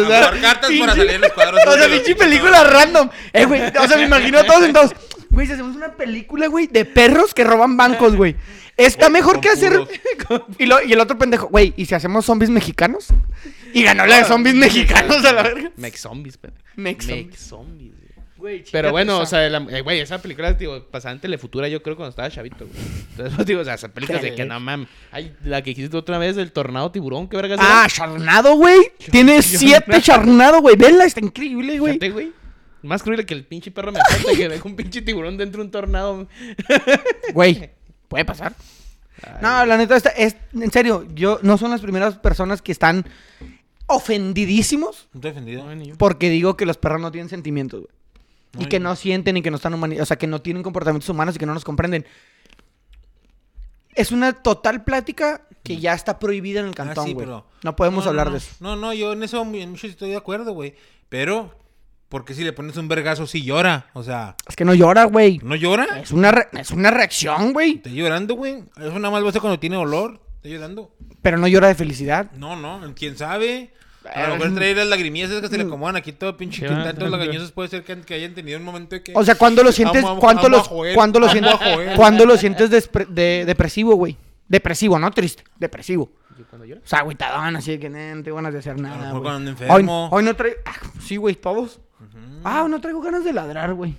Speaker 4: A ju- a
Speaker 3: ¿verdad?
Speaker 4: jugar cartas para
Speaker 3: Pinche-
Speaker 4: salir en los cuadros.
Speaker 3: O sea,
Speaker 4: de los
Speaker 3: pinche
Speaker 4: pinches
Speaker 3: película random. Eh, güey. O sea, me imagino a todos sentados. Güey, si hacemos una película, güey, de perros que roban bancos, güey. Está mejor
Speaker 4: con
Speaker 3: que hacer.
Speaker 4: puros.
Speaker 3: [LAUGHS] Y, lo- y el otro pendejo, güey, ¿y si hacemos zombies mexicanos? Y ganó la de zombies mexicanos a la verga.
Speaker 1: Mex zombies, pero.
Speaker 3: Mex zombies.
Speaker 1: Mex zombies, güey. Pero bueno, o sea, la- eh, güey, esa película, digo, pasaba en Telefutura, yo creo, cuando estaba chavito, güey. Entonces, [LAUGHS] pues, digo, o sea, esa película de que no mames. Ay, la que hiciste otra vez, el tornado tiburón, qué vergas.
Speaker 3: Ah, charnado, güey. Tiene siete charnado, güey. Vela, está increíble,
Speaker 1: güey.
Speaker 3: güey.
Speaker 1: güey. Más cruel que el pinche perro me asalta que deja un pinche tiburón dentro de un tornado.
Speaker 3: Güey, puede pasar.
Speaker 1: Ay,
Speaker 3: No, la neta, esta- es, en serio, yo no son las primeras personas que están ofendidísimos
Speaker 2: ¿No te he ofendido?
Speaker 1: no, ni yo.
Speaker 3: porque digo que los perros no tienen sentimientos, güey. Y
Speaker 2: Ay.
Speaker 3: que no sienten y que no están humanizados, o sea, que no tienen comportamientos humanos y que no nos comprenden. Es una total plática que ya está prohibida en el cantón,
Speaker 2: Ah, sí,
Speaker 3: güey.
Speaker 2: pero-
Speaker 3: No
Speaker 2: No,
Speaker 3: podemos
Speaker 2: no,
Speaker 3: hablar
Speaker 2: no.
Speaker 3: de eso.
Speaker 2: No, no, yo en eso mu- en mucho estoy de acuerdo, güey. Pero, ¿por qué si le pones un vergazo sí llora? O sea,
Speaker 3: Es que no llora, güey.
Speaker 2: ¿no llora?
Speaker 3: Es una, re- es una reacción, güey.
Speaker 2: Está llorando, güey. Eso nada más lo hace cuando tiene olor. Está llorando.
Speaker 3: Pero no llora de felicidad.
Speaker 2: No, no, quién sabe. A
Speaker 3: Eh,
Speaker 2: lo mejor trae las lagrimillas esas que se le acomodan aquí todo
Speaker 1: Sí,
Speaker 2: pinche que
Speaker 1: va,
Speaker 2: tantos
Speaker 1: tranquilo.
Speaker 2: lagañosos puede ser que, que hayan tenido un momento de que...
Speaker 3: O sea, cuando lo sientes,
Speaker 2: Amo a-
Speaker 3: cuando
Speaker 2: amo a
Speaker 3: lo,
Speaker 2: Joel,
Speaker 3: cuando lo
Speaker 2: amo
Speaker 3: sientes,
Speaker 2: a [LAUGHS] Joel.
Speaker 3: cuando lo sientes despre- de- depresivo, güey. Depresivo, no triste, depresivo.
Speaker 1: Yo cuando lloro.
Speaker 3: O sea, agüitadón, así de que "Nah, no tengo ganas de hacer
Speaker 2: A lo
Speaker 3: nada,
Speaker 2: mejor
Speaker 3: güey.
Speaker 2: cuando
Speaker 3: Hoy,
Speaker 2: enfermo.
Speaker 3: hoy no traigo... Ah, sí, güey, todos. Ah, hoy no traigo ganas de ladrar, güey.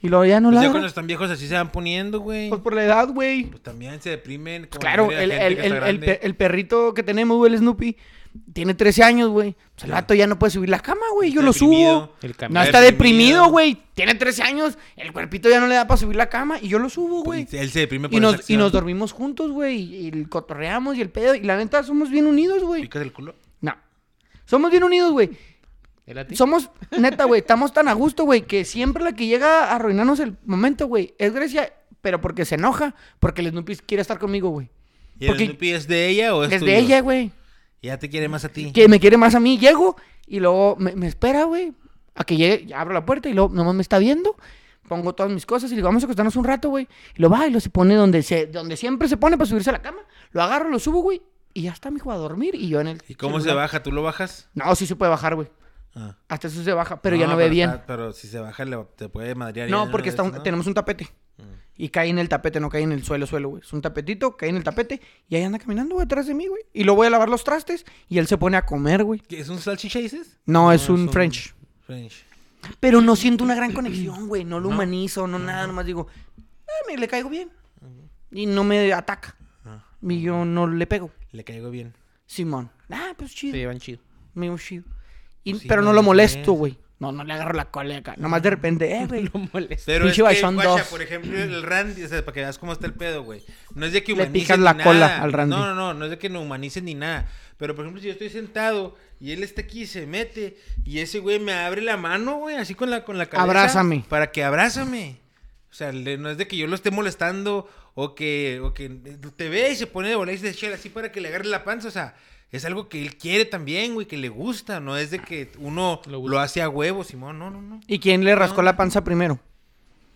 Speaker 3: Y luego ya no
Speaker 2: O
Speaker 3: la
Speaker 2: sea,
Speaker 3: abro.
Speaker 2: cuando están viejos así se van poniendo, güey.
Speaker 3: Pues por la edad, güey.
Speaker 2: Pues también se deprimen. como
Speaker 3: Claro,
Speaker 2: la
Speaker 3: el,
Speaker 2: gente
Speaker 3: el-
Speaker 2: que está
Speaker 3: el- el
Speaker 2: grande.
Speaker 3: per- el perrito que tenemos, güey, el Snoopy, tiene 13 años, güey. Pues el vato ya no puede subir la cama, güey. Yo lo
Speaker 2: Deprimido.
Speaker 3: subo.
Speaker 1: El
Speaker 3: No,
Speaker 1: camión.
Speaker 3: está
Speaker 2: deprimido.
Speaker 3: deprimido, güey. Tiene 13 años. El cuerpito ya no le da para subir la cama. Y yo lo subo, güey.
Speaker 2: Pues, Y Él se deprime por
Speaker 3: Y
Speaker 2: esa
Speaker 3: nos, y
Speaker 2: acción.
Speaker 3: nos dormimos juntos, güey. Y, y cotorreamos y el pedo. Y la neta, somos bien unidos, güey.
Speaker 2: ¿Picas el culo?
Speaker 3: No. Somos bien unidos, güey.
Speaker 1: ¿El a ti?
Speaker 3: Somos, neta, güey, estamos tan a gusto, güey, que siempre la que llega a arruinarnos el momento, güey, es Grecia, pero porque se enoja, porque el Snoopy quiere estar conmigo, güey.
Speaker 2: ¿Y
Speaker 3: Porque-
Speaker 2: el Snoopy es de ella o es
Speaker 3: Es
Speaker 2: tuyo?
Speaker 3: de ella, güey,
Speaker 2: Ya te quiere más a ti.
Speaker 3: que me quiere más a mí. Llego y luego me, me espera, güey, a que llegue, abro la puerta y luego nomás me está viendo. Pongo todas mis cosas y le digo, vamos a acostarnos un rato, güey. Y lo va y lo se pone donde, se, donde siempre se pone para subirse a la cama. Lo agarro, lo subo, güey, y ya está mi hijo a dormir y yo en el...
Speaker 2: ¿Y cómo se
Speaker 3: celular.
Speaker 2: baja? ¿Tú lo bajas?
Speaker 3: No, sí se puede bajar, güey.
Speaker 2: Ah.
Speaker 3: Hasta eso se baja, pero ya no ve bien.
Speaker 2: está- Pero si se baja, le- te puede madrear. ya
Speaker 3: No,
Speaker 2: de una
Speaker 3: porque está
Speaker 2: vez,
Speaker 3: un-
Speaker 2: ¿no?
Speaker 3: tenemos un tapete. Y cae en el tapete, no cae en el suelo, suelo, güey. Es un tapetito, cae en el tapete y ahí anda caminando, güey, atrás de mí, güey. Y lo voy a lavar los trastes y él se pone a comer, güey.
Speaker 2: ¿Qué, ¿Es un salchicha, dices?
Speaker 3: No, es
Speaker 1: No,
Speaker 3: un
Speaker 1: son-
Speaker 3: French.
Speaker 2: French.
Speaker 3: Pero no siento una gran conexión, güey. No lo humanizo, no nada, nomás digo, "Ah, me, le caigo bien. Y no me ataca.
Speaker 2: Ah.
Speaker 3: Y yo no le pego.
Speaker 2: Le caigo bien.
Speaker 3: Simón. Ah, pues
Speaker 1: Se
Speaker 3: chido.
Speaker 1: llevan chido.
Speaker 3: Me digo chido. Y-
Speaker 2: Pues sí,
Speaker 3: pero
Speaker 2: no
Speaker 3: no lo
Speaker 2: le
Speaker 3: molesto,
Speaker 2: pegues.
Speaker 3: güey. No, no le agarro la cola de acá. Nomás de repente, eh,
Speaker 2: [LAUGHS]
Speaker 3: güey.
Speaker 1: No molesta.
Speaker 2: Pero
Speaker 3: Pinche
Speaker 2: es que,
Speaker 3: Bison
Speaker 2: guacha,
Speaker 3: dos.
Speaker 2: por ejemplo, el Randy, o sea, para que veas cómo está el pedo, güey. No es de que
Speaker 3: Le
Speaker 2: humanicen
Speaker 3: picas
Speaker 2: ni
Speaker 3: la
Speaker 2: nada.
Speaker 3: cola al Randy.
Speaker 2: No, no, no, no es de que no humanicen ni nada. Pero, por ejemplo, si yo estoy sentado y él está aquí y se mete y ese güey me abre la mano, güey, así con la, con la cabeza.
Speaker 3: Abrázame.
Speaker 2: Para que abrázame. O sea, le- no es de que yo lo esté molestando o que, o que te ve y se pone de volar y se echa así para que le agarre la panza, o sea... Es algo que él quiere también, güey, que le gusta. No es de que uno
Speaker 1: Lo
Speaker 2: lo,
Speaker 1: busca.
Speaker 2: hace a huevo, Simón. No, no, no.
Speaker 3: ¿Y quién le rascó la panza primero?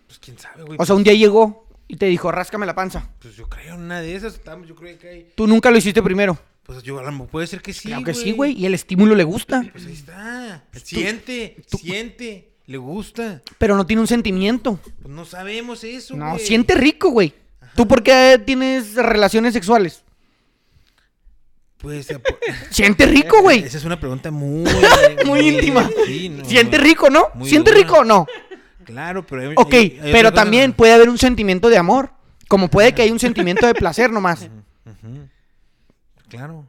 Speaker 2: Pues quién sabe, güey.
Speaker 3: O sea, un día llegó y te dijo, ráscame la panza.
Speaker 2: Pues yo creo, en una de esas estamos, yo creo que hay.
Speaker 3: Tú nunca lo hiciste primero.
Speaker 2: Pues yo a lo mejor puede ser que sí.
Speaker 3: claro que sí, güey. Y el estímulo le gusta.
Speaker 2: Pues ahí está. siente, siente, le gusta.
Speaker 3: Pero no tiene un sentimiento.
Speaker 2: Pues no sabemos eso.
Speaker 3: No,
Speaker 2: güey.
Speaker 3: siente rico, güey. ¿Tú por qué tienes relaciones sexuales?
Speaker 2: Pues eh, po-
Speaker 3: Siente rico, güey.
Speaker 2: esa es una pregunta muy.
Speaker 3: [LAUGHS] Muy íntima.
Speaker 2: Sí, no,
Speaker 3: Siente
Speaker 2: no.
Speaker 3: rico, ¿no?
Speaker 2: Muy
Speaker 3: Siente
Speaker 2: dura.
Speaker 3: rico o no.
Speaker 2: Claro, pero. hay-
Speaker 3: Ok,
Speaker 2: hay- hay otra
Speaker 3: pero
Speaker 2: cosa.
Speaker 3: también puede haber un sentimiento de amor. Como puede que haya un sentimiento de placer nomás.
Speaker 2: Ujú. Claro.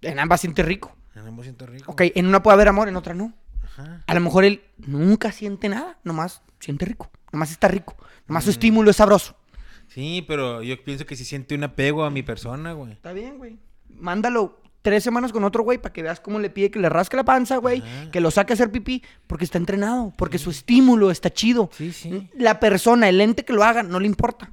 Speaker 3: En ambas siente rico.
Speaker 2: En ambos siento rico.
Speaker 3: Ok, en una puede haber amor, en otra no.
Speaker 2: Ajá.
Speaker 3: A lo mejor él nunca siente nada, nomás siente rico. Nomás está rico. Nomás su estímulo es sabroso.
Speaker 2: Sí, pero yo pienso que si siente un apego a mi persona, güey.
Speaker 3: Está bien, güey. Mándalo tres semanas con otro güey para que veas cómo le pide que le rasque la panza, güey.
Speaker 2: Ajá.
Speaker 3: Que lo saque a hacer pipí porque está entrenado, porque su estímulo está chido.
Speaker 2: Sí, sí.
Speaker 3: La persona, el ente que lo haga, no le importa.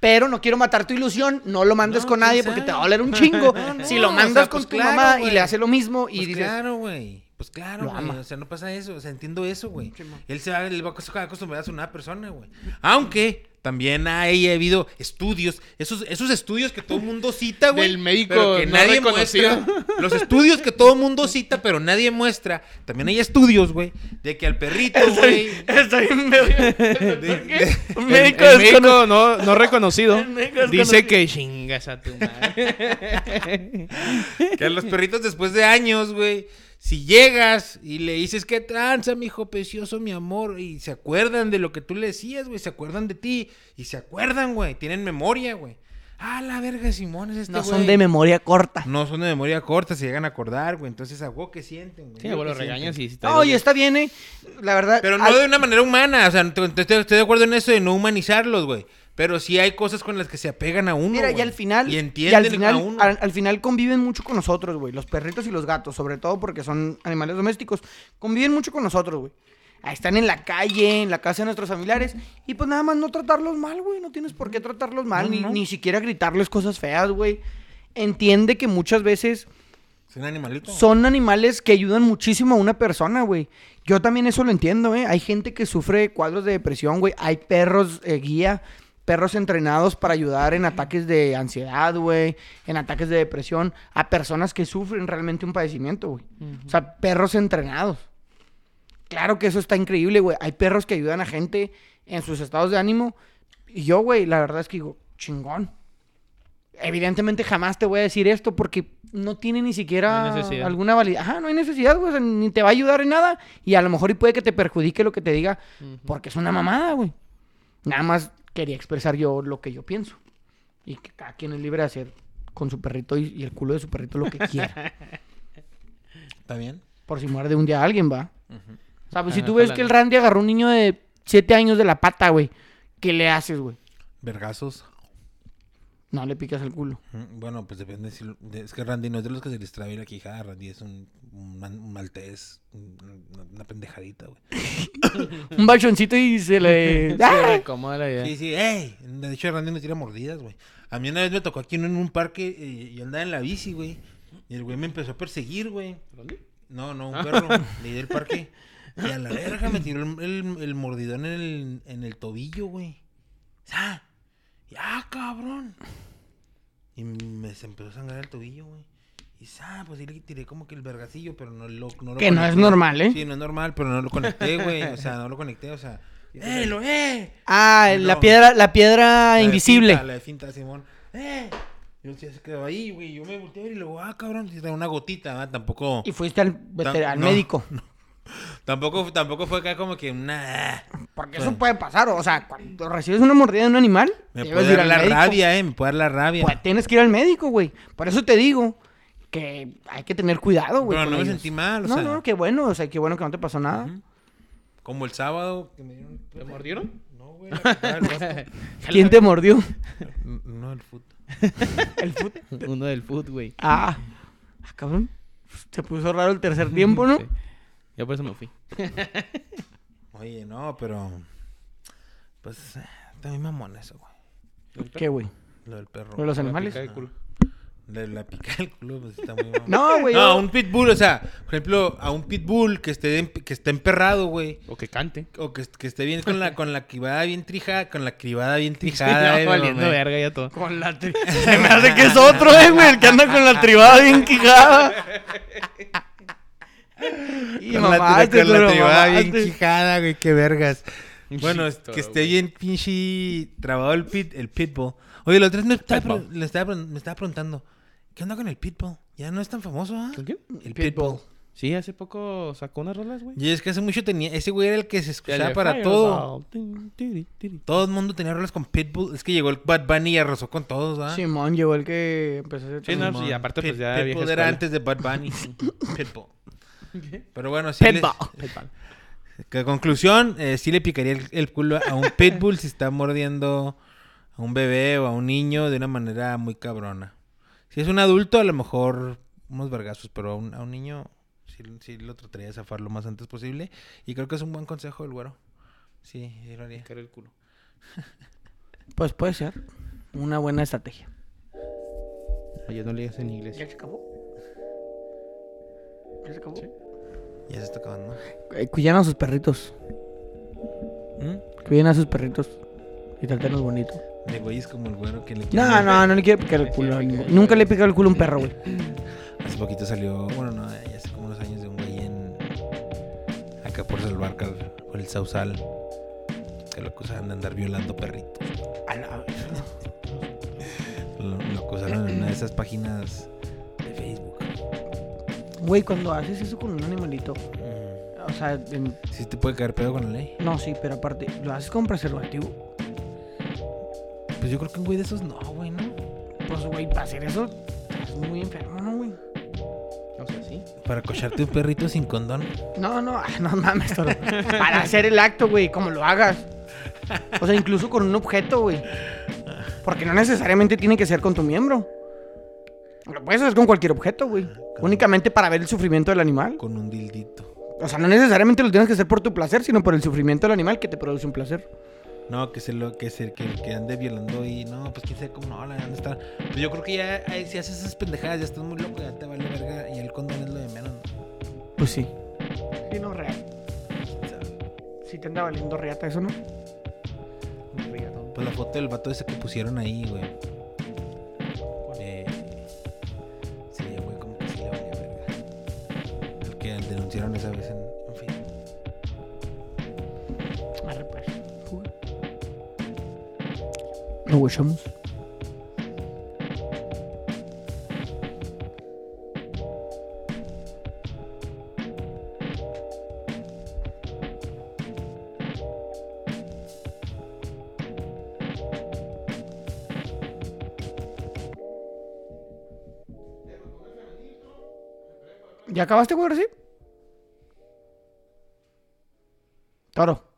Speaker 3: Pero no quiero matar tu ilusión, no lo mandes
Speaker 2: No,
Speaker 3: con
Speaker 2: quién
Speaker 3: nadie porque
Speaker 2: sabe.
Speaker 3: te va a doler un chingo.
Speaker 2: No, [LAUGHS] no,
Speaker 3: si lo
Speaker 2: o
Speaker 3: mandas
Speaker 2: sea,
Speaker 3: con
Speaker 2: pues
Speaker 3: tu
Speaker 2: claro,
Speaker 3: mamá y
Speaker 2: güey.
Speaker 3: le hace lo mismo y
Speaker 2: pues
Speaker 3: dices, [LAUGHS]
Speaker 2: claro, güey. Pues claro,
Speaker 3: Lo
Speaker 2: güey.
Speaker 3: ama.
Speaker 2: O sea, no pasa eso. O sea, entiendo eso, güey.
Speaker 3: Sí, ma.
Speaker 2: él se va, él va a acostumbrar a ser una persona, güey. Aunque también hay habido estudios, esos, esos estudios que todo el mundo cita, güey.
Speaker 1: Del médico
Speaker 2: pero que
Speaker 1: no
Speaker 2: nadie
Speaker 1: reconocido.
Speaker 2: muestra. [LAUGHS] Los estudios que todo el mundo cita, pero nadie muestra. También hay estudios, güey, de que
Speaker 1: [LAUGHS]
Speaker 2: al perrito, güey.
Speaker 3: está
Speaker 2: [LAUGHS]
Speaker 3: bien, me-
Speaker 2: de-
Speaker 3: [LAUGHS]
Speaker 2: de- Este
Speaker 3: un
Speaker 1: El,
Speaker 3: médico
Speaker 1: el
Speaker 3: descono-
Speaker 1: médico no, no reconocido
Speaker 3: El médico desconocido.
Speaker 1: dice que chingas a tu [LAUGHS] madre.
Speaker 2: Que a los perritos después de años, güey, si llegas y le dices, qué tranza, mi hijo precioso, mi amor, y se acuerdan de lo que tú le decías, güey, se acuerdan de ti, y se acuerdan, güey, tienen memoria, güey. Ah, la verga, Simón, es este
Speaker 3: No
Speaker 2: güey.
Speaker 3: son de memoria corta.
Speaker 2: No son de memoria corta, se llegan a acordar, güey, entonces a vos que sienten, güey.
Speaker 1: Sí,
Speaker 2: Yo
Speaker 1: abuelo,
Speaker 2: que sienten.
Speaker 1: regañas y... si te-
Speaker 3: Oye, está bien, ¿eh? La verdad.
Speaker 2: Pero no
Speaker 3: al-
Speaker 2: de una manera humana, o sea, no te- te- te- estoy de acuerdo en eso de no humanizarlos, güey. Pero sí hay cosas con las que se apegan a uno,
Speaker 3: Mira, y
Speaker 2: güey,
Speaker 3: al final.
Speaker 2: Y entienden
Speaker 3: al final,
Speaker 2: a uno.
Speaker 3: al, al final conviven mucho con nosotros, güey. Los perritos y los gatos, sobre todo porque son animales domésticos. Conviven mucho con nosotros, güey. Ahí Están en la calle, en la casa de nuestros familiares. Y pues nada más no tratarlos mal, güey. No tienes por qué tratarlos mal,
Speaker 2: No,
Speaker 3: ni,
Speaker 2: no.
Speaker 3: ni siquiera gritarles cosas feas, güey. Entiende que muchas veces
Speaker 2: Es un animalito.
Speaker 3: son animales que ayudan muchísimo a una persona, güey. Yo también eso lo entiendo, ¿eh? Hay gente que sufre cuadros de depresión, güey. Hay perros eh, guía, perros entrenados para ayudar en ataques de ansiedad, güey. En ataques de depresión. A personas que sufren realmente un padecimiento, güey. O sea, perros entrenados. Claro que eso está increíble, güey. Hay perros que ayudan a gente en sus estados de ánimo. Y yo, güey, la verdad es que digo, chingón. Evidentemente jamás te voy a decir esto porque no tiene ni siquiera
Speaker 1: No hay necesidad.
Speaker 3: alguna validez. Ajá, no hay necesidad, güey. o sea, ni te va a ayudar en nada. Y a lo mejor y puede que te perjudique lo que te diga porque es una mamada, güey. Nada más quería expresar yo lo que yo pienso. Y que cada quien es libre de hacer con su perrito y, y el culo de su perrito
Speaker 1: [LAUGHS]
Speaker 3: lo que quiera.
Speaker 2: ¿Está bien?
Speaker 3: por si muerde un día a alguien, va. O sea, pues si
Speaker 1: Ah,
Speaker 3: tú ves
Speaker 1: ojalá
Speaker 3: que el
Speaker 1: no.
Speaker 3: Randy agarró un niño de 7 años de la pata, güey, ¿qué le haces, güey?
Speaker 2: Vergazos.
Speaker 3: No le picas el culo.
Speaker 2: Mm, Bueno, pues depende. si lo- de- es que Randy no es de los que se les trabe la quijada. Randy es un, un, man- un maltés. un- una, una pendejadita, güey.
Speaker 3: Un bachoncito y se
Speaker 2: [LAUGHS]
Speaker 3: le.
Speaker 1: Sí,
Speaker 3: ¡Ah!
Speaker 1: recomoda la idea.
Speaker 2: Sí, sí, ¡ey! De hecho, Randy no tira mordidas, güey. A mí una vez me tocó aquí en un- en un parque eh, y andaba en la bici, güey. Y el güey me empezó a perseguir, güey.
Speaker 1: ¿Dónde?
Speaker 2: No, no, un perro. Le di del parque. Y a la verga me tiró el, el- el mordidón en el, en el tobillo, güey. ¡Ah! ¡Ya, cabrón! Y me se empezó a sangrar el tobillo, güey. Y ¡ah! Pues sí le tiré como que el vergacillo, pero no lo. No lo
Speaker 3: Que no es
Speaker 2: conecté.
Speaker 3: normal, ¿eh?
Speaker 2: Sí, no es normal, pero no lo conecté, güey. O sea, no lo conecté, o sea. ¡Eh, lo, eh!
Speaker 3: Ah,
Speaker 2: No.
Speaker 3: la piedra, la piedra
Speaker 2: La de
Speaker 3: Ah, invisible.
Speaker 2: finta, la de finta, Simón. ¡Eh! Yo sí se quedó ahí, güey. Yo me volteé y luego, ah, cabrón, si trae una gotita, ¿verdad? Tampoco.
Speaker 3: Y fuiste al, veter-
Speaker 2: Ta-
Speaker 3: al
Speaker 2: no.
Speaker 3: médico.
Speaker 2: Tampoco, tampoco fue acá como que una.
Speaker 3: Porque eso puede pasar. O sea, cuando recibes una mordida de un animal,
Speaker 2: Me
Speaker 3: debes
Speaker 2: puede
Speaker 3: ir
Speaker 2: dar
Speaker 3: al
Speaker 2: la
Speaker 3: médico.
Speaker 2: rabia, eh. Me puede dar la rabia.
Speaker 3: Pues, tienes que ir al médico, güey. Por eso te digo que hay que tener cuidado, güey.
Speaker 2: Pero
Speaker 3: con
Speaker 2: no me
Speaker 3: ellos.
Speaker 2: sentí mal, o
Speaker 3: no,
Speaker 2: sea.
Speaker 3: no, qué bueno. O sea, qué bueno que no te pasó nada.
Speaker 2: Ujú. Como el sábado que me dieron.
Speaker 1: ¿Te mordieron?
Speaker 2: No,
Speaker 3: [LAUGHS]
Speaker 2: güey. la patada del vato.
Speaker 3: ¿Quién te mordió?
Speaker 2: N- Mm, No, el fútbol.
Speaker 3: El fut.
Speaker 1: [LAUGHS] Uno del food, güey.
Speaker 3: Ah. Ah, cabrón. Se puso raro el tercer tiempo, ¿no?
Speaker 1: Sí. Yo por eso me fui.
Speaker 2: Oye, no, pero. Pues. eh, Está muy mamón eso, güey.
Speaker 3: ¿Qué, güey?
Speaker 2: Lo del perro.
Speaker 3: ¿Lo de los
Speaker 2: La
Speaker 3: animales?
Speaker 2: pica de culo. De la pica del culo, pues está
Speaker 3: [LAUGHS]
Speaker 2: muy mamón.
Speaker 3: No, güey.
Speaker 2: No,
Speaker 3: yo-
Speaker 2: a un pitbull, o sea, por ejemplo, a un pitbull que esté, en- que esté emperrado, güey.
Speaker 1: O que [LAUGHS] cante.
Speaker 2: O que, est- que esté bien con
Speaker 1: [LAUGHS]
Speaker 2: la, con la cribada bien trijada, con la cribada bien
Speaker 1: Ya,
Speaker 2: trijada. eh,
Speaker 1: valiendo
Speaker 2: mamá.
Speaker 1: verga ya [LAUGHS] todo.
Speaker 3: Con la
Speaker 2: [LAUGHS]
Speaker 3: tri- Se me hace que
Speaker 1: [LAUGHS]
Speaker 3: es otro, eh, güey. El que anda con la tribada bien quijada. Y
Speaker 2: Con la-
Speaker 3: mamaste,
Speaker 2: con la
Speaker 3: pero
Speaker 2: tribada bien
Speaker 3: mamaste.
Speaker 2: quijada, güey, qué vergas. Bueno, es
Speaker 1: Todo,
Speaker 2: que esté
Speaker 1: güey.
Speaker 2: bien pinche trabado el, pit, el pitbull. Oye, la otra vez me estaba, pre-
Speaker 1: Pitbull.
Speaker 2: le estaba pre- me estaba preguntando, ¿qué onda con el pitbull? Ya no es tan famoso, ¿ah?
Speaker 1: ¿Con quién?
Speaker 2: El
Speaker 3: Pitbull.
Speaker 2: pitbull.
Speaker 1: Sí, hace poco sacó unas rolas, güey.
Speaker 2: Y es que hace mucho tenía, ese güey era el que se
Speaker 1: El
Speaker 2: escuchaba
Speaker 1: de
Speaker 2: para
Speaker 1: Fireball.
Speaker 2: todo.
Speaker 1: Tin, tiri, tiri.
Speaker 2: Todo el mundo tenía rolas con pitbull. Es que llegó el Bad Bunny y arrasó con todos, ¿ah?
Speaker 3: Simón llegó el que empezó a hacer.
Speaker 1: Sí, no,
Speaker 2: Simón.
Speaker 1: sí, aparte, pues,
Speaker 2: Ah, Pit-
Speaker 1: ya
Speaker 2: Pitbull
Speaker 1: vieja
Speaker 2: era
Speaker 1: escuela.
Speaker 2: antes de Bad
Speaker 1: [LAUGHS]
Speaker 2: Bunny. Pitbull. Pero bueno, sí. les-
Speaker 1: Pitbull.
Speaker 2: que conclusión, eh, sí le picaría el, el culo a un pitbull si está mordiendo a un bebé o a un niño de una manera muy cabrona. Si es un adulto, a lo mejor unos vergazos, pero a un, a un niño sí, sí lo trataría de zafar lo más antes posible. Y creo que es un buen consejo el güero. Sí, sí lo haría.
Speaker 1: Picar el culo.
Speaker 3: Pues puede ser. Una buena estrategia.
Speaker 1: Oye, no le digas en inglés.
Speaker 3: se acabó? ¿Ya se acabó?
Speaker 1: Sí.
Speaker 2: Ya se está acabando.
Speaker 3: Eh, Cuidan a sus perritos.
Speaker 2: ¿Mm?
Speaker 3: Cuiden a sus perritos. Y tratenlos bonito.
Speaker 2: De güey es como el güero que le quiere
Speaker 3: No, no, no le quiero picar el culo. a ningún- Nunca le he picado el culo a un perro, güey.
Speaker 2: Hace poquito salió, bueno, no, ya hace como unos años de un güey en. Acá por Salvarca, por el Sausal. Que lo acusaban de andar violando perritos. [LAUGHS] Lo, lo acusaron en una de esas páginas de Facebook.
Speaker 3: Güey, cuando haces eso con un animalito,
Speaker 2: Mm.
Speaker 3: o sea, en-
Speaker 2: Sí, te puede caer pedo con la ley.
Speaker 3: no, sí, pero aparte, lo haces con preservativo.
Speaker 2: Pues yo creo que un güey de esos no, güey, ¿no?
Speaker 3: Pues, güey, para hacer eso, es muy enfermo, ¿no, güey?
Speaker 1: O sea, sí.
Speaker 2: Para cocharte un perrito sin condón.
Speaker 3: No, no, [LAUGHS] ah, no mames, toro. Para hacer el acto, güey, como lo hagas. O sea, incluso con un objeto, güey. Porque no necesariamente tiene que ser con tu miembro. Lo puedes hacer con cualquier objeto, güey. Únicamente para ver el sufrimiento del animal.
Speaker 2: Con un dildito.
Speaker 3: O sea, no necesariamente lo tienes que hacer por tu placer, sino por el sufrimiento del animal que te produce un placer.
Speaker 2: No, que se lo, que se, que, que ande violando y no, pues quién sabe cómo no, la dónde está. Pues yo creo que ya ay, si haces esas pendejadas, ya estás muy loco, ya te vale verga. Y el condón es lo de menos, ¿no?
Speaker 3: Pues sí. Sí, no, real.
Speaker 2: ¿Sabe?
Speaker 3: Sí te anda valiendo reata eso, ¿no?
Speaker 2: Pues la foto del vato ese que pusieron ahí, güey. Eh, sí, güey, como que sí le valía verga. El que denunciaron esa vez en, en fin.
Speaker 3: Arre, pues. Nos huechamos. ¿Ya acabaste, güey, ahora sí? Toro.